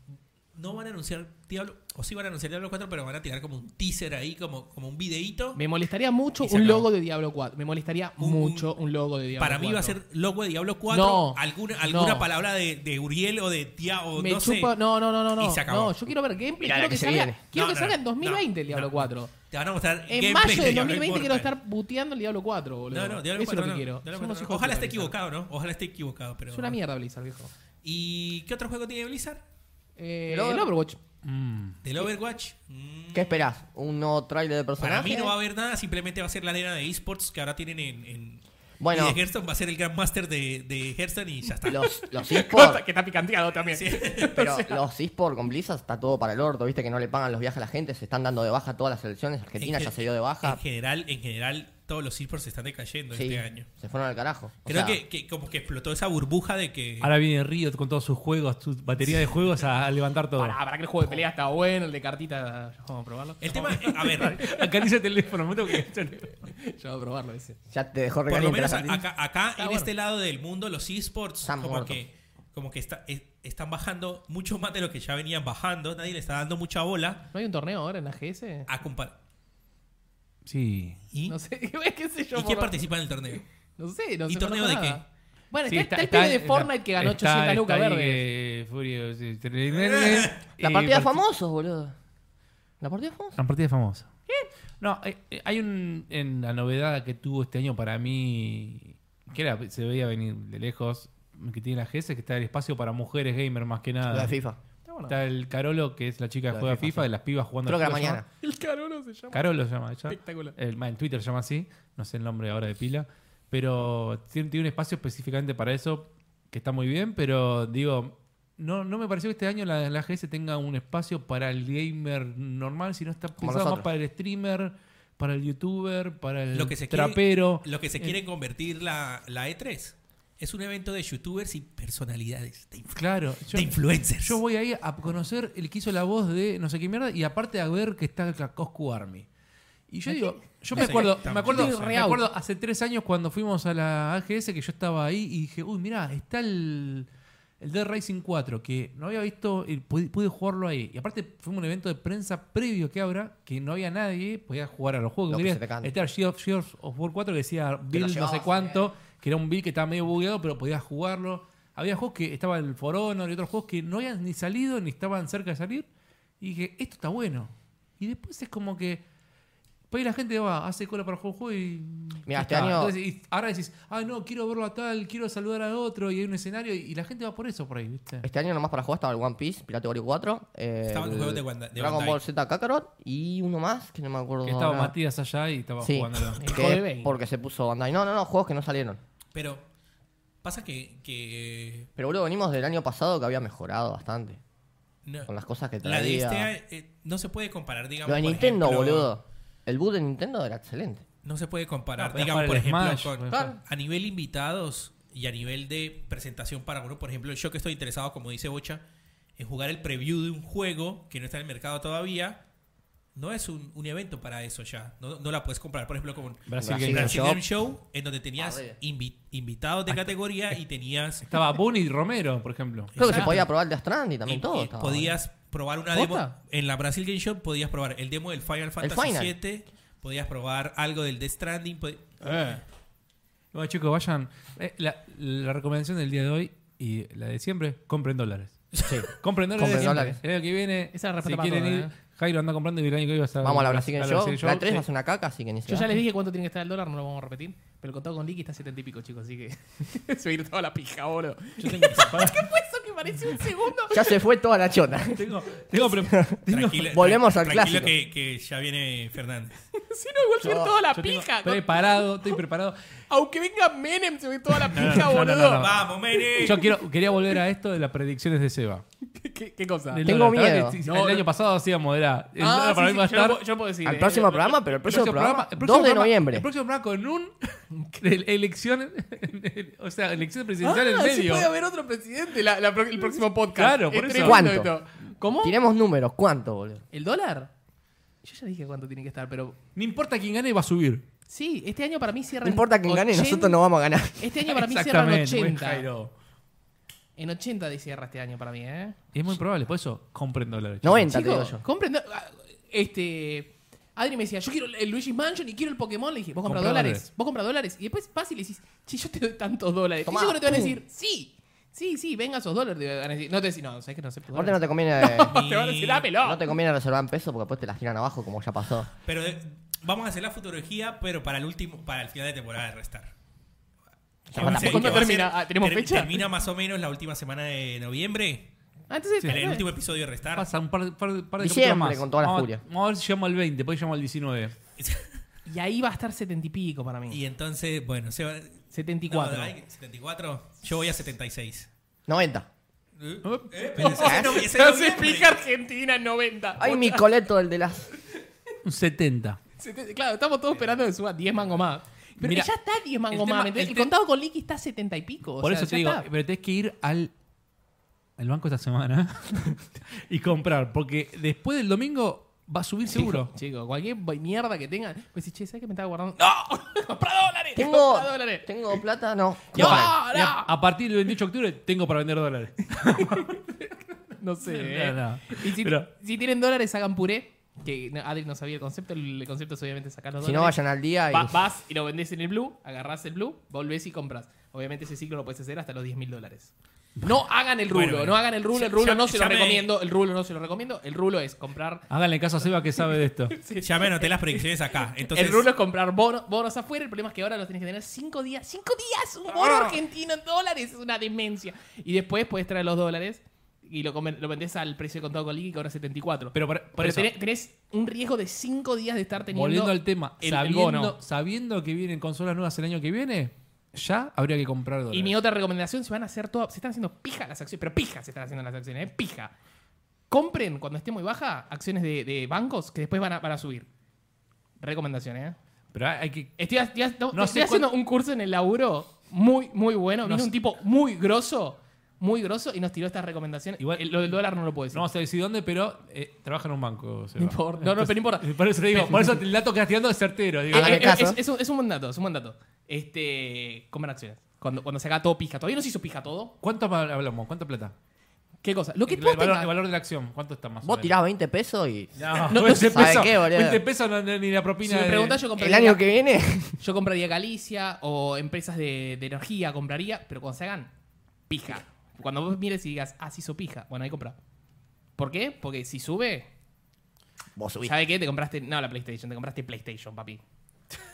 Speaker 3: no van a anunciar Diablo, o sí van a anunciar Diablo 4, pero van a tirar como un teaser ahí, como, como un videíto.
Speaker 1: Me molestaría mucho
Speaker 3: Y se
Speaker 1: un
Speaker 3: acabó.
Speaker 1: logo de Diablo 4. Me molestaría
Speaker 3: Un-
Speaker 1: mucho un logo de Diablo
Speaker 3: Para
Speaker 1: 4.
Speaker 3: mí va a ser logo de Diablo 4,
Speaker 1: No,
Speaker 3: alguna, alguna
Speaker 1: no.
Speaker 3: palabra de, de Uriel o de Tia o
Speaker 1: Me
Speaker 3: no sé.
Speaker 1: chupa. No, no, no, no.
Speaker 3: Y
Speaker 1: No,
Speaker 3: se acabó.
Speaker 1: No, yo quiero ver gameplay.
Speaker 4: Mirá la
Speaker 1: quiero
Speaker 4: que
Speaker 1: que,
Speaker 4: se
Speaker 1: salga,
Speaker 4: viene.
Speaker 1: quiero
Speaker 3: No,
Speaker 1: que
Speaker 3: no,
Speaker 1: salga en
Speaker 3: no,
Speaker 1: 2020 el
Speaker 3: no,
Speaker 1: Diablo
Speaker 3: no. *laughs*
Speaker 1: 4.
Speaker 3: Te van a mostrar
Speaker 1: En
Speaker 3: gameplay
Speaker 1: mayo
Speaker 3: de
Speaker 1: del
Speaker 3: Diablo
Speaker 1: 2020 quiero
Speaker 3: Immortal.
Speaker 1: estar buteando el Diablo 4, boludo.
Speaker 3: No, no, Diablo
Speaker 1: Eso
Speaker 3: 4
Speaker 1: es lo
Speaker 3: no,
Speaker 1: que quiero.
Speaker 3: Diablo
Speaker 1: Somos
Speaker 3: 4 no.
Speaker 1: hijos de puta,
Speaker 3: Ojalá
Speaker 1: Blizzard.
Speaker 3: esté equivocado, ¿no? Ojalá esté equivocado, pero.
Speaker 1: Es una mierda Blizzard, viejo.
Speaker 3: ¿Y qué otro juego tiene Blizzard?
Speaker 1: Eh,
Speaker 4: Pero-
Speaker 1: el Overwatch.
Speaker 2: Mm.
Speaker 1: Eh,
Speaker 3: ¿Del Overwatch? Mm,
Speaker 4: ¿Qué esperás? ¿Un nuevo trailer de personaje?
Speaker 3: Para mí no va a haber nada, simplemente va a ser la arena de esports que ahora tienen en. en-
Speaker 4: Bueno.
Speaker 3: Y de Hearthstone va a ser el Grand Master de, de Hearthstone y ya está.
Speaker 4: Los,
Speaker 3: *laughs*
Speaker 4: los
Speaker 1: Corta,
Speaker 4: eSports.
Speaker 1: que está picanteado también.
Speaker 3: Sí.
Speaker 4: Pero los eSports con Blizzard está todo para el orto, viste que no le pagan los viajes a la gente, se están dando de baja todas las selecciones, Argentina
Speaker 3: En
Speaker 4: ya
Speaker 3: ge-
Speaker 4: se dio de baja.
Speaker 3: En general, en general, todos los esports se están decayendo
Speaker 4: Sí,
Speaker 3: este año.
Speaker 4: se fueron al carajo. O sea,
Speaker 3: Creo que, que como que explotó esa burbuja de que.
Speaker 2: Ahora viene Riot con todos sus juegos, su batería de juegos a, a levantar todo.
Speaker 1: Para, que el
Speaker 3: Oh.
Speaker 1: juego de pelea está bueno, el de cartita. Yo vamos a probarlo.
Speaker 3: *laughs* El tema, eh,
Speaker 1: *laughs*
Speaker 3: a ver,
Speaker 2: Acaricia el teléfono, me tengo que
Speaker 1: Yo voy a probarlo ese.
Speaker 4: Ya te dejó
Speaker 3: por lo
Speaker 4: recaliente la
Speaker 3: menos
Speaker 4: partida.
Speaker 3: acá, acá en
Speaker 1: bueno.
Speaker 3: este lado del mundo, los esports
Speaker 4: Están
Speaker 3: como
Speaker 4: muertos.
Speaker 3: que, como que está- es- están bajando mucho más de lo que ya venían bajando. Nadie le está dando mucha bola
Speaker 1: ¿No hay un torneo ahora en la GS?
Speaker 3: a comparar.
Speaker 2: Sí.
Speaker 3: ¿Y,
Speaker 1: No sé, *laughs* qué sé yo.
Speaker 3: ¿Y quién
Speaker 1: por-
Speaker 3: participa en el torneo?
Speaker 1: No sé, no
Speaker 3: ¿Y
Speaker 1: sé.
Speaker 3: torneo
Speaker 1: conozco
Speaker 3: de
Speaker 1: nada. Bueno,
Speaker 2: Sí,
Speaker 1: está, está el pibe de
Speaker 2: está-
Speaker 1: Fortnite que ganó
Speaker 2: está-
Speaker 1: 800 lucas
Speaker 2: está ahí
Speaker 1: verdes.
Speaker 2: que Furio, sí, tremendo.
Speaker 4: La
Speaker 3: eh,
Speaker 2: Y
Speaker 4: partida de
Speaker 2: parti-
Speaker 4: famosos, boludo. La partida de famosos.
Speaker 2: La partida famosa. No, eh, eh, hay un. En la novedad que tuvo este año para mí. Que era, se veía venir de lejos. Que tiene la GS, que está el espacio para mujeres gamer más que
Speaker 4: La
Speaker 2: nada.
Speaker 4: de FIFA.
Speaker 1: Está bueno.
Speaker 2: Está el Carolo, que es la chica
Speaker 4: La
Speaker 2: que
Speaker 4: de
Speaker 2: juega
Speaker 4: FIFA,
Speaker 2: FIFA,
Speaker 4: sí.
Speaker 2: de las pibas jugando.
Speaker 4: Creo que
Speaker 2: al
Speaker 4: la
Speaker 2: fútbol,
Speaker 4: mañana.
Speaker 1: *laughs* El carolo se llama.
Speaker 2: Carol lo llama ella.
Speaker 1: Espectacular.
Speaker 2: El, ma- en Twitter se llama así. No sé el nombre ahora de pila. Pero tiene, tiene un espacio específicamente para eso que está muy bien. Pero digo, no, no me pareció que este año la, la GS tenga un espacio para el gamer normal, sino está pensado más
Speaker 4: nosotros.
Speaker 2: para el streamer, para el youtuber, para el
Speaker 3: Lo que se quiere-
Speaker 2: trapero.
Speaker 3: Lo que se quiere convertir la, la E3 es un evento de youtubers y personalidades, de, influ-
Speaker 2: Claro, yo,
Speaker 3: de influencers.
Speaker 2: yo voy ahí a conocer el que hizo la voz de no sé qué mierda y aparte a ver que está acá Coscu Army. Y yo digo, yo me
Speaker 3: No sé,
Speaker 2: acuerdo,
Speaker 3: tampoco
Speaker 2: me acuerdo,
Speaker 1: estoy re
Speaker 2: me
Speaker 1: out.
Speaker 2: acuerdo hace tres años cuando fuimos a la AGS que yo estaba ahí y dije, uy, mirá, está el, El Dead Rising 4, que no había visto, y pude, pude jugarlo ahí. Y aparte fue un evento de prensa previo que ahora, que no había nadie, podía jugar a los juegos.
Speaker 4: Lo que
Speaker 1: pues
Speaker 2: querías.
Speaker 4: se te cante.
Speaker 2: Este era Gears of, Gears of War 4 que decía build no sé
Speaker 4: llevabas,
Speaker 2: cuánto, que era un build que estaba medio bugueado, pero podías jugarlo. Había juegos que estaba el For Honor y otros juegos que no habían ni salido ni estaban cerca de salir. Y dije, esto está bueno. Y después es como que... Pues ahí la gente va, hace cola para jugar un juego y... ya
Speaker 4: Mirá, este
Speaker 2: está.
Speaker 4: año-
Speaker 2: Entonces, y ahora decís, ah, no, quiero verlo a tal, quiero saludar a otro, y hay un escenario, y la gente va por eso por ahí, ¿viste?
Speaker 4: Este año nomás para jugar estaba el One Piece, Pirate Warrior 4. eh,
Speaker 3: Estaban los
Speaker 4: el
Speaker 3: juegos de Wanda- de
Speaker 4: Dragon
Speaker 3: Bandai.
Speaker 4: Ball Z Kakarot y uno más que no me acuerdo.
Speaker 2: Que estaba
Speaker 4: ahora.
Speaker 2: Matías allá y estaba
Speaker 4: Sí,
Speaker 2: jugándolo.
Speaker 4: que
Speaker 5: Hijo de Bane.
Speaker 4: porque se puso Bandai. No, no, no, juegos que no salieron.
Speaker 3: Pero pasa que, que
Speaker 4: Pero boludo, venimos del año pasado que había mejorado bastante.
Speaker 3: no,
Speaker 4: Con las cosas que traía.
Speaker 3: la de este año, eh, no se puede comparar, digamos.
Speaker 4: Lo de
Speaker 3: por
Speaker 4: Nintendo,
Speaker 3: ejemplo,
Speaker 4: boludo. El boot de Nintendo era excelente.
Speaker 3: No se puede comparar,
Speaker 2: No, podés
Speaker 3: digamos,
Speaker 2: jugar
Speaker 3: por
Speaker 2: el
Speaker 3: ejemplo,
Speaker 2: Smash, pues.
Speaker 3: con-
Speaker 2: podés
Speaker 4: Claro.
Speaker 3: a nivel invitados y a nivel de presentación para uno. Por ejemplo, yo que estoy interesado, como dice Bocha, en jugar el preview de un juego que no está en el mercado todavía, no es un, un evento para eso ya. No, no la puedes comparar, por ejemplo, con
Speaker 2: Brasil
Speaker 4: Brasil.
Speaker 2: Game.
Speaker 3: Brasil Game Show, en donde tenías
Speaker 4: Arriba.
Speaker 3: invi- invitados de categoría y tenías
Speaker 2: Estaba Bunny y Romero, por ejemplo.
Speaker 4: Creo que se
Speaker 3: Exacto.
Speaker 4: podía probar el Death Stranding también
Speaker 3: Y-
Speaker 4: todo.
Speaker 3: y
Speaker 4: estaba
Speaker 3: podías probar una
Speaker 1: ¿Posta?
Speaker 3: demo. En la Brasil Game Show podías probar el demo del Final Fantasy
Speaker 4: Final.
Speaker 3: VII. Podías probar algo del Death Stranding. pod-
Speaker 2: Bueno, chicos, vayan. Eh, la, la recomendación del día de hoy y la de siempre, compren dólares.
Speaker 4: *laughs*
Speaker 2: Sí. compren dólares.
Speaker 4: Compren
Speaker 2: siempre.
Speaker 4: dólares.
Speaker 2: El año que viene,
Speaker 1: Esa receta
Speaker 2: si
Speaker 1: para
Speaker 2: quieren
Speaker 1: todos,
Speaker 2: ir,
Speaker 1: ¿eh?
Speaker 2: Jairo anda comprando y el año que viene vas a...
Speaker 4: Vamos a la Brasil Game Show. La 3 va a
Speaker 2: Sí.
Speaker 4: ser una caca, así que ni se
Speaker 1: Yo
Speaker 4: va.
Speaker 1: ya les dije cuánto tiene que estar el dólar, no lo vamos a repetir. Pero el contado con liqui está a 70 y pico, chicos, así que *laughs* se va a ir toda la pija, boludo.
Speaker 2: Yo tengo,
Speaker 1: ¿Qué fue eso que pareció un segundo?
Speaker 4: Ya se fue toda la chota.
Speaker 2: tengo, *laughs* tengo, pre-
Speaker 4: *laughs*
Speaker 2: tengo- *laughs*
Speaker 3: Tranquila-
Speaker 4: Volvemos
Speaker 3: tra-
Speaker 4: al
Speaker 3: tranquilo
Speaker 4: clásico.
Speaker 3: que, que ya viene Fernández.
Speaker 1: *laughs* Si no, igual se va a ir toda la
Speaker 2: yo tengo
Speaker 1: pija. con-
Speaker 2: preparado, estoy preparado.
Speaker 1: Aunque venga Menem, se va a ir toda la pija,
Speaker 2: no, no,
Speaker 1: boludo.
Speaker 2: no, no.
Speaker 3: ¡Vamos, Mene!
Speaker 2: *laughs* Yo quiero, quería volver a esto de las predicciones de Seba.
Speaker 1: ¿Qué- *laughs* ¿Qué, qué cosa?
Speaker 2: Del
Speaker 4: Tengo
Speaker 2: dólar.
Speaker 4: miedo.
Speaker 2: Sí, sí,
Speaker 1: No,
Speaker 2: el
Speaker 1: no.
Speaker 2: año pasado hacíamos, era. El
Speaker 1: Ah,
Speaker 2: dólar para
Speaker 1: sí,
Speaker 2: mí
Speaker 1: sí,
Speaker 2: va a
Speaker 1: yo, lo
Speaker 2: estar.
Speaker 1: puedo- yo puedo decir.
Speaker 4: Al
Speaker 1: eh,
Speaker 4: próximo
Speaker 1: lo-
Speaker 4: programa, pero el próximo, programa,
Speaker 2: el
Speaker 4: 2
Speaker 2: próximo
Speaker 4: de
Speaker 2: programa-
Speaker 4: noviembre.
Speaker 2: El próximo programa con un. *laughs* elecciones. *laughs* o sea, elecciones presidenciales
Speaker 1: Ah,
Speaker 2: en
Speaker 1: sí
Speaker 2: medio.
Speaker 1: puede haber otro presidente la- la pro- el próximo podcast.
Speaker 2: Claro, por
Speaker 1: Es
Speaker 2: eso.
Speaker 1: tremendo
Speaker 4: ¿Cuánto?
Speaker 1: esto. ¿Cómo?
Speaker 4: Tiremos números, ¿cuánto, boludo?
Speaker 1: ¿El dólar? Yo ya dije cuánto tiene que estar, pero
Speaker 2: No importa quién gane, va a subir.
Speaker 1: sí, este año para mí cierra.
Speaker 4: No importa quién gane, nosotros no vamos a ganar.
Speaker 1: Este año para mí cierra en
Speaker 2: buen
Speaker 1: 80.
Speaker 2: Jairo.
Speaker 1: En 80 de cierra este año para mí, ¿eh?
Speaker 2: Es muy probable, por eso compren dólares. chicos.
Speaker 4: 90, te digo
Speaker 1: Chicos,
Speaker 4: yo.
Speaker 1: compren. do- ah, Este. Adri me decía, yo quiero el Luigi's Mansion y quiero el Pokémon. Le dije, vos compras
Speaker 2: Comprá
Speaker 1: dólares.
Speaker 2: dólares.
Speaker 1: Vos compras dólares. Y después vas y le decís, che, yo te doy tantos dólares.
Speaker 4: Tomá,
Speaker 1: y seguro te van a
Speaker 4: pum.
Speaker 1: decir, sí, sí, sí, venga esos dólares. te van a decir. No te decís, no, sabes que no sé. por
Speaker 4: Aparte no
Speaker 1: dólares".
Speaker 4: te
Speaker 1: *laughs*
Speaker 4: conviene, eh,
Speaker 1: Te van a decir, dámelo.
Speaker 4: no te conviene reservar en pesos porque después te las tiran abajo como ya pasó.
Speaker 3: Pero eh, vamos a hacer la futurología, pero para el último, para el final de temporada de Restar.
Speaker 4: Ya
Speaker 3: Vamos a
Speaker 4: falta
Speaker 3: hacer-
Speaker 1: poco. ¿Cuándo
Speaker 3: que va a ser-
Speaker 1: termina? Ah, ¿tenemos fecha?
Speaker 3: Termina más o menos la última semana de noviembre.
Speaker 1: Ah, entonces,
Speaker 2: Sí.
Speaker 1: tal
Speaker 3: El
Speaker 1: vez.
Speaker 3: último episodio de Restar.
Speaker 2: Pasa un par, de- par de- par de
Speaker 4: Diciembre,
Speaker 2: capítulos más.
Speaker 4: con toda la
Speaker 2: vamos, a-
Speaker 4: furia.
Speaker 2: Vamos a ver si llegamos al 20, después llegamos al 19.
Speaker 1: Y ahí va a estar 70 y pico para mí.
Speaker 3: *laughs* Y entonces, bueno, se va. No,
Speaker 1: 74. *laughs*
Speaker 3: hay- 74. Yo voy a 76.
Speaker 4: 90.
Speaker 3: ¿Eh? Eh, pero ese es novie- ese
Speaker 1: Se *laughs*
Speaker 3: es
Speaker 1: hace
Speaker 3: noviembre.
Speaker 1: pica Argentina en 90.
Speaker 4: Ay, mi coleto, el de las.
Speaker 2: Un 70.
Speaker 1: Se te- Claro, estamos todos esperando que suba 10 mango más. Pero
Speaker 2: Mira,
Speaker 1: ya está 10 mango
Speaker 2: el
Speaker 1: más.
Speaker 2: tema-
Speaker 1: ¿me entendés?
Speaker 2: el
Speaker 1: El,
Speaker 2: te-
Speaker 1: contado con liqui está a 70 y pico. o
Speaker 2: Por
Speaker 1: sea,
Speaker 2: eso te
Speaker 1: ya
Speaker 2: digo,
Speaker 1: está.
Speaker 2: pero tenés que ir al, al banco esta semana *laughs* y comprar, porque después del domingo va a subir seguro.
Speaker 1: Chico, cualquier mierda que tengan. Pues si, che, ¿sabes que me estaba guardando? *laughs* ¡No! ¡Compra dólares!
Speaker 4: Tengo,
Speaker 1: ¡Compra dólares!
Speaker 4: tengo plata, no.
Speaker 2: Y
Speaker 1: Ya.
Speaker 2: a,
Speaker 4: No,
Speaker 2: par- y a- a partir del 28 de octubre tengo para vender dólares.
Speaker 1: No sé.
Speaker 2: No,
Speaker 1: eh.
Speaker 2: no.
Speaker 1: Y si,
Speaker 2: Pero-
Speaker 1: si tienen dólares, hagan puré. Que no, Adri no sabía el concepto. El concepto es obviamente sacar los
Speaker 4: Si no,
Speaker 1: dólares.
Speaker 4: vayan al día y.
Speaker 1: Va- vas y lo vendés en el blue, agarrás el blue, volvés y compras. Obviamente ese ciclo lo puedes hacer hasta los 10 mil dólares. No hagan el rulo,
Speaker 3: Bueno,
Speaker 1: no hagan el rulo,
Speaker 3: ya-
Speaker 1: el rulo
Speaker 3: ya-
Speaker 1: no se lo
Speaker 3: ya me-
Speaker 1: recomiendo, el rulo no se lo recomiendo, el rulo es comprar...
Speaker 2: Háganle caso a Seba que sabe
Speaker 1: *laughs*
Speaker 2: de esto.
Speaker 3: Ya me anoté las predicciones acá. Entonces,
Speaker 1: el rulo es comprar bono- bonos afuera, el problema es que ahora los tenés que tener 5 días, 5 días, un bono
Speaker 2: Ah.
Speaker 1: argentino en dólares, es una demencia. Y después puedes traer los dólares y lo, comen- lo vendés al precio de contado con liqui que ahora es 74.
Speaker 2: Pero por, por
Speaker 1: Pero
Speaker 2: eso,
Speaker 1: tenés, tenés un riesgo de 5 días de estar teniendo...
Speaker 2: volviendo al tema,
Speaker 1: el- el bono.
Speaker 2: sabiendo, sabiendo que vienen consolas nuevas el año que viene, ya habría que comprar dólares.
Speaker 1: Y mi otra recomendación, se van a hacer todas, se están haciendo pija las acciones, pero pija se están haciendo las acciones, ¿eh? pija. Compren cuando esté muy baja acciones de, de bancos que después van a, van a subir. Recomendaciones, ¿eh?
Speaker 2: Pero hay hay que...
Speaker 1: Estoy, ha- ya- no-
Speaker 2: No
Speaker 1: estoy
Speaker 2: sé
Speaker 1: haciendo un curso en el laburo muy, muy bueno.
Speaker 2: No
Speaker 1: Vino
Speaker 2: sé.
Speaker 1: un tipo muy grosso, muy grosso y nos tiró estas recomendaciones.
Speaker 2: Igual-
Speaker 1: El- lo del dólar no lo puedo decir.
Speaker 2: No vamos a decir dónde, pero eh, trabaja en un banco. Seba.
Speaker 1: No importa. No, no, pero no importa.
Speaker 2: *laughs* Por eso, te digo,
Speaker 1: *laughs*
Speaker 2: por eso el dato que estás tirando es certero. digo.
Speaker 1: Eh,
Speaker 4: Háganle
Speaker 1: eh,
Speaker 4: caso.
Speaker 1: es, es un, es un buen dato, es un buen dato. Este, compran acciones. Cuando, cuando se haga todo pija. Todavía no se hizo pija todo.
Speaker 2: ¿Cuánto pa- hablamos? ¿Cuánta plata?
Speaker 1: ¿Qué cosa? Lo que
Speaker 2: el,
Speaker 1: vos
Speaker 2: valor,
Speaker 1: tengas.
Speaker 2: el valor de la acción, ¿cuánto está más? o
Speaker 4: Vos
Speaker 2: menos?
Speaker 4: tirás 20 pesos y.
Speaker 2: *laughs* No,
Speaker 1: No,
Speaker 2: 20
Speaker 4: ¿sabe
Speaker 2: pesos.
Speaker 4: qué, boludo?
Speaker 2: 20 pesos no- no- ni la propina.
Speaker 1: Si me
Speaker 2: de-
Speaker 1: preguntás, yo
Speaker 4: El
Speaker 1: compraría.
Speaker 4: año que viene. *laughs*
Speaker 1: Yo compraría Galicia o empresas de, de energía compraría, pero cuando se hagan, pija. Cuando vos mires y digas, ah, se hizo pija, bueno, ahí compra. ¿Por qué? Porque si sube,
Speaker 4: Vos subís.
Speaker 1: ¿sabe qué? Te compraste, no la PlayStation, te compraste PlayStation, papi. *laughs*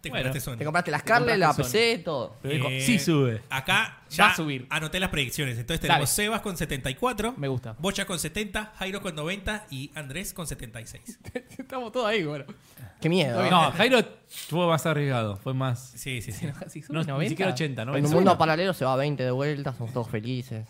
Speaker 3: Te
Speaker 2: Bueno,
Speaker 3: compraste Sony.
Speaker 4: Te compraste las carnes,
Speaker 1: compraste
Speaker 4: la
Speaker 1: Sony.
Speaker 4: PC, todo.
Speaker 2: Pero dijo,
Speaker 3: Eh,
Speaker 2: sí sube.
Speaker 3: Acá ya
Speaker 1: Va a subir.
Speaker 3: anoté las predicciones. Entonces tenemos
Speaker 1: Dale.
Speaker 3: Sebas con 74.
Speaker 1: Me gusta.
Speaker 3: Bocha con 70, Jairo con 90 y Andrés con 76.
Speaker 1: Estamos todos ahí, bueno.
Speaker 4: Qué miedo. ¿eh?
Speaker 2: No, Jairo fue más arriesgado, fue más.
Speaker 3: Sí, sí,
Speaker 1: *laughs*
Speaker 3: sí.
Speaker 1: Si sube
Speaker 2: No, ni
Speaker 1: 90,
Speaker 2: siquiera 80, ¿no?
Speaker 4: En un mundo paralelo se va a 20 de vuelta, somos todos felices.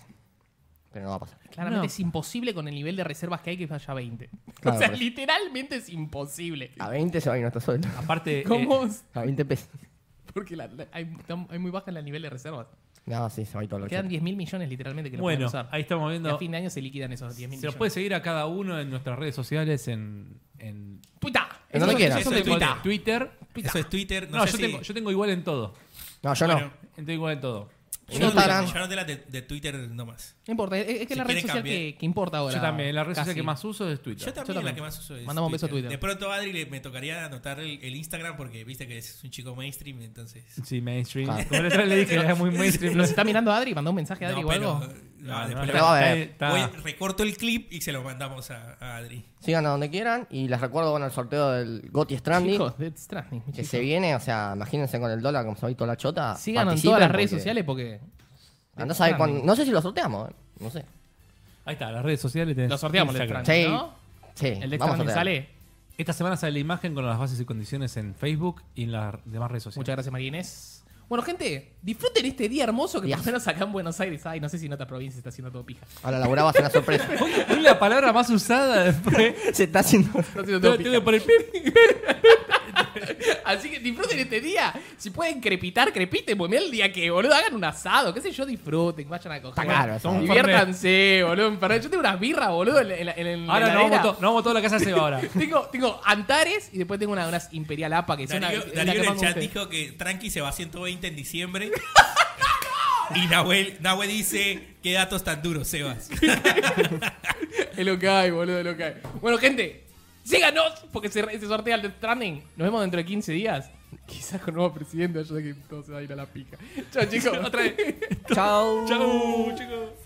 Speaker 4: Pero no va a pasar.
Speaker 1: Claramente
Speaker 2: No.
Speaker 1: es imposible con el nivel de reservas que hay que vaya a 20. *laughs*
Speaker 4: Claro,
Speaker 1: o sea,
Speaker 4: por eso.
Speaker 1: literalmente es imposible.
Speaker 4: A 20 se va a ir nuestro sueldo.
Speaker 2: Aparte, Ah. eh,
Speaker 1: ¿Cómo?
Speaker 4: A 20 pesos.
Speaker 1: *laughs* Porque la- la- hay, tam- hay muy baja en el nivel de reservas.
Speaker 4: No, sí, se va a ir todo lo
Speaker 1: Quedan
Speaker 4: que.
Speaker 1: 10 mil millones literalmente que lo pueden
Speaker 2: bueno,
Speaker 1: usar.
Speaker 2: ahí
Speaker 1: Y
Speaker 2: estamos
Speaker 1: a
Speaker 2: viendo.
Speaker 1: fin de año se liquidan esos 10 mil
Speaker 2: Se
Speaker 1: millones.
Speaker 2: los puede seguir a cada uno en nuestras redes sociales, en, en
Speaker 1: Twitter.
Speaker 4: En donde
Speaker 1: Eso-
Speaker 4: quieras.
Speaker 1: eso
Speaker 3: Eso
Speaker 1: de
Speaker 3: es Twitter.
Speaker 1: Twitter.
Speaker 2: Twitter.
Speaker 3: Eso es Twitter. No,
Speaker 2: No,
Speaker 3: sé
Speaker 2: yo,
Speaker 3: si-
Speaker 2: tengo, yo tengo igual en todo.
Speaker 4: No, yo
Speaker 3: Bueno,
Speaker 4: no.
Speaker 2: Tengo igual en todo.
Speaker 3: yo
Speaker 4: No,
Speaker 3: no tengo-
Speaker 4: Instagram.
Speaker 3: yo no de, la de, de Twitter nomás.
Speaker 1: No importa, es, es que
Speaker 3: Si
Speaker 1: es la red
Speaker 3: quieren
Speaker 1: social
Speaker 3: cambiar.
Speaker 1: que, que importa ahora.
Speaker 2: Yo también, la red social
Speaker 1: casi.
Speaker 2: que más uso es Twitter.
Speaker 3: Yo también,
Speaker 1: también.
Speaker 3: la que más uso es
Speaker 1: Mandamos un beso a Twitter.
Speaker 3: De pronto Adri le, me tocaría anotar el, el Instagram porque viste que es un chico mainstream, entonces...
Speaker 2: Sí, mainstream.
Speaker 4: Ah.
Speaker 2: Como la otra vez le dije, era muy
Speaker 1: *laughs*
Speaker 2: mainstream.
Speaker 1: ¿Nos está mirando Adri? ¿Mandó un mensaje a Adri
Speaker 3: No,
Speaker 1: o
Speaker 3: pero-
Speaker 1: algo?
Speaker 3: no,
Speaker 2: No, no,
Speaker 3: después
Speaker 4: Pero va a
Speaker 2: está-
Speaker 4: ver.
Speaker 2: está-
Speaker 3: Voy, recorto el clip y se lo mandamos a, a Adri.
Speaker 4: Sigan a donde quieran y les recuerdo, bueno, el sorteo del Gotti Stranding.
Speaker 1: Chicos, Death Stranding,
Speaker 4: Que
Speaker 1: chicos.
Speaker 4: se viene, o sea, imagínense con el dólar como se va a ir toda la chota.
Speaker 1: Sigan en
Speaker 4: participen
Speaker 1: todas las redes
Speaker 4: porque eh,
Speaker 1: sociales porque
Speaker 4: andá a saber cuándo- no sé si lo sorteamos, eh, no sé.
Speaker 2: Ahí está, las redes sociales. tenés
Speaker 1: lo sorteamos el
Speaker 2: Instagram.
Speaker 1: Death
Speaker 4: Sí,
Speaker 1: Stranding, ¿no?
Speaker 4: sí.
Speaker 1: El Death
Speaker 4: vamos a
Speaker 1: Stranding
Speaker 4: sortear.
Speaker 1: sale.
Speaker 2: Esta semana sale la imagen con las bases y condiciones en Facebook y en las demás redes sociales.
Speaker 1: Muchas gracias, María Inés. Bueno, gente, disfruten este día hermoso que por
Speaker 4: Día.
Speaker 1: lo menos acá en Buenos Aires. Ay, no sé si en otra provincia está haciendo todo pija.
Speaker 4: Ahora la va a ser una sorpresa.
Speaker 2: Es la palabra más usada después.
Speaker 4: *laughs* se está haciendo.
Speaker 1: Está haciendo todo
Speaker 2: Tengo
Speaker 1: pija.
Speaker 2: tengo que poner pip.
Speaker 1: Así que disfruten este día. Si pueden crepitar, crepiten. Porque mirá el día que, boludo, hagan un asado. Qué sé yo, disfruten. Vayan a coger.
Speaker 4: Está caro,
Speaker 2: son-
Speaker 4: ¿sabes?
Speaker 1: Diviértanse, boludo. en Fernet. Yo tengo unas birras, boludo, en, en- en- en
Speaker 2: Ahora
Speaker 1: la
Speaker 2: no vamos,
Speaker 1: heladera.
Speaker 2: to- no vamos toda la casa se va ahora.
Speaker 1: tengo, tengo Antares y después tengo una- unas Imperial APA que son
Speaker 3: Darío,
Speaker 1: una- la
Speaker 3: Darío
Speaker 1: que
Speaker 3: en el
Speaker 1: más me
Speaker 3: chat
Speaker 1: gusta.
Speaker 3: dijo que Tranqui se va a 120
Speaker 1: *laughs*
Speaker 3: en diciembre. y Nahuel, Nahuel dice, qué datos tan duros, Sebas.
Speaker 1: *laughs* Es lo que hay, boludo, es lo que hay. Bueno, gente, síganos porque se, se sortea el Death Stranding. Nos vemos dentro de 15 días. *laughs* Quizás con nuevo presidente, yo sé que todo se va a ir a la pica. Chao, chicos. Otra vez.
Speaker 4: Chau.
Speaker 2: Chau, chicos.